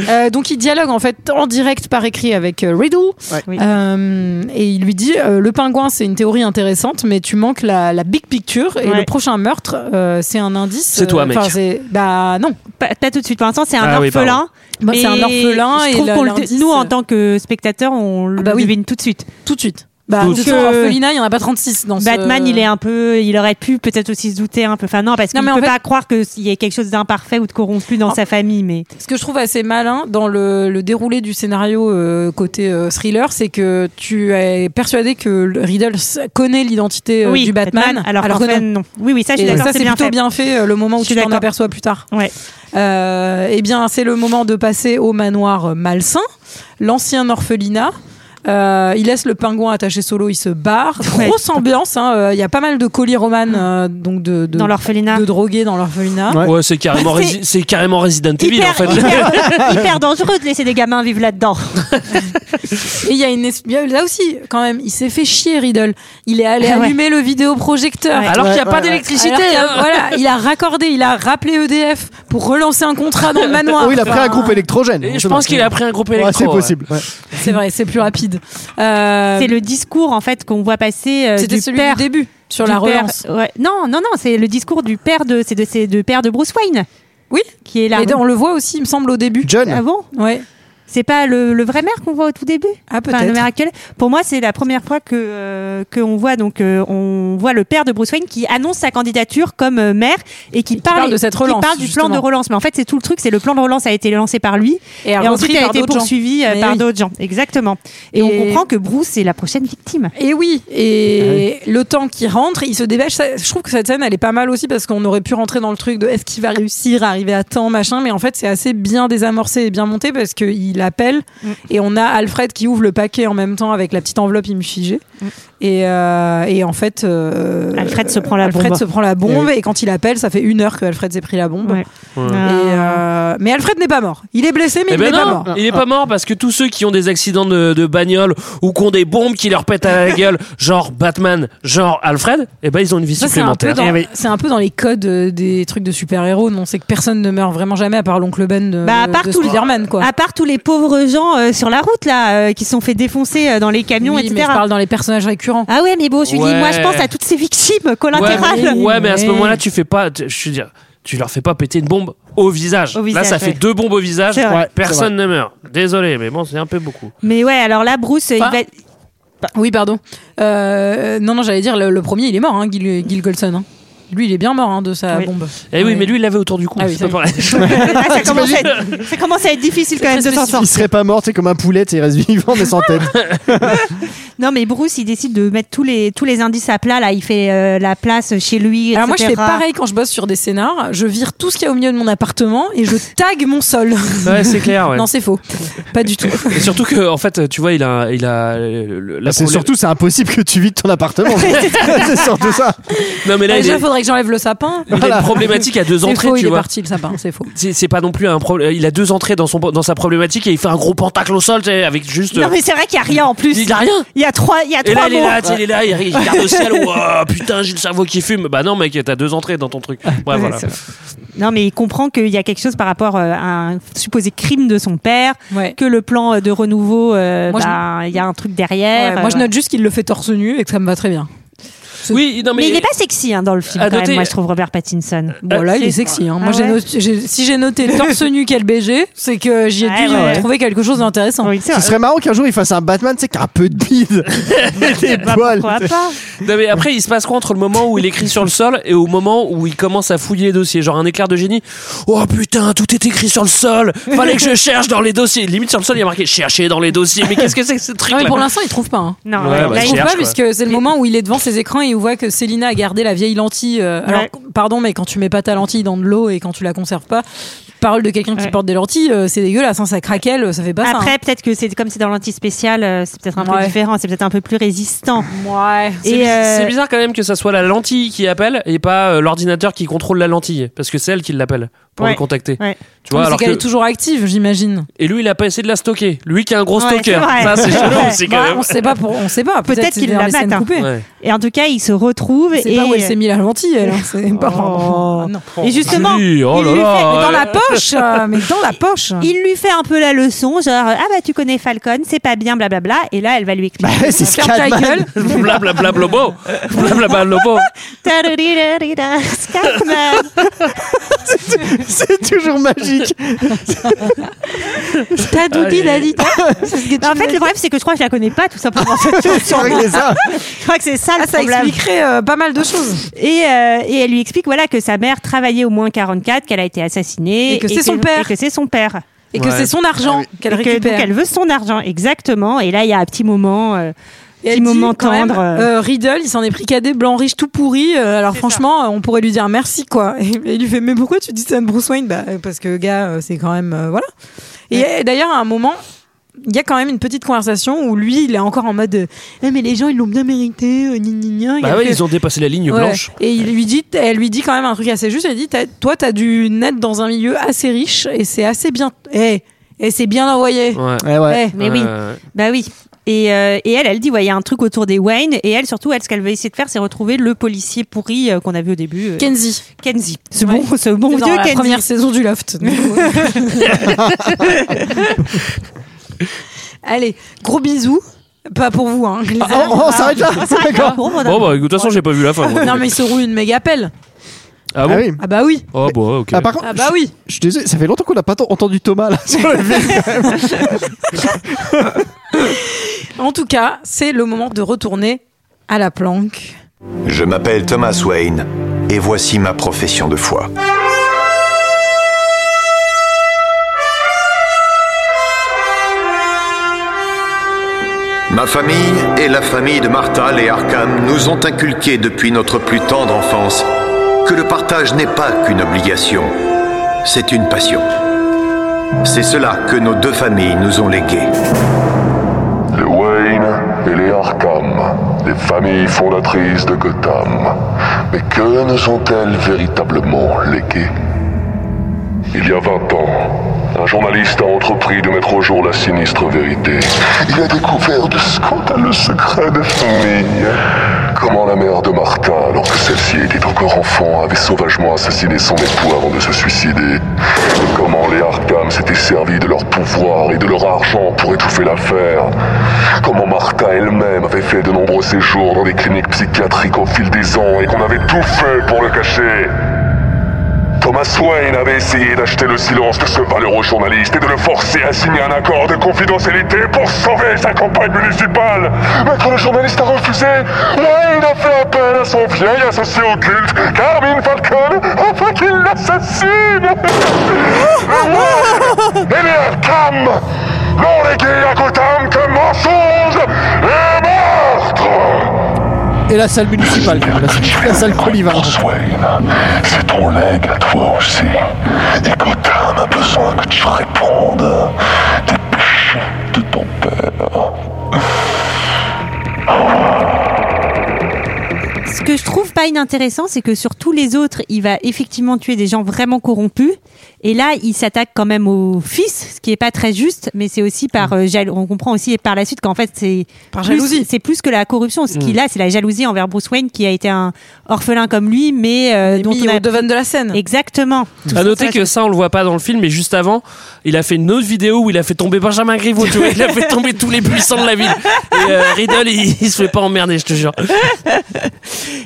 A: Euh, donc il dialogue en fait en direct par écrit avec euh, Riddle
G: Ouais.
I: Oui.
A: Euh, et il lui dit euh, le pingouin c'est une théorie intéressante mais tu manques la, la big picture et
I: Ouais.
A: le prochain meurtre euh, c'est un indice.
F: C'est toi, mec.
A: enfin, c'est- Bah non,
I: Pas, pas tout de suite. Pour l'instant, c'est un
F: Ah oui,
I: orphelin.
A: Bah,
I: mais
A: c'est un orphelin
I: je
A: et
I: trouve
A: le-
I: qu'on le-
A: l'indice,
I: nous,
A: euh,
I: en tant que spectateurs, on
A: Ah bah
I: le
A: oui.
I: devine tout de suite.
A: tout de suite. Bah,
I: Tout
A: de
I: de
A: toute
I: suite.
A: façon, orphelinat, il y en a pas 36 dans ce-
I: Batman, il est un peu, il aurait pu peut-être aussi se douter un peu. Enfin non, parce
A: Non,
I: qu'il
A: mais
I: ne
A: en
I: peut
A: fait-
I: pas croire qu'il y ait quelque chose d'imparfait ou de corrompu dans
A: En-
I: sa famille, mais
A: Ce que je trouve assez malin dans le, le déroulé du scénario euh, côté euh, thriller, c'est que tu es persuadé que le- Riddle s- connaît l'identité euh,
I: oui,
A: du Batman,
I: alors, qu'en
A: que non.
I: fait, non. Oui, oui, ça, je suis
A: Et
I: d'accord,
A: ça,
I: c'est
A: c'est
I: bien
A: plutôt
I: fait.
A: bien fait euh, le moment où
I: Je suis
A: tu t'en
I: d'accord.
A: aperçois plus tard.
I: Ouais.
A: Euh, eh bien, c'est le moment de passer au manoir euh, malsain, l'ancien orphelinat. Euh, il laisse le pingouin attaché solo, il se barre.
I: Ouais.
A: Grosse ambiance, hein, euh, il y a pas mal de coliromanes euh, donc de, de,
I: Dans l'orphelinat.
A: de drogués dans l'orphelinat.
G: Ouais.
F: Ouais, c'est carrément,
I: C'est-
F: Resi- c'est carrément Resident Evil en
I: Hyper,
F: fait.
I: hyper, hyper dangereux de laisser des gamins vivre là-dedans.
A: Et il y a une es- il y a- là aussi quand même, il s'est fait chier Riddle. Il est allé
I: Ah ouais.
A: allumer le vidéoprojecteur.
F: Alors qu'il n'y
G: Ouais,
F: a pas
G: ouais,
F: d'électricité.
A: Alors qu'il
F: hein.
A: a- voilà, il a raccordé, il a rappelé EDF pour relancer un contrat dans le manoir.
G: Oh, il a pris
A: Enfin,
G: un groupe électrogène.
F: Et Je pense qu'il a pris un groupe électro.
G: Ouais, c'est
F: ouais.
G: possible. ouais.
A: C'est vrai, c'est plus rapide. Euh,
I: C'est le discours, en fait, qu'on voit passer euh,
A: C'était
I: du
A: celui
I: père.
A: du début sur
I: du
A: la
I: père-
A: relance.
I: ouais. Non, non, non, c'est le discours du père de, c'est de, c'est de père de Bruce Wayne.
A: Oui.
I: Qui est là.
A: Et on le voit aussi, il me semble, au début.
G: John.
I: Ah bon
A: Ouais.
I: C'est pas le, le vrai maire qu'on voit au tout début
A: Ah
I: Enfin, le
A: peut-être.
I: maire actuel. Pour moi, c'est la première fois que euh, que on voit donc euh, on voit le père de Bruce Wayne qui annonce sa candidature comme euh, maire et qui, parle,
A: parle de cette
I: qui
A: relance,
I: parle du
A: justement.
I: plan de relance. Mais en fait, c'est tout le truc, c'est le plan de relance a été lancé par lui
A: Et,
I: et ensuite il a été
A: poursuivi.
I: poursuivi euh,
A: Mais
I: par
A: oui.
I: d'autres gens. Exactement. Et,
A: Et-
I: on comprend que Bruce est la prochaine victime.
A: Et oui,
I: Ah
A: et le temps qu'il rentre, il se dépêche. Ça, Je trouve que cette scène, elle est pas mal aussi parce qu'on aurait pu rentrer dans le truc de est-ce qu'il va réussir à arriver à temps, machin. Mais en fait, c'est assez bien désamorcé et bien monté parce qu'il appelle
I: Mm.
A: et on a Alfred qui ouvre le paquet en même temps avec la petite enveloppe imfigée. Et, euh, et en fait, euh,
I: Mm. Alfred se prend la
A: Alfred
I: bombe. Eh
A: se prend la bombe et quand il appelle, ça fait une heure que Alfred s'est pris la bombe.
I: Ouais.
F: Ouais.
A: Et, euh, mais Alfred n'est pas mort. Il est blessé, mais
F: Eh
A: il
F: ben
A: n'est pas
F: non,
A: mort.
F: il est pas mort parce que tous ceux qui ont des accidents de, de bagnole ou qui ont des bombes qui leur pètent à la gueule, genre Batman, genre Alfred, eh ben ils ont une vie
A: Ça, c'est un, peu
F: supplémentaire.
G: Eh
A: dans, c'est un peu dans les codes euh, des trucs de super-héros, non C'est que personne ne meurt vraiment jamais à part l'oncle Ben de,
I: Bah, à part
A: de
I: tous les-
A: Spider-Man, quoi.
I: À part tous les pauvres gens euh, sur la route là euh, qui se sont fait défoncer euh, dans les camions,
A: Oui,
I: etc.
A: mais je parle dans les personnages récurrents.
I: Ah ouais, mais bon, je lui dis,
F: Ouais.
I: moi je pense à toutes ces victimes
F: Ouais,
I: collatérales.
F: mais, ouais, mais à ce
A: Mais-
F: moment-là, tu fais pas, tu- je veux dire, tu leur fais pas péter une bombe au visage.
I: Au
F: Là,
I: visage,
F: ça fait
I: ouais.
F: deux bombes au visage.
I: C'est vrai.
G: Ouais, c'est
F: Personne ne meurt. Désolé, mais bon, c'est un peu beaucoup.
I: Mais ouais, alors là, Bruce,
A: Enfin,
I: il va. Ah,
A: Oui, pardon. Euh, non, non, j'allais dire, le, le premier, il est mort, hein, Gil, Gil Golson. hein. Lui, il est bien mort hein, de sa
I: Oui.
A: bombe.
F: Eh oui,
A: Ouais.
F: mais lui, il l'avait autour du cou.
A: Ah oui,
F: c'est pas pareil.
I: Là, ça, commence à être, ça commence à être difficile quand même de s'en
G: Il
I: sortir.
G: serait pas mort, c'est comme un poulet, tu sais, il reste vivant mais sans tête.
I: Non, mais Bruce, il décide de mettre tous les, tous les indices à plat. Là, il fait euh, la place chez lui.
A: Alors moi, je
I: etc..
A: fais pareil quand je bosse sur des scénars. Je vire tout ce qu'il y a au milieu de mon appartement et je tag mon sol.
F: Ouais, c'est clair. Ouais.
A: Non, c'est faux. Pas du tout.
F: Et surtout que, en fait, tu vois, il a, il a. euh, le- la
G: Bah, C'est
F: problème-
G: surtout, c'est impossible que tu vides ton appartement. c'est surtout ça.
F: Non,
I: Ah,
F: mais là, il,
A: Déjà,
F: est-
A: il faudrait que j'enlève le sapin.
F: il a une problématique à deux
A: C'est
F: entrées,
A: faux,
F: tu
A: il est
F: vois.
A: parti le sapin, c'est faux.
F: C'est c'est pas non plus un problème. Il a deux entrées dans son dans sa problématique et il fait un gros pentacle au sol, tu sais, avec juste.
I: Non, mais c'est vrai qu'il n'y a rien en plus.
F: Il a rien.
I: Il y a trois, il y a
F: Et là,
I: trois
F: il est
I: mots.
F: là, tu sais, il est là, il il regarde au ciel. Ouah, putain, j'ai le cerveau qui fume. Bah non, mec, t'as deux entrées dans ton truc. Ouais, voilà.
I: c'est Non, mais il comprend qu'il y a quelque chose par rapport euh, à un supposé crime de son père,
A: Ouais.
I: que le plan euh, de renouveau, euh,
A: Moi, je-
I: ben, il y a un truc
A: Ouais,
I: derrière.
A: moi, je
I: euh,
A: note juste qu'il le fait torse nu et que ça me va très bien.
F: Oui, non, mais-
I: mais... il n'est pas sexy hein, dans le film,
F: À
I: quand
F: noter- euh,
I: même, moi, je trouve Robert Pattinson.
A: Bon, là, il est sexy. hein. Moi,
I: Bah, Ah
A: j'ai
I: ouais.
A: noté- j'ai- si j'ai noté torse nu qu'elle BG, c'est que j'y ai
I: Ouais,
A: dû
I: ouais,
A: euh,
I: ouais.
A: trouver quelque chose d'intéressant.
F: euh,
G: Ce serait marrant qu'un jour il fasse un Batman, tu sais, qui a un peu de bide. Des
I: Bah,
G: poils.
F: Non, mais après, il se passe quoi entre le moment où il écrit sur le sol et au moment où il commence à fouiller les dossiers Genre un éclair de génie. Oh putain, tout est écrit sur le sol. Fallait que je cherche dans les dossiers. Limite sur le sol, il y a marqué chercher dans les dossiers. Mais qu'est-ce que c'est que ce truc
A: Ah, mais
F: là
A: pour l'instant, il trouve pas. hein.
I: Non,
F: Ouais, bah,
A: Là, il
F: je
A: trouve
F: cherche,
A: pas,
F: quoi.
A: puisque c'est le moment où il est devant ses écrans et il voit que Célina a gardé la vieille lentille. euh, alors,
I: Ouais.
A: pardon, mais quand tu mets pas ta lentille dans de l'eau et quand tu la conserves pas, parole de quelqu'un qui
I: Ouais.
A: porte des lentilles, euh, c'est dégueulasse, hein, ça craquelle, euh, ça fait pas
I: Après, peut-être que c'est comme c'est dans l'antispécial, euh, c'est peut-être un peu
A: Ouais.
I: différent, c'est peut-être un peu plus résistant.
A: ça. hein. Ouais.
F: C'est
I: Et,
F: bi-
I: euh,
F: c'est bizarre quand même que ça soit la lentille qui appelle et pas euh, l'ordinateur qui contrôle la lentille. Parce que c'est elle qui l'appelle pour
I: Ouais.
F: le contacter.
I: Ouais.
F: Tu vois,
A: c'est
F: alors
A: qu'elle
F: que...
A: est toujours active, j'imagine.
F: Et lui, il a pas essayé de la stocker. Lui qui est un gros
I: Ouais,
F: stalker.
I: c'est
F: Ça,
I: vrai.
F: c'est chelou
I: Ouais.
F: aussi
A: Bah,
F: quand même.
A: on sait pas, pour, on sait pas. Peut-être,
I: Peut-être
A: c'est
I: qu'il
A: dans
I: la
A: les
I: mate,
A: scènes
I: hein.
A: coupées.
F: Ouais.
I: Et en tout cas, ils se retrouvent
A: C'est
I: et
A: pas où elle s'est mis la lentille, elle. hein, c'est pas-
I: Oh.
A: Ah, non.
I: Et justement,
F: Oui, oh
I: il
F: là
I: lui
F: là,
I: fait-
A: Mais dans
F: ouais.
A: la poche, euh, mais dans la poche.
I: il lui fait un peu la leçon, genre ah bah tu connais Falcon, c'est pas bien, blablabla. Et là, elle va lui expliquer.
G: Bah Ouais, c'est
A: Ferme ta
G: Scatman.
A: gueule.
F: Blablabla Lobo. Blablabla Lobo.
I: Tarururururura, Scatman.
G: C'est toujours magique.
A: T'as douté, Dalita.
I: Mais en fait, le problème, c'est que je crois que je la connais pas, tout simplement. cette
G: C'est
I: chanson.
G: vrai que c'est ça.
I: je crois que c'est ça le
A: Ah, ça
I: problème.
A: expliquerait euh, pas mal de choses.
I: Et, euh, et elle lui explique voilà que sa mère travaillait au moins 44, qu'elle a été assassinée.
A: Et que c'est son père.
I: Et que c'est son père.
A: Et que
F: Ouais.
A: c'est son argent qu'elle
I: Ah Et que,
A: récupère.
I: donc elle veut son argent, exactement. Et là, il y a un petit moment, euh,
A: Et elle
I: petit
A: dit,
I: moment
A: quand même,
I: tendre. euh,
A: euh, Riddle, il s'en est pris cadet, blanc riche, tout pourri. euh, alors franchement, euh, on pourrait lui dire merci, quoi. Et, et il lui fait, mais pourquoi tu dis ça de Bruce Wayne bah, euh, Parce que, gars, euh, c'est quand même... euh, voilà. Et, euh, d'ailleurs, à un moment... Il y a quand même une petite conversation où lui, il est encore en mode euh, Eh, mais les gens, ils l'ont bien mérité, euh, gna, gna, gna. Il
F: Bah
A: a
F: ouais,
A: fait-
F: ils ont dépassé la ligne
A: Ouais.
F: blanche.
A: Et il lui dit, elle lui dit quand même un truc assez juste. Elle dit, T'as- toi, t'as dû naître dans un milieu assez riche et c'est assez bien. Eh, et c'est bien envoyé.
F: Ouais.
G: Ouais, ouais.
I: eh, mais oui,
F: Euh,
I: bah oui. Et, euh, et elle, elle dit ouais, il y a un truc autour des Wayne. Et elle, surtout, elle, ce qu'elle veut essayer de faire, c'est retrouver le policier pourri euh, qu'on a vu au début, euh,
A: Kenzie.
I: Kenzie. Ce
A: Ouais.
I: bon, ce bon
A: C'est
I: vieux
A: dans la
I: Kenzie.
A: première saison du Loft. Donc, ouais. Allez, gros bisous. Pas pour vous, hein. les
G: Ah,
A: amis.
G: on- on s'arrête là
I: Ah, c'est vrai que- Bon, bon,
F: Bon, bah, de toute façon, j'ai pas vu la fin. moi.
A: Non, mais ils se roulent une méga pelle.
F: Ah
G: Ah
F: bon
G: oui.
A: Ah bah oui.
F: Oh, bah, ok.
G: Ah, par contre,
A: Ah bah oui.
G: je suis désolé, ça fait longtemps qu'on n'a pas tant- entendu Thomas là sur le film.
A: En tout cas, c'est le moment de retourner à la planque.
B: Je m'appelle Thomas Wayne et voici ma profession de foi.
E: Ma famille et la famille de Martal et Arkham nous ont inculqué depuis notre plus tendre enfance que le partage n'est pas qu'une obligation, c'est une passion. C'est cela que nos deux familles nous ont légué.
H: Les Wayne et les Arkham, les familles fondatrices de Gotham. Mais que ne sont-elles véritablement léguées Il y a 20 ans, un journaliste a entrepris de mettre au jour la sinistre vérité. Il a découvert de scandaleux secrets de famille. Comment la mère de Martin, alors que celle-ci était encore enfant, avait sauvagement assassiné son époux avant de se suicider. Et comment les Arkham s'étaient servis de leur pouvoir et de leur argent pour étouffer l'affaire. Comment Martin elle-même avait fait de nombreux séjours dans des cliniques psychiatriques au fil des ans et qu'on avait tout fait pour le cacher. Thomas Wayne avait essayé d'acheter le silence de ce valeureux journaliste et de le forcer à signer un accord de confidentialité pour sauver sa campagne municipale. Mais quand le journaliste a refusé, Wayne a fait appel à son vieil associé occulte, Carmine Falcon, afin qu'il l'assassine. et les Arkham l'ont légué à Gotham comme mensonge et meurtre.
G: Et la salle municipale, la, la salle Colivard.
H: Thomas Wayne, c'est ton leg à toi aussi. Et Gotham a besoin que tu répondes des péchés de ton père.
I: Ce que je trouve pas inintéressant, c'est que sur tous les autres, il va effectivement tuer des gens vraiment corrompus. Et là, il s'attaque quand même au fils, ce qui est pas très juste, mais c'est aussi par euh, jal- on comprend aussi par la suite qu'en fait c'est
A: Par
I: plus-
A: jalousie.
I: c'est plus que la corruption. Ce
F: Mm.
I: qu'il a, c'est la jalousie envers Bruce Wayne qui a été un orphelin comme lui, mais euh, dont
A: mis
I: on a
A: au devant de la scène.
I: exactement.
F: À noter
I: ça,
F: que ça, on le voit pas dans le film, mais juste avant, il a fait une autre vidéo où il a fait tomber Benjamin Griveaux, tu vois, il a fait tomber tous les puissants de la ville. Et euh, Riddle, il, il se fait pas emmerder, je te jure.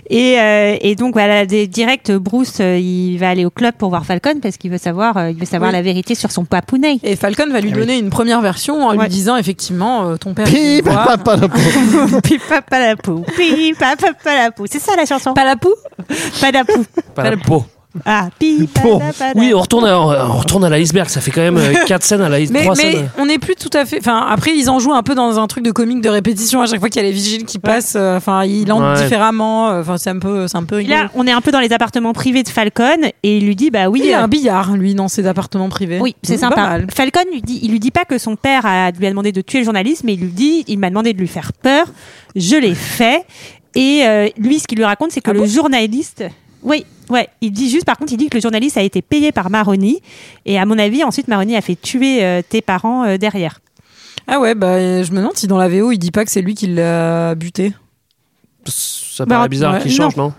I: Et, euh, et donc voilà, des- direct Bruce, euh, il va aller au club pour voir Falcon parce qu'il veut savoir, euh, il veut savoir
A: Oui.
I: la vérité sur son papounet.
A: Et Falcon va lui donner une première version en lui
I: Ouais.
A: disant effectivement euh, ton père. il
G: Pip,
A: voit.
G: papa, papa,
I: Puis papa la peau, puis papa la peau. C'est ça la chanson.
A: Pas la poux
I: Pas la peau.
F: Pas la peau.
I: Ah, pi pa,
G: Bon.
I: da, pa, da.
F: Oui, on retourne à, on retourne à l'iceberg, ça fait quand même 4 scènes à l'iceberg.
A: Mais,
F: 3
A: mais
F: scènes.
A: on n'est plus tout à fait. Enfin, après, ils en jouent un peu dans un truc de comique de répétition à chaque fois qu'il y a les vigiles qui passent. euh, Enfin, ils landent
F: Ouais.
A: différemment. euh, Enfin, c'est un peu, c'est un peu.
I: Et Là,
A: rigolo.
I: on est un peu dans les appartements privés de Falcon et il lui dit bah oui.
A: il y a
I: euh,
A: un billard, lui, dans ses appartements privés.
I: oui, c'est
A: Mmh, pas
I: sympa.
A: mal.
I: Falcon lui dit, il lui dit pas que son père a, lui a demandé de tuer le journaliste, mais il lui dit, il m'a demandé de lui faire peur. Je l'ai fait. Et euh, lui, ce qu'il lui raconte, c'est
A: Ah
I: que le journaliste, oui, ouais, il dit juste, par contre, il dit que le journaliste a été payé par Maroni. Et à mon avis, ensuite, Maroni a fait tuer euh, tes parents euh, derrière.
A: Ah ouais, bah euh, je me demande si dans la VO il dit pas que c'est lui qui l'a buté.
F: Ça
I: Bah,
F: paraît bizarre
I: ouais,
F: qu'il change, non,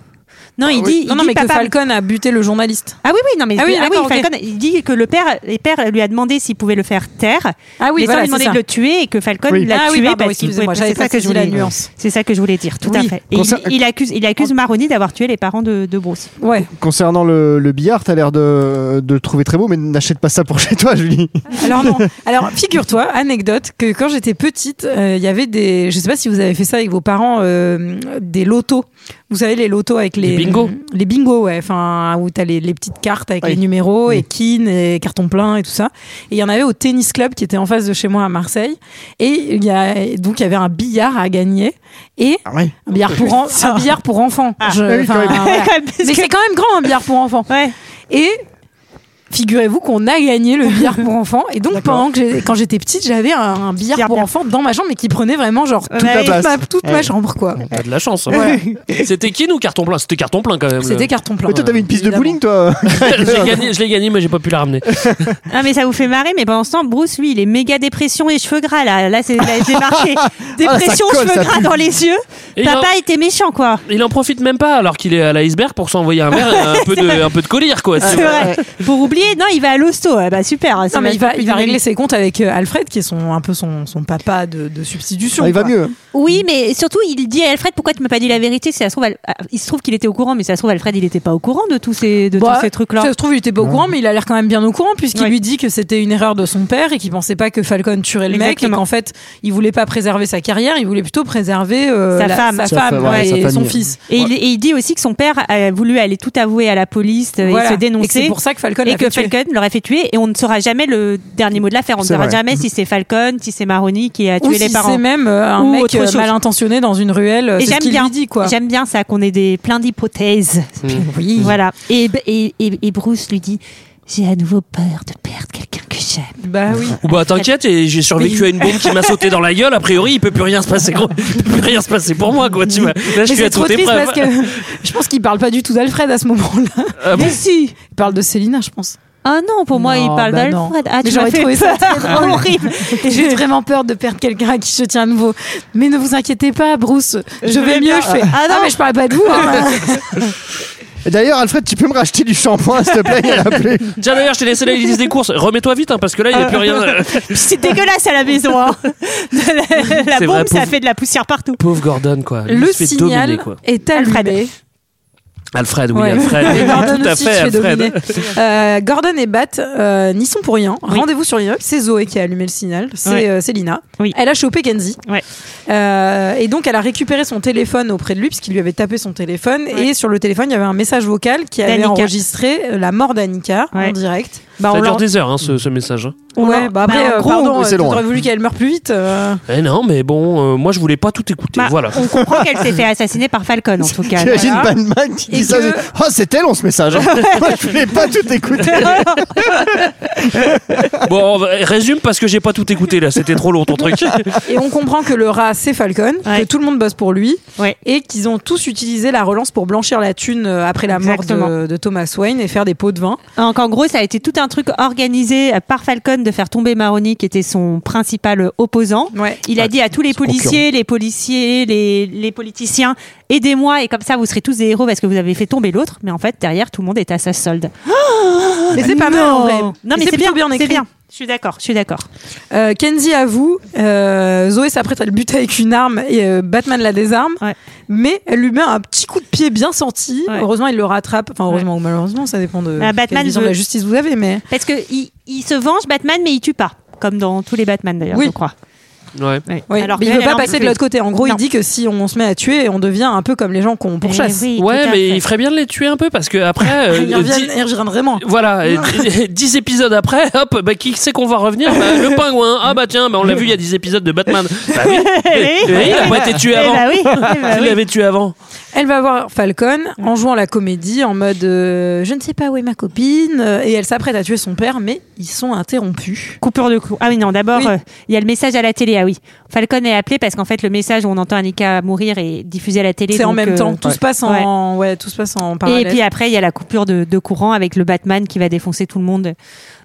I: Non, il dit,
A: Ah non, non,
I: il dit
A: mais que
I: papa-
A: Falcon a buté le journaliste.
I: Ah oui, oui, non, mais
A: Ah oui,
I: ah oui,
A: d'accord, ok.
I: Falcon, il dit que le père, les pères lui a demandé s'il pouvait le faire taire.
A: Ah oui, voilà,
I: mais sans lui
A: c'est
I: demander
A: ça.
I: de le tuer et que Falcon
G: Oui.
I: l'a
A: Ah oui,
I: tué
A: pardon,
I: parce qu'il
A: excusez-moi,
I: pouvait-
A: j'avais
I: c'est ça
A: pas
I: que je
A: saisi la
I: voulais
A: nuance.
I: C'est ça que je voulais dire, tout à
A: Oui.
I: fait. Et
G: Concer-
I: il, il accuse, il accuse Maroni d'avoir tué les parents de, de Bruce.
A: Ouais.
G: Concernant le, le billard, t'as l'air de, de le trouver très beau, mais n'achète pas ça pour chez toi, Julie.
A: Alors non. Alors figure-toi, anecdote, que quand j'étais petite, euh, il y avait des, je sais pas si vous avez fait ça avec vos parents, euh, des lotos. Vous savez les lotos avec les euh,
F: Des bingos.
A: les bingos, ouais. Enfin où t'as les, les petites cartes avec
G: Oui.
A: les numéros et kin et carton plein et tout ça. Et il y en avait au tennis club qui était en face de chez moi à Marseille. Et il y a donc il y avait un billard à gagner et
G: Ah ouais.
A: un billard pour en- un billard pour enfants. Je-
G: Ah. oui, quand
A: enfin,
G: même.
A: voilà. Mais c'est quand même grand un billard pour enfants.
I: Ouais.
A: Et figurez-vous qu'on a gagné le billard pour enfants. Et donc, pendant que j'ai- quand j'étais petite, j'avais un, un billard
I: Billard
A: pour
I: bien.
A: enfants dans ma chambre, mais qui prenait vraiment genre toute,
G: la place.
A: ma, toute ma
G: Ouais.
A: chambre, quoi.
F: T'as de la chance. hein. C'était qui nous carton plein C'était carton plein quand même.
A: C'était
F: le-
A: carton plein.
G: Mais toi, t'avais une piste de bowling, toi.
F: je l'ai gagné, je l'ai gagné, mais j'ai pas pu la ramener.
I: Ah, mais ça vous fait marrer, mais pendant ce temps, Bruce, lui, il est méga dépression et cheveux gras, là. Là, c'est, là, j'ai marqué. Dépression,
G: colle, Ah, ça
I: cheveux gras
G: pue.
I: dans les yeux.
F: Et il en-
I: Papa était méchant, quoi.
F: Il en profite même pas alors qu'il est à l'iceberg pour s'envoyer un verre, et un peu de, un peu de collier quoi.
G: Ah,
I: C'est vrai. Pour oublier, non, il va à l'hosto. Ah bah, super. ça
A: Non, mais il
I: être
A: va, il va
I: plus
A: régler ses comptes avec euh, Alfred, qui est son, un peu son, son papa de, de substitution.
G: Ah, il va
A: quoi.
G: mieux.
I: Oui, mais surtout, il dit à Alfred pourquoi tu m'as pas dit la vérité. Si ça se trouve, Al- ah, il se trouve qu'il était au courant, mais si ça se trouve, Alfred, il était pas au courant de tous ces, de
A: Bah,
I: tous ces
A: Ça
I: trucs-là.
A: se trouve, il était pas au courant, mais il a l'air quand même bien au courant, puisqu'il
I: Ouais.
A: lui dit que c'était une erreur de son père et qu'il pensait pas que Falcon tuerait le mec, et
I: Exactement.
A: qu'en fait, il voulait pas préserver sa carrière, il voulait plutôt préserver euh,
I: Sa
A: la-
I: femme.
A: sa
G: Sa
A: femme,
G: femme, ouais,
A: et
G: sa
A: son
G: famille.
A: fils.
I: Et, il, et il dit aussi que son père a voulu aller tout avouer à la police euh,
A: Voilà.
I: et se
A: Et que c'est
I: dénoncer.
A: pour ça que Falcon
I: Et
A: l'a
I: que
A: fait tuer.
I: Falcon l'aurait fait tuer et on ne saura jamais le dernier mot de l'affaire. On ne
G: C'est
I: saura
G: vrai.
I: jamais si c'est Falcon, si c'est Maroni qui a tué
A: Ou
I: les
A: si
I: parents.
A: c'est même euh, un
I: Ou
A: mec
I: autre
A: euh,
I: chose.
A: mal intentionné dans une ruelle, euh,
I: Et
A: c'est ce
I: j'aime
A: qu'il
I: bien.
A: lui dit quoi. Mm.
I: J'aime bien ça qu'on ait des plein d'hypothèses.
A: Oui.
I: Voilà. Et, et, et, et Bruce lui dit j'ai à nouveau peur de perdre quelqu'un que j'aime.
A: Bah oui.
F: Ou bah t'inquiète, et j'ai survécu à une bombe qui m'a sauté dans la gueule. A priori, il peut plus rien se passer. gros. Il peut plus rien se passer pour moi, quoi. Tu vois. Là, je
A: Mais
F: suis
A: c'est
F: à
A: trop
F: toute
A: triste
F: épreuve.
A: parce que je pense qu'il parle pas du tout d'Alfred à ce moment-là.
F: Ah bon
A: Mais si, il parle de Célina, je pense.
I: Ah non, pour moi,
A: Non,
I: il parle
A: bah non.
I: d'Alfred. Ah,
A: Mais
I: tu
A: j'aurais
I: m'as fait
A: trouvé ça
I: peur.
A: très drôle.
I: horrible.
A: Et j'ai vraiment peur de perdre quelqu'un à qui je tiens à nouveau. Mais ne vous inquiétez pas, Bruce, je, vais mieux. Je fais ah non, mais je parle pas de vous. hein.
G: Et D'ailleurs, Alfred, tu peux me racheter du shampoing, s'il te plaît, il y en a plus.
F: Tiens d'ailleurs, je t'ai laissé la liste des courses. Remets-toi vite, hein, parce que là, il n'y a plus rien.
I: C'est dégueulasse à la maison. hein. la la
F: C'est
I: bombe,
F: vrai,
I: ça
F: pauvre-
I: fait de la poussière partout.
F: Pauvre Gordon, quoi. Lui, il
A: Le
F: se fait
A: signal
F: dominer, quoi.
A: est allumé.
I: Alfred.
F: Alfred, oui,
A: Ouais. Et
F: Alfred.
A: Gordon
F: Tout à
A: aussi, tu
F: fait,
A: fais
F: Alfred.
A: dominer. Euh, Gordon et Bat euh, n'y sont pour rien. Rendez-vous sur l'immeuble. C'est Zoé qui a allumé le signal. C'est
I: Ouais.
A: euh, c'est Lina.
I: Oui.
A: Elle a chopé Kenzie.
I: Ouais.
A: Euh, et donc, elle a récupéré son téléphone auprès de lui, puisqu'il lui avait tapé son téléphone.
I: Ouais.
A: Et sur le téléphone, il y avait un message vocal qui avait
I: D'Annika.
A: enregistré euh, la mort d'Annika en
I: Ouais.
A: direct.
I: Bah,
F: Ça
I: on
F: dure
I: leur-
F: des heures, hein, ce, ce message. hein.
I: on
A: ouais,
I: leur-
A: bah après,
I: bah,
A: euh,
I: en gros,
A: pardon,
G: oui, c'est
A: euh,
G: long,
A: t'aurais
G: hein.
A: voulu qu'elle meure plus vite. euh.
F: Eh non, mais bon, euh, moi, je voulais pas tout écouter.
I: bah,
F: voilà.
I: On comprend qu'elle s'est fait assassiner par Falcon, en tout cas.
G: T'imagines
I: Voilà.
G: Batman qui
A: Et
G: dit ça.
A: que-
G: c'est- Oh, c'est tel, on ce message. Moi, je voulais pas tout écouter.
F: Bon, Bon, on va- résume parce que j'ai pas tout écouté là, c'était trop long ton truc.
A: Et on comprend que le rat, c'est Falcon, que tout le monde bosse pour lui, et qu'ils ont tous utilisé la relance pour blanchir la thune euh, après la mort de,
I: Exactement.
A: de Thomas Wayne et faire des pots de vin.
I: Donc en gros, ça a été tout un truc organisé euh, par Falcon de faire tomber Maroni, qui était son principal euh, opposant. Il a dit à tous les policiers, les policiers, les, les politiciens, aidez-moi et comme ça vous serez tous des héros parce que vous avez fait tomber l'autre. Mais en fait, derrière, tout le monde est à sa solde.
A: mais c'est pas mal en vrai.
I: Non,
A: Oh, Et
I: mais c'est
A: plutôt
I: bien,
A: bien
I: c'est
A: écrit.
I: bien. Je suis d'accord, je suis d'accord.
A: Euh, Kenzie avoue, euh, Zoé s'apprête à le buter avec une arme et euh, Batman la désarme, mais elle lui met un petit coup de pied bien senti. Heureusement, il le rattrape. Enfin, heureusement ou malheureusement, ça dépend de
I: Ah, Batman
A: quelle vision de
I: veut-
A: la justice vous avez, mais
I: Parce que il, il se venge Batman, mais il tue pas, comme dans tous les Batman d'ailleurs,
A: Oui.
I: je crois.
F: Ouais.
A: Oui,
I: Alors
A: mais il
I: qu'elle,
A: veut
I: elle
A: pas
I: en
A: passer de
I: peut
A: l'autre côté. En gros,
I: Non.
A: il dit que si on se met à tuer, on devient un peu comme les gens qu'on
I: Eh
A: pourchasse.
F: ouais, mais il ferait bien de les tuer un peu parce que après. euh,
A: Ils reviennent,
F: dix-
A: ils reviennent vraiment.
F: Voilà, et- et- dix épisodes après, hop, bah, qui c'est qu'on va revenir Bah, Le pingouin. Ah bah tiens, bah, on l'a vu il y a 10 épisodes de Batman. Bah oui,
A: Eh
F: Eh, il a
A: oui.
F: pas été
A: Eh
F: tué
A: bah
F: avant.
A: oui, eh bah
F: Qui
A: oui.
F: l'avait tué avant
A: Elle va voir Falcon en jouant la comédie en mode euh, je ne sais pas où est ma copine euh, et elle s'apprête à tuer son père mais ils sont interrompus.
I: Coupure de cou. Ah oui, non, d'abord, euh, il y a le message à la télé. Ah oui, Falcon est appelé parce qu'en fait, le message où on entend Annika mourir est diffusé à la télé.
A: C'est en
I: donc,
A: même
I: euh,
A: temps, tout se passe
I: ouais.
A: en ouais, tout se passe en
I: Et
A: parallèle.
I: puis après, il y a la coupure de, de courant avec le Batman qui va défoncer tout le monde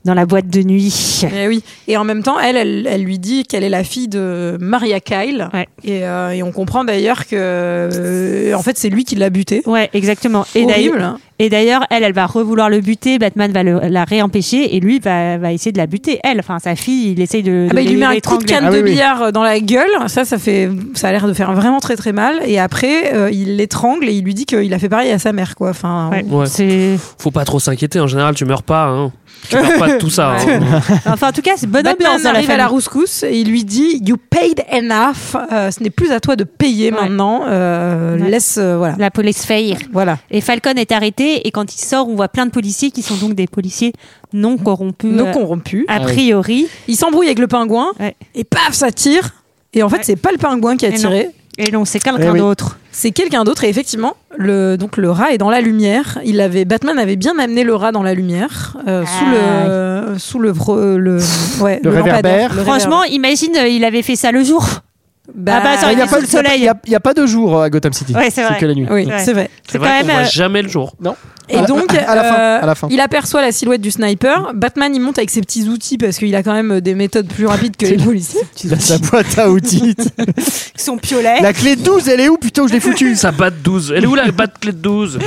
I: dans la boîte de nuit.
A: Eh oui. Et en même temps, elle, elle, elle lui dit qu'elle est la fille de Maria Kyle. Et, euh, et on comprend d'ailleurs que, euh, en fait, c'est lui qui l'a buté.
I: Ouais, exactement. Et
A: Horrible. hein.
I: d'ailleurs, et d'ailleurs, elle, elle va revouloir le buter. Batman va le- la réempêcher et lui va, va essayer de la buter. Elle, enfin sa fille, il essaye de.
A: Ah bah, il lui met un coup de canne de
I: billard.
A: billard euh, dans la gueule. Ça, ça fait, ça a l'air de faire vraiment très très mal. Et après, euh, il l'étrangle et il lui dit qu'il a fait pareil à sa mère, quoi. Enfin, on-
F: Ouais. Faut pas trop s'inquiéter, en général, tu meurs pas. Hein. Tu meurs pas de tout ça.
A: Ouais.
F: hein.
I: Enfin, en tout cas, c'est bonne
A: Batman
I: ambiance dans la
A: arrive à la
I: famille.
A: rouscousse et il lui dit You paid enough. Euh, ce n'est plus à toi de payer maintenant. Euh, Laisse, euh, voilà.
I: La police faillir.
A: Voilà.
I: Et Falcon est arrêté et quand il sort, on voit plein de policiers qui sont donc des policiers non corrompus.
A: Non
I: euh,
A: corrompus.
G: Ah
I: A priori.
A: Il s'embrouille avec le pingouin et paf, ça tire. Et en fait, c'est pas le pingouin qui a
I: Et non.
A: tiré.
I: Et non, c'est quelqu'un
A: Eh oui.
I: d'autre.
A: C'est quelqu'un d'autre et effectivement, le, donc le rat est dans la lumière. Il avait Batman avait bien amené le rat dans la lumière euh, sous le sous le pro- le ouais,
G: Le
A: lampadaire,
G: réverbère.
A: le
I: Franchement, imagine, euh, il avait fait ça le jour.
A: Bah,
I: ah bah, ça
G: Il n'y
I: aurait
G: a,
I: été
G: pas
I: sous le soleil.
G: il y a- il y a pas de jour à Gotham City.
I: Ouais, c'est vrai.
G: que la nuit.
A: Bah, Oui, c'est vrai.
F: C'est
A: quand
F: vrai qu'on
A: même,
F: voit
A: euh,
F: jamais le jour.
G: Non.
A: Et
G: À la-
A: donc,
G: à la fin,
A: euh,
G: à la fin.
A: il aperçoit la silhouette du sniper. Batman, il monte avec ses petits outils parce qu'il a quand même des méthodes plus rapides que les policiers.
G: Il a sa boîte à outils.
A: Son piolet.
G: la clé de 12, elle est où Putain, je l'ai foutue.
F: Ça bat de 12. Elle est où la bat de clé de 12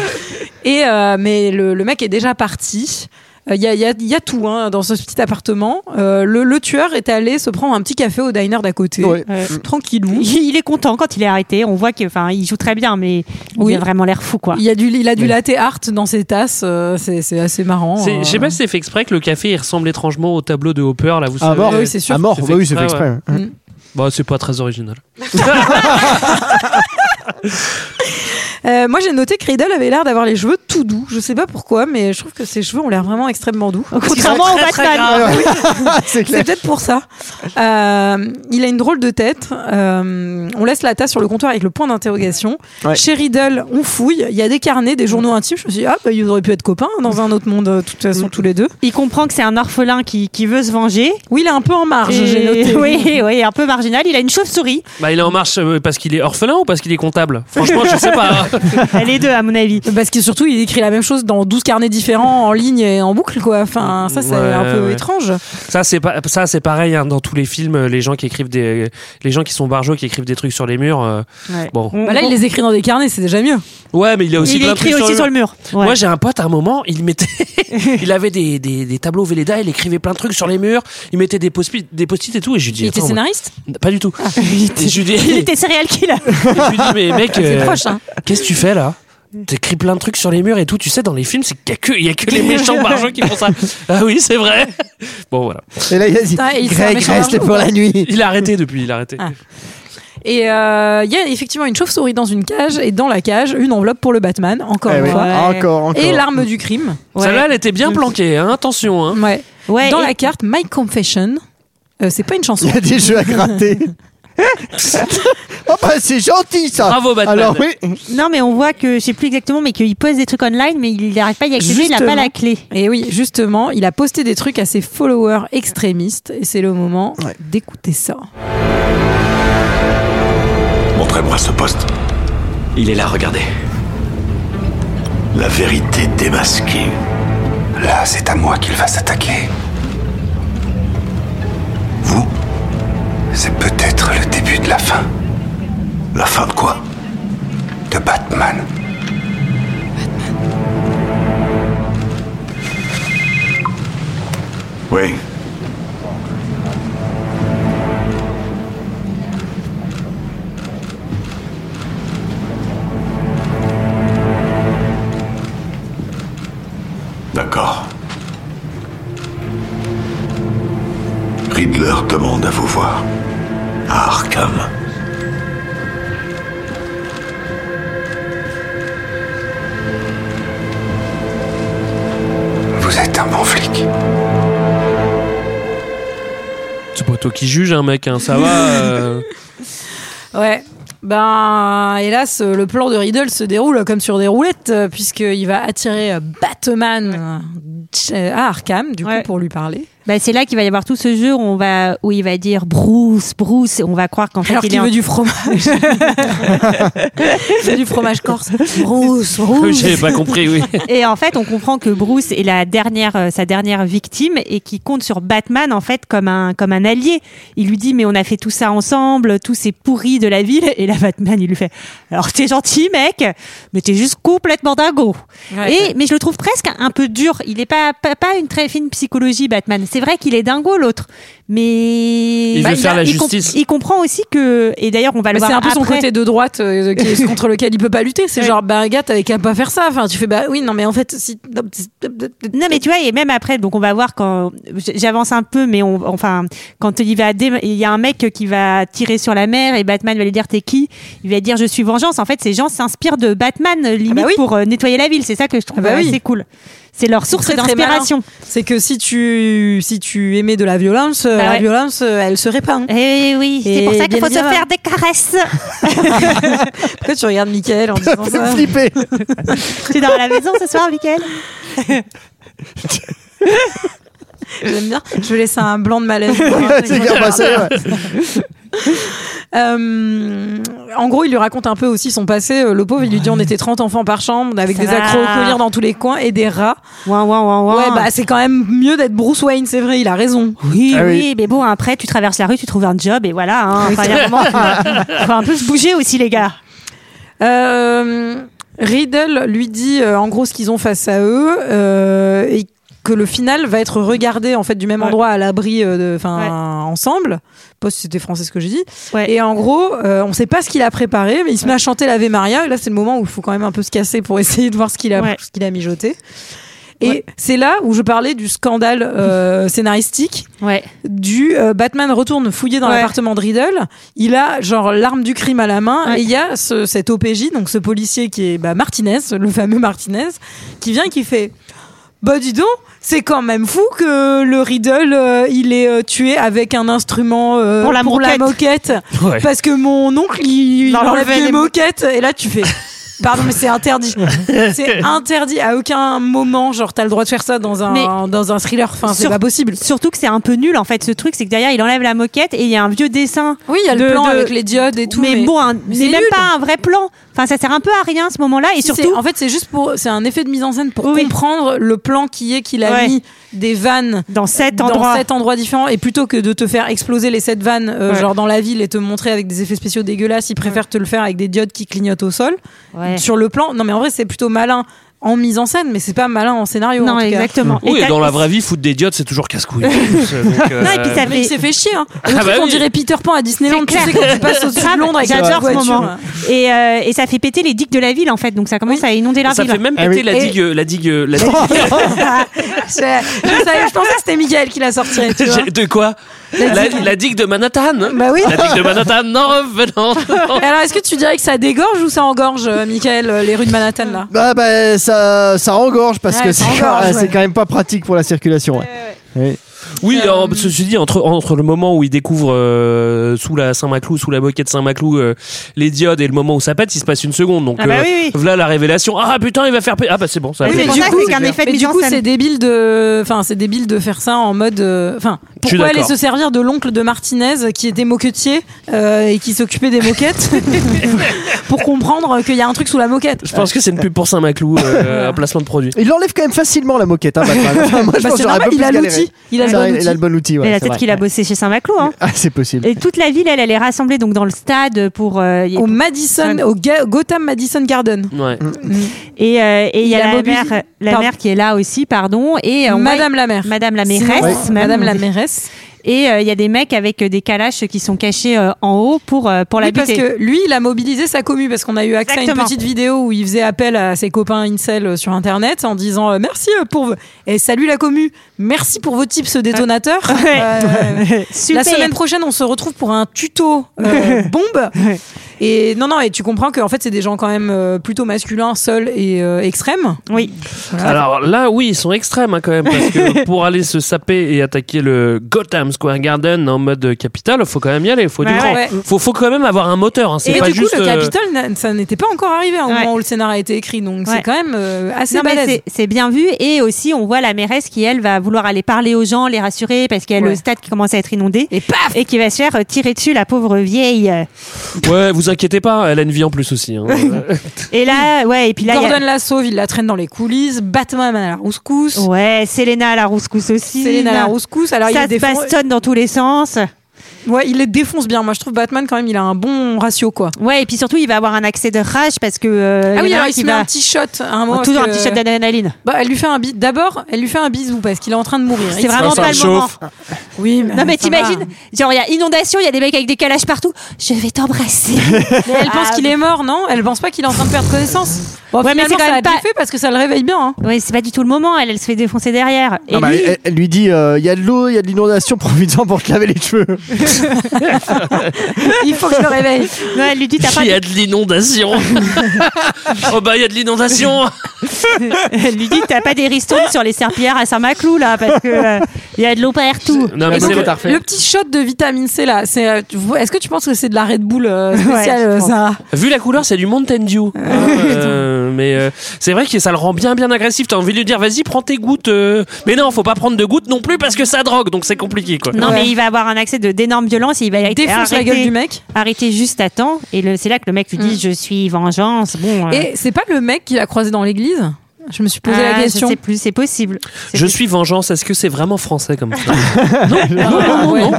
A: Et euh, mais le, le mec est déjà parti. Euh, Il y, a, il y a- il y a tout hein, dans ce petit appartement. Euh, le, le tueur est allé se prendre un petit café au diner d'à côté,
I: Ouais.
A: Euh, tranquillou.
I: Il est content quand il est arrêté. On voit qu'il enfin, il joue très bien, mais
A: Oui.
I: il a vraiment l'air fou, quoi.
A: Il, y a du, il a du
I: Ouais.
A: latte art dans ses tasses. euh, c'est c'est assez marrant.
F: C'est- Je sais
A: euh.
F: pas si c'est fait exprès que le café il ressemble étrangement au tableau de Hopper là, vous
A: Ah
G: À
F: savez.
G: mort. oui, c'est sûr. À mort. Bah oui, c'est fait exprès.
F: ouais.
G: ouais.
F: Bah, c'est pas très original.
A: Euh, moi, j'ai noté que Riddle avait l'air d'avoir les cheveux tout doux. Je sais pas pourquoi, mais je trouve que ses cheveux ont l'air vraiment extrêmement doux.
I: Contrairement au Batman.
A: Euh, C'est peut-être pour ça. Euh, il a une drôle de tête. Euh, on laisse la tasse sur le comptoir avec le point d'interrogation.
G: Ouais.
A: Chez Riddle, on fouille. Il y a des carnets, des journaux intimes. Je me suis dit, ah, bah, ils auraient pu être copains dans un autre monde, euh, de toute
F: Mm.
A: façon, tous les deux.
I: Il comprend que c'est un orphelin qui, qui veut se venger.
A: Oui, il est un peu en marge, j'ai noté.
I: Oui, oui, un peu marginal. Il a une chauve-souris.
F: Bah, il est en marche euh, parce qu'il est orphelin ou parce qu'il est comptable Franchement, je sais pas. hein.
I: Les deux, à mon avis.
A: Parce que surtout, il écrit la même chose dans 12 carnets différents, en ligne et en boucle, quoi. Enfin, ça, c'est
F: Ouais,
A: un peu
F: ouais.
A: étrange.
F: Ça c'est pas ça c'est pareil hein, dans tous les films euh, les gens qui écrivent des les gens qui sont barjots qui écrivent des trucs sur les murs euh, bon
A: Bah là, il les écrit dans des carnets, c'est déjà mieux.
F: ouais mais il a aussi
A: Il
F: plein de
A: écrit
F: trucs
A: aussi sur le mur. Ouais.
F: moi j'ai un pote à un moment il mettait il avait des, des, des tableaux Velleda il écrivait plein de trucs sur les murs il mettait des post-it des post-it et tout et je lui dis
A: Il était
F: attends, moi-
A: scénariste Ah,
F: pas du tout il était je lui dis,
I: Il était serial killer.
F: je lui dis, mais mec
I: C'est
F: euh,
I: proche, hein.
F: qu'est-ce que tu fais là T'écris plein de trucs sur les murs et tout, tu sais, dans les films, c'est qu'il y a que, il y a que les méchants barjots qui font ça. Ah oui, c'est vrai. Bon, voilà.
G: Et là, il a dit
A: Ah, il s'est
G: Greg,
A: remis sur
G: reste
A: un
G: pour la nuit.
F: Il a arrêté depuis, il
A: Ah.
F: a arrêté.
A: Et euh, il y a effectivement une chauve-souris dans une cage, et dans la cage, une enveloppe pour le Batman, encore
F: Eh
A: une
F: oui.
A: fois.
F: Ouais. Encore, encore.
A: Et l'arme du crime.
F: Celle-là, elle était
I: Mm.
F: bien planquée, hein, attention. Hein.
A: Ouais.
I: Ouais,
A: dans
I: et-
A: la carte, My Confession. Euh, c'est pas une chanson.
G: Il y a des jeux à gratter. oh bah c'est gentil ça.
F: Bravo, Batman.
G: Alors oui.
I: Non, mais on voit que, je sais plus exactement, mais qu'il pose des trucs online, mais il n'arrive pas à y accéder, il n'a pas la clé.
A: Et oui, justement, il a posté des trucs à ses followers extrémistes et c'est le moment d'écouter ça.
B: Montrez-moi ce poste.
D: Il est là, regardez.
B: La vérité démasquée.
D: Là, c'est à moi qu'il va s'attaquer. Vous C'est peut-être le début de la fin.
B: La fin de quoi
D: De Batman.
B: Oui. D'accord. Riddler demande à vous voir. À Arkham.
D: Vous êtes un bon flic.
F: C'est pas toi qui juge, hein, mec, hein, ça va. euh.
A: Ouais. Ben, hélas, euh, le plan de Riddle se déroule comme sur des roulettes, euh, puisqu'il va attirer euh, Batman euh, à Arkham, du
I: Ouais.
A: coup, pour lui parler.
I: Bah, c'est là qu'il va y avoir tout ce jeu où, on va, où il va dire Bruce, Bruce, et on va croire qu'en fait
A: Alors
I: il
A: qu'il
I: est en-
A: veut du fromage. Il veut du fromage corse. Bruce,
F: Oui,
A: Bruce.
F: J'avais pas compris, oui.
I: Et en fait, on comprend que Bruce est la dernière, euh, sa dernière victime et qui compte sur Batman en fait comme un comme un allié. Il lui dit mais on a fait tout ça ensemble, tous ces pourris de la ville. Et là, Batman, il lui fait alors t'es gentil mec, mais t'es juste complètement dingo.
A: Ouais.
I: et mais je le trouve presque un peu dur. Il est pas pas, pas une très fine psychologie Batman. C'est vrai qu'il est dingo l'autre, mais
F: Il veut faire la
I: il comp-
F: justice.
I: Il comprend aussi que et d'ailleurs on va
A: Mais
I: le voir
A: c'est un peu son
I: après.
A: côté de droite euh, qui est- contre lequel il peut pas lutter. C'est
I: Ouais.
A: genre, ben, gars, t'avais qu'à pas faire ça. Enfin, tu fais, bah oui, non, mais en fait, si.
I: Non mais tu vois et même après donc on va voir quand j'avance un peu mais on enfin quand il va dé- il y a un mec qui va tirer sur la mer et Batman va lui dire t'es qui il va dire je suis vengeance en fait ces gens s'inspirent de Batman euh, limite
A: Ah bah oui.
I: pour euh, nettoyer la ville c'est ça que je trouve
A: Ah bah oui.
I: assez cool c'est leur source
A: très, très
I: d'inspiration
A: C'est que si tu, si tu aimais de la violence, euh,
I: Bah ouais.
A: la violence, euh, elle se répand.
I: Eh oui c'est
A: Et
I: pour ça qu'il
A: bien
I: faut se
A: évidemment.
I: faire des caresses
A: Pourquoi tu regardes Michael en disant ça
G: Flipper.
I: tu dors à la maison ce soir Michael
A: J'aime bien. Je vais laisser un blanc de malaise.
G: C'est bien passé, ouais.
A: Euh, en gros, il lui raconte un peu aussi son passé. Euh, Le pauvre, il lui dit on était 30 enfants par chambre, avec
I: Ça
A: des
I: va.
A: acro-colliers dans tous les coins et des rats.
I: ouin ouin ouin ouin
A: Ouais, bah c'est quand même mieux d'être Bruce Wayne, c'est vrai, il a raison.
I: oui,
G: Ah oui.
I: oui, mais bon, après, tu traverses la rue, tu trouves un job, et voilà. Hein, Enfin, il y a un moment, faut- faut un peu se bouger aussi, les gars.
A: Euh, Riddle lui dit euh, en gros ce qu'ils ont face à eux euh, et que le final va être regardé en fait du même
I: Ouais.
A: endroit à l'abri euh, de enfin
I: Ouais.
A: ensemble pas si c'était français ce que j'ai dit
I: Ouais.
A: et en gros euh, on sait pas ce qu'il a préparé mais il se met à chanter l'Ave Maria et là c'est le moment où il faut quand même un peu se casser pour essayer de voir ce qu'il a
I: Ouais.
A: ce qu'il a mijoté et c'est là où je parlais du scandale euh, scénaristique
I: Ouais.
A: du euh, Batman retourne fouiller dans
I: Ouais.
A: l'appartement de Riddle. Il a genre l'arme du crime à la main
I: Ouais.
A: et il y a ce, cet OPJ, donc ce policier qui est bah, Martinez, le fameux Martinez, qui vient et qui fait bah dis donc, c'est quand même fou que le Riddle euh, il est euh, tué avec un instrument euh,
I: Pour la
A: moquette.
F: Ouais.
A: parce que mon oncle il, il
I: Il
A: enlève
I: enlevait
A: les
I: les
A: moquettes et là tu fais Pardon, mais c'est interdit. C'est interdit. À aucun moment, genre, t'as le droit de faire ça dans un,
I: Mais-
A: dans un thriller. Enfin, c'est
I: Sur-
A: pas possible.
I: Surtout que c'est un peu nul en fait ce truc, c'est que derrière il enlève la moquette et il y a un vieux dessin.
A: Oui, il y a le
I: de-
A: plan
I: de-
A: avec les diodes et tout.
I: mais, bon, un-
A: c'est
I: c'est même
A: nul.
I: pas un vrai plan. Enfin, ça sert un peu à rien à ce moment-là et
A: Et surtout,
I: surtout.
A: en fait, c'est juste pour, c'est un effet de mise en scène pour
I: Oui.
A: comprendre le plan qui est qu'il a
I: Ouais.
A: mis des vannes
I: Dans cet
A: dans
I: endroit.
A: sept endroits différents et plutôt que de te faire exploser les sept vannes euh,
I: Ouais.
A: genre dans la ville et te montrer avec des effets spéciaux dégueulasses, il préfère te le faire avec des diodes qui clignotent au sol.
I: Ouais.
A: Sur le plan, non mais en vrai, c'est plutôt malin en mise en scène, mais c'est pas malin en scénario. en
I: Non,
A: tout cas.
I: exactement.
F: Oui, et
I: t'as-
F: dans la vraie vie, foutre des diodes, c'est toujours casse-couille. Donc, euh,
I: Non, et puis ça
A: Mais il s'est
I: fait.
A: fait chier. Hein. Le
F: Ah
A: truc,
F: bah
A: on
F: oui.
A: dirait Peter Pan à Disneyland. Tu
I: clair. Ah,
A: sais quand tu passes au-dessus de Londres avec la
I: J'adore ce
A: voiture.
I: moment. Et, euh, et ça fait péter les digues de la ville en fait, donc ça commence à inonder la
F: ça
I: ville.
F: fait même
G: Ah
F: péter
G: oui.
F: la
A: Et-
F: digue, la digue, la digue.
A: C'est- Je, savais- je pensais que c'était Miguel qui la sortirait. Tu vois.
F: J'ai- De quoi la, la digue de Manhattan. hein.
A: Bah oui.
F: La digue de Manhattan, non, revenons.
A: Et Alors, est-ce que tu dirais que ça dégorge ou ça engorge, euh, Michael, euh, les rues de Manhattan, là
G: Bah, bah ça, ça engorge parce
A: Ouais,
G: que
A: ça
G: c'est
A: engorge,
G: c'est
A: ouais. Euh.
G: quand même pas pratique pour la circulation. ouais. Oui.
F: Oui, alors,
I: Euh.
F: ceci dit, entre, entre le moment où il découvre euh, sous la Saint-Maclou, sous la moquette Saint-Maclou, euh, les diodes et le moment où ça pète, il se passe une seconde. Donc
I: Ah bah
F: euh,
I: oui, oui.
F: voilà la révélation. Ah putain, il va faire. pé- Ah bah c'est bon, ça. a
I: Oui,
F: fait.
I: mais
A: Mais
I: pour
A: du
I: ça,
A: coup,
I: c'est un effet de
A: mais
I: mise
A: du
I: en
A: coup,
I: scène.
A: c'est débile de, enfin, c'est débile de faire ça en mode, euh, enfin,
F: Je suis
A: pourquoi aller
F: d'accord.
A: se servir de l'oncle de Martinez qui était moquetier euh, et qui s'occupait des moquettes pour comprendre qu'il y a un truc sous la moquette.
F: Je pense que c'est une pub pour Saint-Maclou, euh, un placement de produit.
G: Il l'enlève quand même facilement la moquette, hein, Batman. Enfin, moi, je
A: Bah,
G: pense
A: c'est
G: que j'aurais un
A: normal,
G: peu
A: il a
G: plus galéré.
A: l'outil. Il a le
G: Ça,
A: bon
G: il a
A: outil.
G: le bon outil. ouais,
I: Mais là,
G: c'est
I: peut-être
G: vrai.
I: qu'il a bossé chez Saint-Maclou. Hein.
G: Ah, c'est possible.
I: Et toute la ville, elle, elle est rassemblée donc dans le stade pour. euh, y-
A: Au Madison, au Ga- Gotham Madison Garden.
F: Ouais.
I: Et euh, et il
A: Il
I: y
A: y a
I: a la
A: Bobby-
I: mère, la
A: Pardon.
I: mère qui est là aussi, pardon. Et euh, on va-
A: Madame la mère.
I: Madame la
A: Ouais.
I: mairesse, même.
A: Madame la mairesse.
I: Et euh, il y a des mecs avec euh, des calaches qui sont cachés euh, en haut pour euh, pour la
A: Oui, parce
I: buter.
A: que lui, il a mobilisé sa commu parce qu'on a eu accès à
I: Exactement.
A: une petite vidéo où il faisait appel à ses copains incel euh, sur internet en disant euh, merci euh, pour v- et salut la commu, merci pour vos tips détonateurs.
I: Ouais.
A: Euh,
I: Super.
A: La semaine prochaine, on se retrouve pour un tuto euh, bombe. Et non, non, et tu comprends que en fait, c'est des gens quand même euh, plutôt masculins, seuls et euh, extrêmes.
I: Oui.
A: Ah.
F: Alors là, oui, ils sont extrêmes hein, quand même, parce que pour aller se saper et attaquer le Gotham Square Garden en mode capitale, faut quand même y aller, faut du
I: Bah
F: cran.
A: ouais.
F: faut, faut quand même avoir un moteur. Hein, c'est
A: Et
F: pas
A: du coup,
F: juste.
A: le
F: euh,
A: Capitole, n'a- ça n'était pas encore arrivé au
I: Ouais.
A: moment où le scénario a été écrit, donc
I: Ouais.
A: c'est quand même euh, assez
I: Non, mais
A: balèze.
I: c'est- c'est bien vu et aussi on voit la mairesse qui elle va vouloir aller parler aux gens, les rassurer parce qu'il y a
A: Ouais.
I: le stade qui commence à être inondé
A: Et paf
I: et qui va se faire euh, tirer dessus la pauvre vieille.
F: Ouais, vous inquiétez pas, elle a une vie en plus aussi. hein.
I: Et là, ouais, et puis là, il y a-
A: Gordon la sauve, il la traîne dans les coulisses. Batman à la rouscousse.
I: ouais, Selena à la rouscousse aussi.
A: Céline à la rouscousse. Alors, il,
I: ça
A: les
I: se
A: défonce...
I: bastonne dans tous les sens.
A: ouais, il les défonce bien. Moi, je trouve Batman, quand même, il a un bon ratio, quoi.
I: Ouais, et puis surtout, il va avoir un accès de rage parce que. euh,
A: Ah
I: il
A: oui,
I: y en a
A: alors
I: un
A: il
I: qui
A: se met
I: va...
A: un petit shot à un moment.
I: toujours un
A: parce
I: petit
A: que-
I: shot d'adrénaline.
A: Bah, elle lui fait un bi... D'abord, elle lui fait un bisou parce qu'il est en train de mourir.
I: C'est
A: Il-
I: vraiment
F: ça
I: pas le moment.
F: chauffe.
A: Oui, mais
F: Ah,
I: Non mais
A: ça
I: t'imagines,
A: va.
I: genre il y a inondation, il y a des mecs avec des calages partout. Je vais t'embrasser.
A: Mais Elle pense qu'il est mort, non Elle pense pas qu'il est en train de perdre connaissance. Bon,
I: Ouais, mais
A: finalement,
I: c'est quand
A: ça
I: même
A: a de
I: pas-
A: l'effet parce que ça le réveille bien. hein.
I: Ouais, c'est pas du tout le moment. Elle, elle se fait défoncer derrière. Et
G: Non, bah,
I: lui,
G: elle, elle lui dit euh, il y a de l'eau, il y a de l'inondation, profite-en pour te laver les cheveux.
A: Il faut que je le réveille.
I: non, elle lui dit t'as pas,
F: Il y a de l'inondation. oh bah, il y a de l'inondation.
I: elle lui dit t'as pas des ristournes sur les serpillères à Saint-Maclou là parce que euh, il y a de l'eau partout.
F: Non, mais
A: Et
F: c'est
A: donc,
F: vrai.
A: le petit shot de vitamine C là, c'est, euh, tu vois- est-ce que tu penses que c'est de la Red Bull euh,
I: Ouais, je
A: spéciale euh,
I: pense.
A: ça
F: Vu la couleur, c'est du Mountain Dew.
A: Ah,
F: hein, euh, mais euh, c'est vrai que ça le rend bien, bien agressif. T'as envie de lui dire, vas-y, prends tes gouttes. euh. Mais non, faut pas prendre de gouttes non plus parce que ça drogue, donc c'est compliqué, quoi.
I: Non
A: Ouais.
I: mais il va avoir un accès de d'énorme violence et il va être
A: Défonce la
I: arrêté,
A: gueule du mec.
I: arrêté juste à temps et le- c'est là que le mec lui dit je suis vengeance bon euh,
A: Et c'est pas le mec qu'il a croisé dans l'église Je me suis posé
I: ah,
A: la question.
I: je sais plus c'est possible C'est
F: Je
I: possible.
F: suis vengeance. Est-ce que c'est vraiment français comme ça Non, non, non,
I: ah
F: non, non.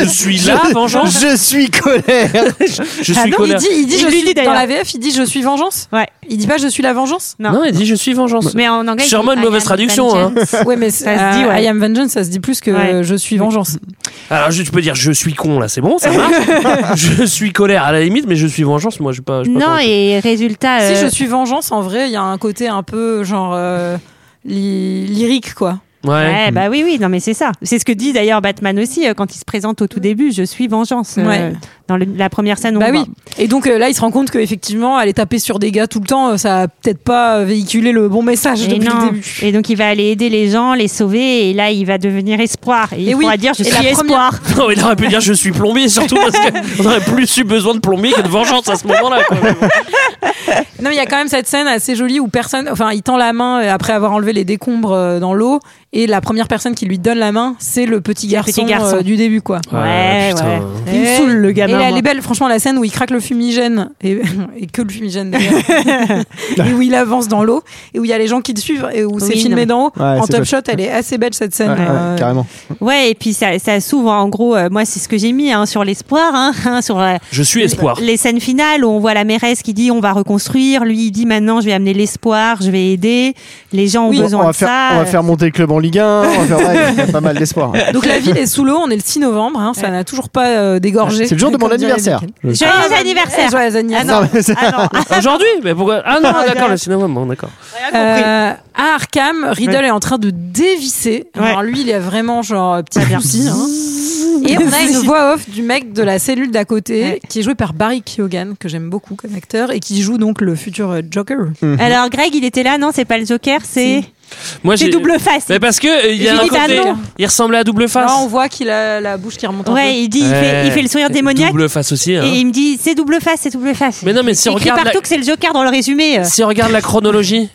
G: Je
F: suis là, vengeance.
G: Je suis colère.
F: Je suis
A: Ah non, il
F: colère.
A: dit, il dit
I: Il
A: je
I: lui
A: suis
I: dit
A: dans
I: d'ailleurs.
A: la VF, il dit je suis vengeance.
I: ouais
A: Il dit pas je suis la vengeance.
I: non.
F: Non, il dit, je suis vengeance.
I: mais en anglais il
F: Sûrement
I: dit,
F: une mauvaise
I: I am
F: traduction, hein.
I: vengeance.
A: Ouais, mais
I: Ça se dit,
A: euh,
I: ouais.
A: I am vengeance, ça se dit plus que
I: Ouais.
A: euh, je suis vengeance.
F: Alors, je, tu peux dire, je suis con, là, c'est bon, ça marche. je suis colère à la limite, mais je suis vengeance. Moi, je suis pas. je suis pas
I: non
F: contre.
I: et résultat
A: Si
I: euh,
A: je suis vengeance, en vrai, il y a un côté un peu genre euh, ly- lyrique quoi.
F: Ouais.
I: Ouais, bah oui, oui, non, mais c'est ça. C'est ce que dit d'ailleurs Batman aussi euh, quand il se présente au tout début. Je suis vengeance. euh,
A: Ouais.
I: Dans le- la première scène, où
A: Bah
I: on
A: oui.
I: voit.
A: Et donc euh, là, il se rend compte qu'effectivement, aller taper sur des gars tout le temps, euh, ça a peut-être pas euh, véhiculé le bon message
I: Et,
A: depuis
I: non.
A: le début.
I: et donc il va aller aider les gens, les sauver, et là il va devenir espoir. Et il
A: Et oui.
I: pourra dire je
A: Et
I: suis
A: la
I: espoir.
F: Non, mais il aurait pu dire je suis plombier, surtout parce qu'on aurait plus eu besoin de plombier que de vengeance à ce moment-là. quoi.
A: Non, mais il y a quand même cette scène assez jolie où personne, enfin, il tend la main euh, après avoir enlevé les décombres euh, dans l'eau, et la première personne qui lui donne la main, c'est le petit garçon,
I: petit garçon.
A: euh, du début, quoi.
F: Ouais,
I: Ouais,
F: putain.
I: ouais. Il me saoule le gamin.
A: Et là, elle
I: moi.
A: est belle, franchement, la scène où il craque le fumigène, et, et que le fumigène d'ailleurs, et où il avance dans l'eau, et où il y a les gens qui le suivent, et où c'est
I: Oui, non,
A: filmé
I: mais-
A: d'en haut,
G: Ouais,
A: en
G: c'est
A: top
G: top.
A: shot, elle est assez belle cette
G: Ouais,
A: scène.
G: ouais,
A: euh,
G: carrément.
I: Ouais, et puis ça, ça s'ouvre en gros. euh, moi, c'est ce que j'ai mis hein, sur l'espoir, hein, hein, sur euh,
F: Je suis espoir.
I: les scènes finales où on voit la mairesse qui dit on va reconstruire. Lui, il dit maintenant je vais amener l'espoir, je vais aider. Les gens ont
G: On-
I: besoin
G: on, va
I: de
G: faire,
I: ça.
G: on va faire monter le club en Ligue 1. On va faire ouais, il y a pas mal d'espoir.
A: Donc la ville est sous l'eau, on est le 6 novembre, hein, ça n'a toujours pas euh, dégorgé.
G: C'est le jour de mon
A: Comme dirait
G: anniversaire.
A: Mickey.
I: Joyeux
A: Ah,
I: anniversaire.
A: Joyeux anniversaire.
G: Non, mais c'est-
I: Ah non.
F: Aujourd'hui Mais pourquoi Ah non, d'accord, le cinéma, bon, d'accord.
A: Euh, à Arkham, Riddle est en train de dévisser. Alors lui, il a vraiment genre petit
I: bien.
A: souci. hein. Et on a une voix off du mec de la cellule d'à côté qui est joué par Barry Keoghan, que j'aime beaucoup comme acteur, et qui joue donc le futur euh, Joker.
I: Alors Greg, il était là, non C'est pas le Joker, c'est
F: Moi,
I: C'est
F: j'ai-
I: double face.
F: Mais parce que euh, il y a
I: J'ai
F: un
I: dit, bah
F: côté,
I: non.
F: il ressemblait à double face.
A: Là, on voit qu'il a la bouche qui remonte un peu.
I: Ouais, il dit, il fait, il fait le sourire
F: Euh,
I: démoniaque
F: Double face aussi. hein.
I: et il me dit c'est double face, c'est double face.
F: Mais non, mais si
I: C'est
F: on
I: écrit
F: regarde,
I: partout
F: la...
I: que c'est le Joker dans le résumé. euh.
F: si on regarde la chronologie,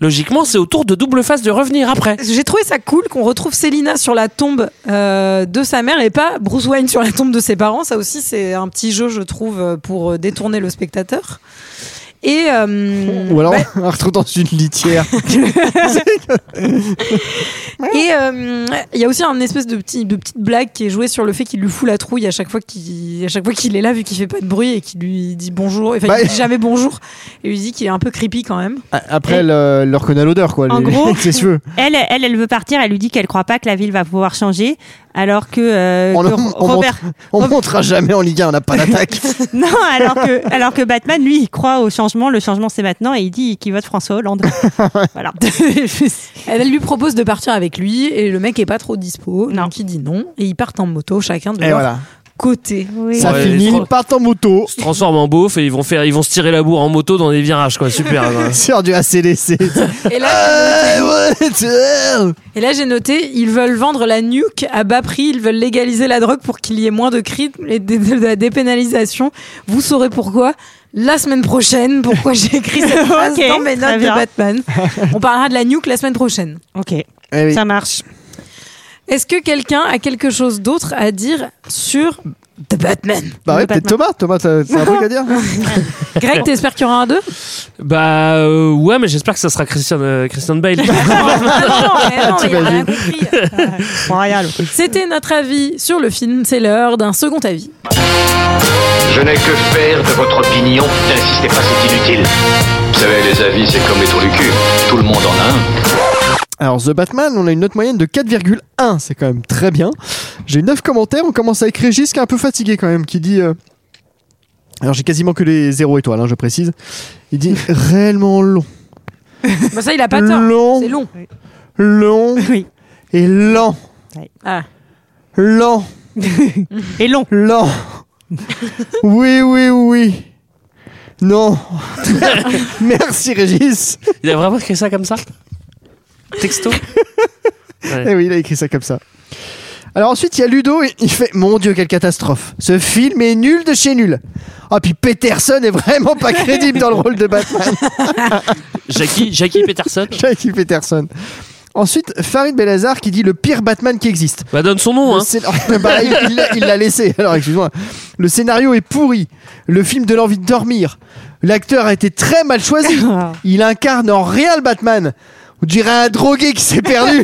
F: logiquement, c'est au tour de double face de revenir après.
A: J'ai trouvé ça cool qu'on retrouve Célina sur la tombe euh, de sa mère et pas Bruce Wayne sur la tombe de ses parents. Ça aussi, c'est un petit jeu, je trouve, euh, pour euh, détourner le spectateur. Et euh,
G: Ou alors, on la retrouve dans une litière.
A: et euh, il y a aussi un espèce de petit de petite blague qui est jouée sur le fait qu'il lui fout la trouille à chaque fois qu'il à chaque fois qu'il est là vu qu'il fait pas de bruit et qu'il lui dit bonjour. Enfin,
G: Bah,
A: il lui dit jamais bonjour et lui dit qu'il est un peu creepy quand même.
G: A- Après, le, le reconnaît à l'odeur, quoi.
I: En
G: les-
I: gros-
G: ses cheveux.
I: Elle, elle, elle veut partir. Elle lui dit qu'elle croit pas que la ville va pouvoir changer, alors que, euh,
G: On,
I: que
G: on-
I: Ro-
G: Oh on
I: Robert.
G: montre- on montera jamais en Ligue 1, on n'a pas d'attaque.
I: Non, alors que, alors que Batman, lui, il croit au changement. Le changement, c'est maintenant, et il dit qu'il vote François Hollande. voilà.
A: Elle, elle lui propose de partir avec lui et le mec est pas trop dispo. Donc il dit non et ils partent en moto chacun de
G: Et
A: leur
G: voilà.
A: côté.
I: Oui.
G: Ça
F: Ouais,
G: finit,
F: les
G: ils
F: trois-
G: partent en moto.
F: Ils se transforment en beauf et ils vont faire, ils vont se tirer la bourre en moto dans des virages, quoi. Super. hein.
G: Sur du ACDC.
A: Et là,
G: Ah, ouais, tu- ah.
A: Et là, j'ai noté, ils veulent vendre la nuke à bas prix, ils veulent légaliser la drogue pour qu'il y ait moins de crimes et de, de la dépénalisation. Vous saurez pourquoi la semaine prochaine, pourquoi j'ai écrit cette phrase
I: Ok,
A: dans mes
I: très
A: notes de
I: bien.
A: Batman. On parlera de la nuke la semaine prochaine.
I: Ok,
G: Eh oui.
I: ça marche.
A: Est-ce que quelqu'un a quelque chose d'autre à dire sur The Batman
G: Bah ouais,
I: Le
G: peut-être Thomas. Thomas, t'as t'as un truc à dire
A: Greg, t'espères qu'il y aura un 2
F: Bah euh, ouais, mais j'espère que ça sera Christian, euh, Christian Bale.
G: Ah,
I: euh, Royal.
A: C'était notre avis sur le film, c'est l'heure d'un second avis.
D: Je n'ai que faire de votre opinion. N'insistez pas, c'est inutile. Vous savez, les avis, c'est comme les trous du cul. Tout le monde en a un.
G: Alors, The Batman, on a une note moyenne de 4,1. C'est quand même très bien. J'ai 9 commentaires. On commence avec Régis qui est un peu fatigué quand même, qui dit. euh, Alors, j'ai quasiment que les 0 étoiles, hein, je précise. Il dit réellement long.
A: Bah ça, il a pas tort.
G: Long.
A: C'est long.
G: Long
I: Oui.
G: et lent.
A: Ah.
G: Lent.
I: Et long.
G: Lent. Oui, oui, oui. Non. Merci Régis.
F: Il a vraiment écrit ça comme ça Texto
G: Eh oui, il a écrit ça comme ça. Alors ensuite, il y a Ludo, et il fait Mon Dieu, quelle catastrophe Ce film est nul de chez nul Ah, puis Peterson est vraiment pas crédible dans le rôle de Batman
F: Jackie, Jackie Peterson.
G: Jackie Peterson. Ensuite, Farid Belazar qui dit Le pire Batman qui existe.
F: Bah donne son nom.
G: Le
F: Hein.
G: scén- Bah, il il l'a- il l'a laissé, alors excuse-moi. Le scénario est pourri. Le film de l'envie de dormir. L'acteur a été très mal choisi. Ah. Il incarne en rien le Batman. On dirait un drogué qui s'est perdu.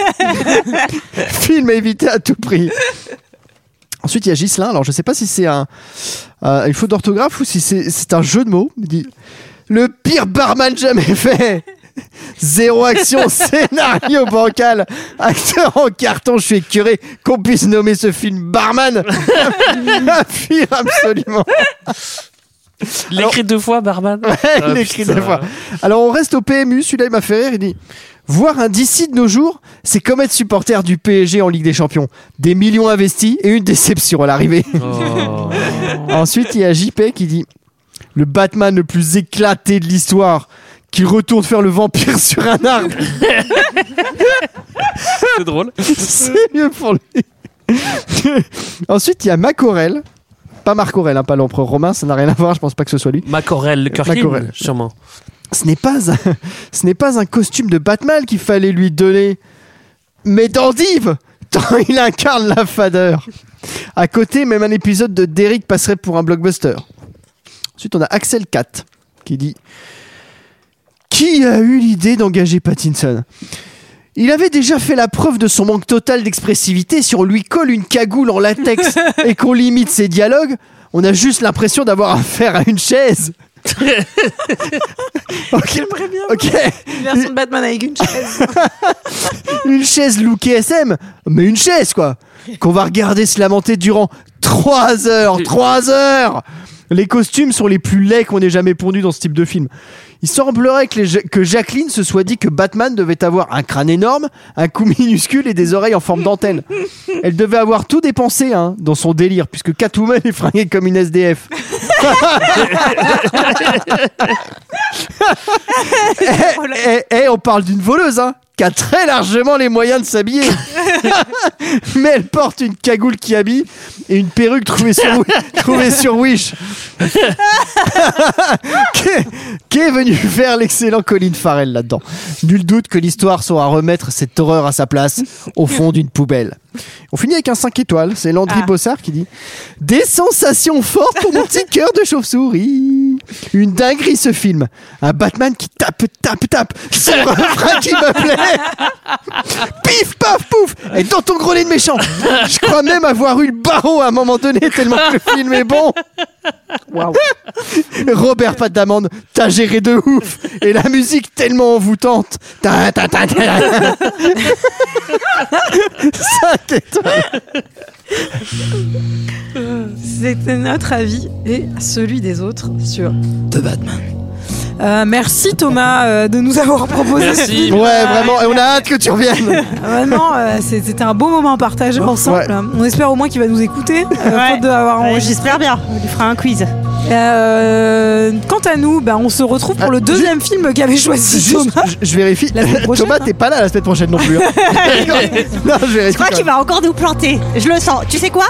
G: film à éviter à tout prix. Ensuite, il y a Ghislain. Alors, je sais pas si c'est un, euh, une faute d'orthographe ou si c'est c'est un jeu de mots. Il dit Le pire barman jamais fait. Zéro action, scénario bancal, acteur en carton, je suis écœuré qu'on puisse nommer ce film Barman. Un film absolument.
F: L'écrit deux fois, Barman.
G: il écrit des fois. Alors on reste au PMU, celui-là il m'a fait rire, il dit Voir un DC de nos jours, c'est comme être supporter du PSG en Ligue des Champions. Des millions investis et une déception à l'arrivée.
F: Oh.
G: Ensuite, il y a JP qui dit Le Batman le plus éclaté de l'histoire, qui retourne faire le vampire sur un arbre.
F: C'est drôle.
G: C'est mieux pour lui. Ensuite, il y a Mac Aurel. Pas Marc Aurel, hein, pas l'empereur romain, ça n'a rien à voir, je pense pas que ce soit lui.
F: Macorel Kirkin,
G: Macorel.
F: sûrement.
G: Ce n'est pas un, ce n'est pas un costume de Batman qu'il fallait lui donner, mais d'endive, tant il incarne la fadeur. À côté, même un épisode de Derrick passerait pour un blockbuster. Ensuite, on a Axel Cat qui dit Qui a eu l'idée d'engager Pattinson Il avait déjà fait la preuve de son manque total d'expressivité si on lui colle une cagoule en latex et qu'on limite ses dialogues. On a juste l'impression d'avoir affaire à une chaise. ok, ok,
A: Une version de Batman avec une chaise.
G: une chaise lookée SM, mais une chaise quoi, qu'on va regarder se lamenter durant 3 heures, 3 heures. Les costumes sont les plus laids qu'on ait jamais pondus dans ce type de film. Il semblerait que, les Ja- que Jacqueline se soit dit que Batman devait avoir un crâne énorme, un cou minuscule et des oreilles en forme d'antenne. Elle devait avoir tout dépensé hein, dans son délire, puisque Catwoman est fringuée comme une SDF. Eh, eh, eh, on parle d'une voleuse, hein, qui a très largement les moyens de s'habiller. Mais elle porte une cagoule qui habille et une perruque trouvée sur, Wi- trouvée sur Wish. Qu'est qu'est venu faire l'excellent Colin Farrell là-dedans Nul doute que l'histoire saura remettre cette horreur à sa place au fond d'une poubelle. On finit avec un 5 étoiles, c'est Landry Bossard qui dit Des sensations fortes pour mon petit cœur de chauve-souris. Une dinguerie ce film. Un Batman qui tape, tape, tape. C'est un refrain qui me plaît. Pif, paf, pouf Et dans ton gros nez de méchant Je crois même avoir eu le barreau à un moment donné tellement que le film est bon Waouh Robert Pat d'amande, t'as géré de ouf Et la musique tellement envoûtante Ta, ta, ta, ta. Cinq étoiles.
A: C'était notre avis et celui des autres sur The Batman. Euh, merci Thomas euh, de nous avoir proposé ce
F: Merci.
A: film.
G: Ouais,
A: Euh,
G: vraiment, et on a hâte que tu reviennes
A: Vraiment, euh, c'est- c'était un beau moment partagé ensemble.
G: Ouais.
A: On espère au moins qu'il va nous écouter, euh,
I: Ouais.
A: faute de l'avoir
I: Ouais,
A: enregistré.
I: J'espère bien. On lui fera un quiz.
A: Euh, quant à nous, bah, on se retrouve pour
G: Ah,
A: le deuxième film qu'avait choisi
G: Juste,
A: Thomas.
G: je- je vérifie.
A: La semaine prochaine, hein.
G: Thomas, t'es pas là la semaine prochaine non plus. hein. non, je vérifie.
I: Je crois
G: quand
I: qu'il va encore nous planter. Je le sens. Tu sais quoi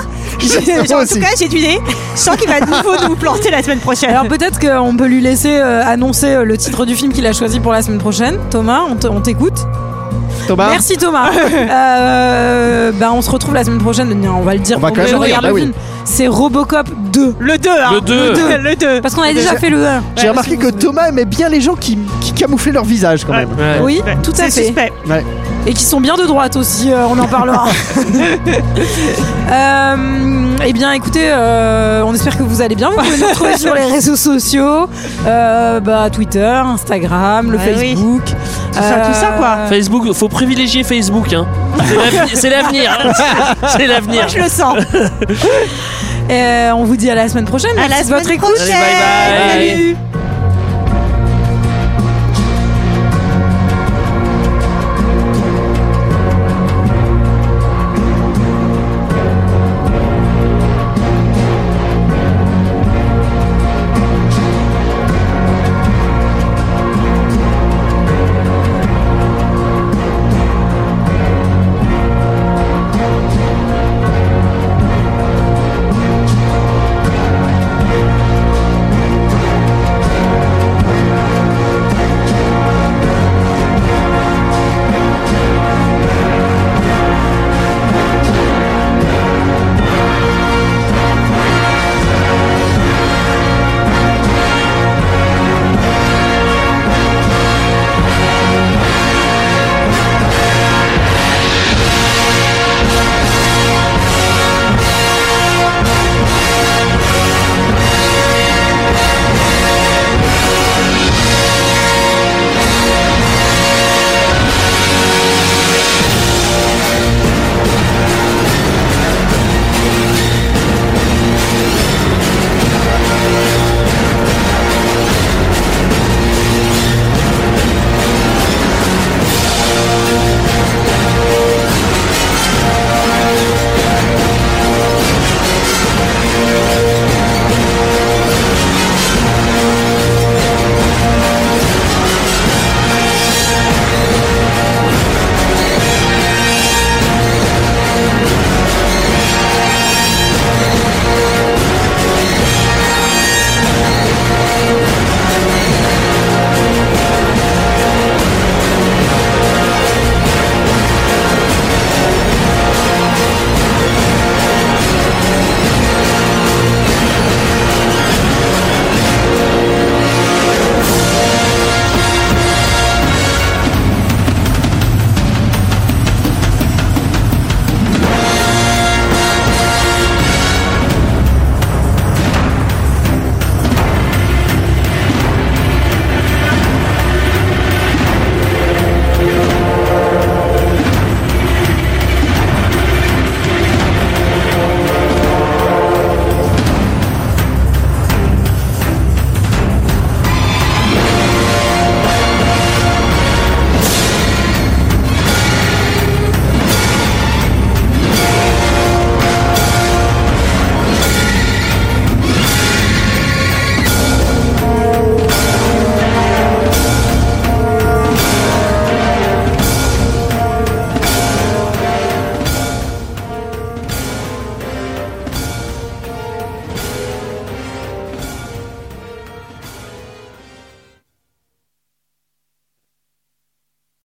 G: Je- moi
I: En tout
G: aussi.
I: cas, j'ai du nez. Je sens qu'il va de nouveau nous planter la semaine prochaine.
A: Alors peut-être qu'on peut lui laisser euh, annoncer euh, le titre du film qu'il a choisi pour la semaine prochaine. Thomas, on te- on t'écoute.
G: même. Thomas.
A: Merci Thomas. Euh, bah, on se retrouve la semaine prochaine. On va le dire.
G: On va
A: pour
G: quand
A: que
G: même
A: je
G: le dire,
A: regarde
G: bah
A: le
G: oui.
A: film. C'est Robocop 2.
I: Le 2, hein
F: Le deux.
I: Le 2, le 2.
A: Parce qu'on a déjà
G: j'ai-
A: fait le 1.
G: J'ai remarqué que Thomas aimait bien les gens qui, qui camouflaient leur visage quand même.
F: Ouais.
A: Oui, tout à
I: C'est
A: fait.
I: suspect.
G: Ouais.
A: Et qui sont bien de droite aussi, euh, on en parlera. Euh, eh bien, écoutez, euh, on espère que vous allez bien. Vous pouvez nous retrouver sur les réseaux sociaux euh, bah, Twitter, Instagram, le
I: Ah oui.
A: Facebook.
I: Tout ça, tout ça, quoi.
F: Facebook, faut privilégier Facebook. Hein. C'est l'avenir- C'est l'avenir. hein. C'est l'avenir.
I: Je le sens.
A: Euh, on vous dit à la semaine prochaine.
I: À la
A: Merci de votre
I: semaine
A: écoute.
I: prochaine.
F: bye.
A: Salut.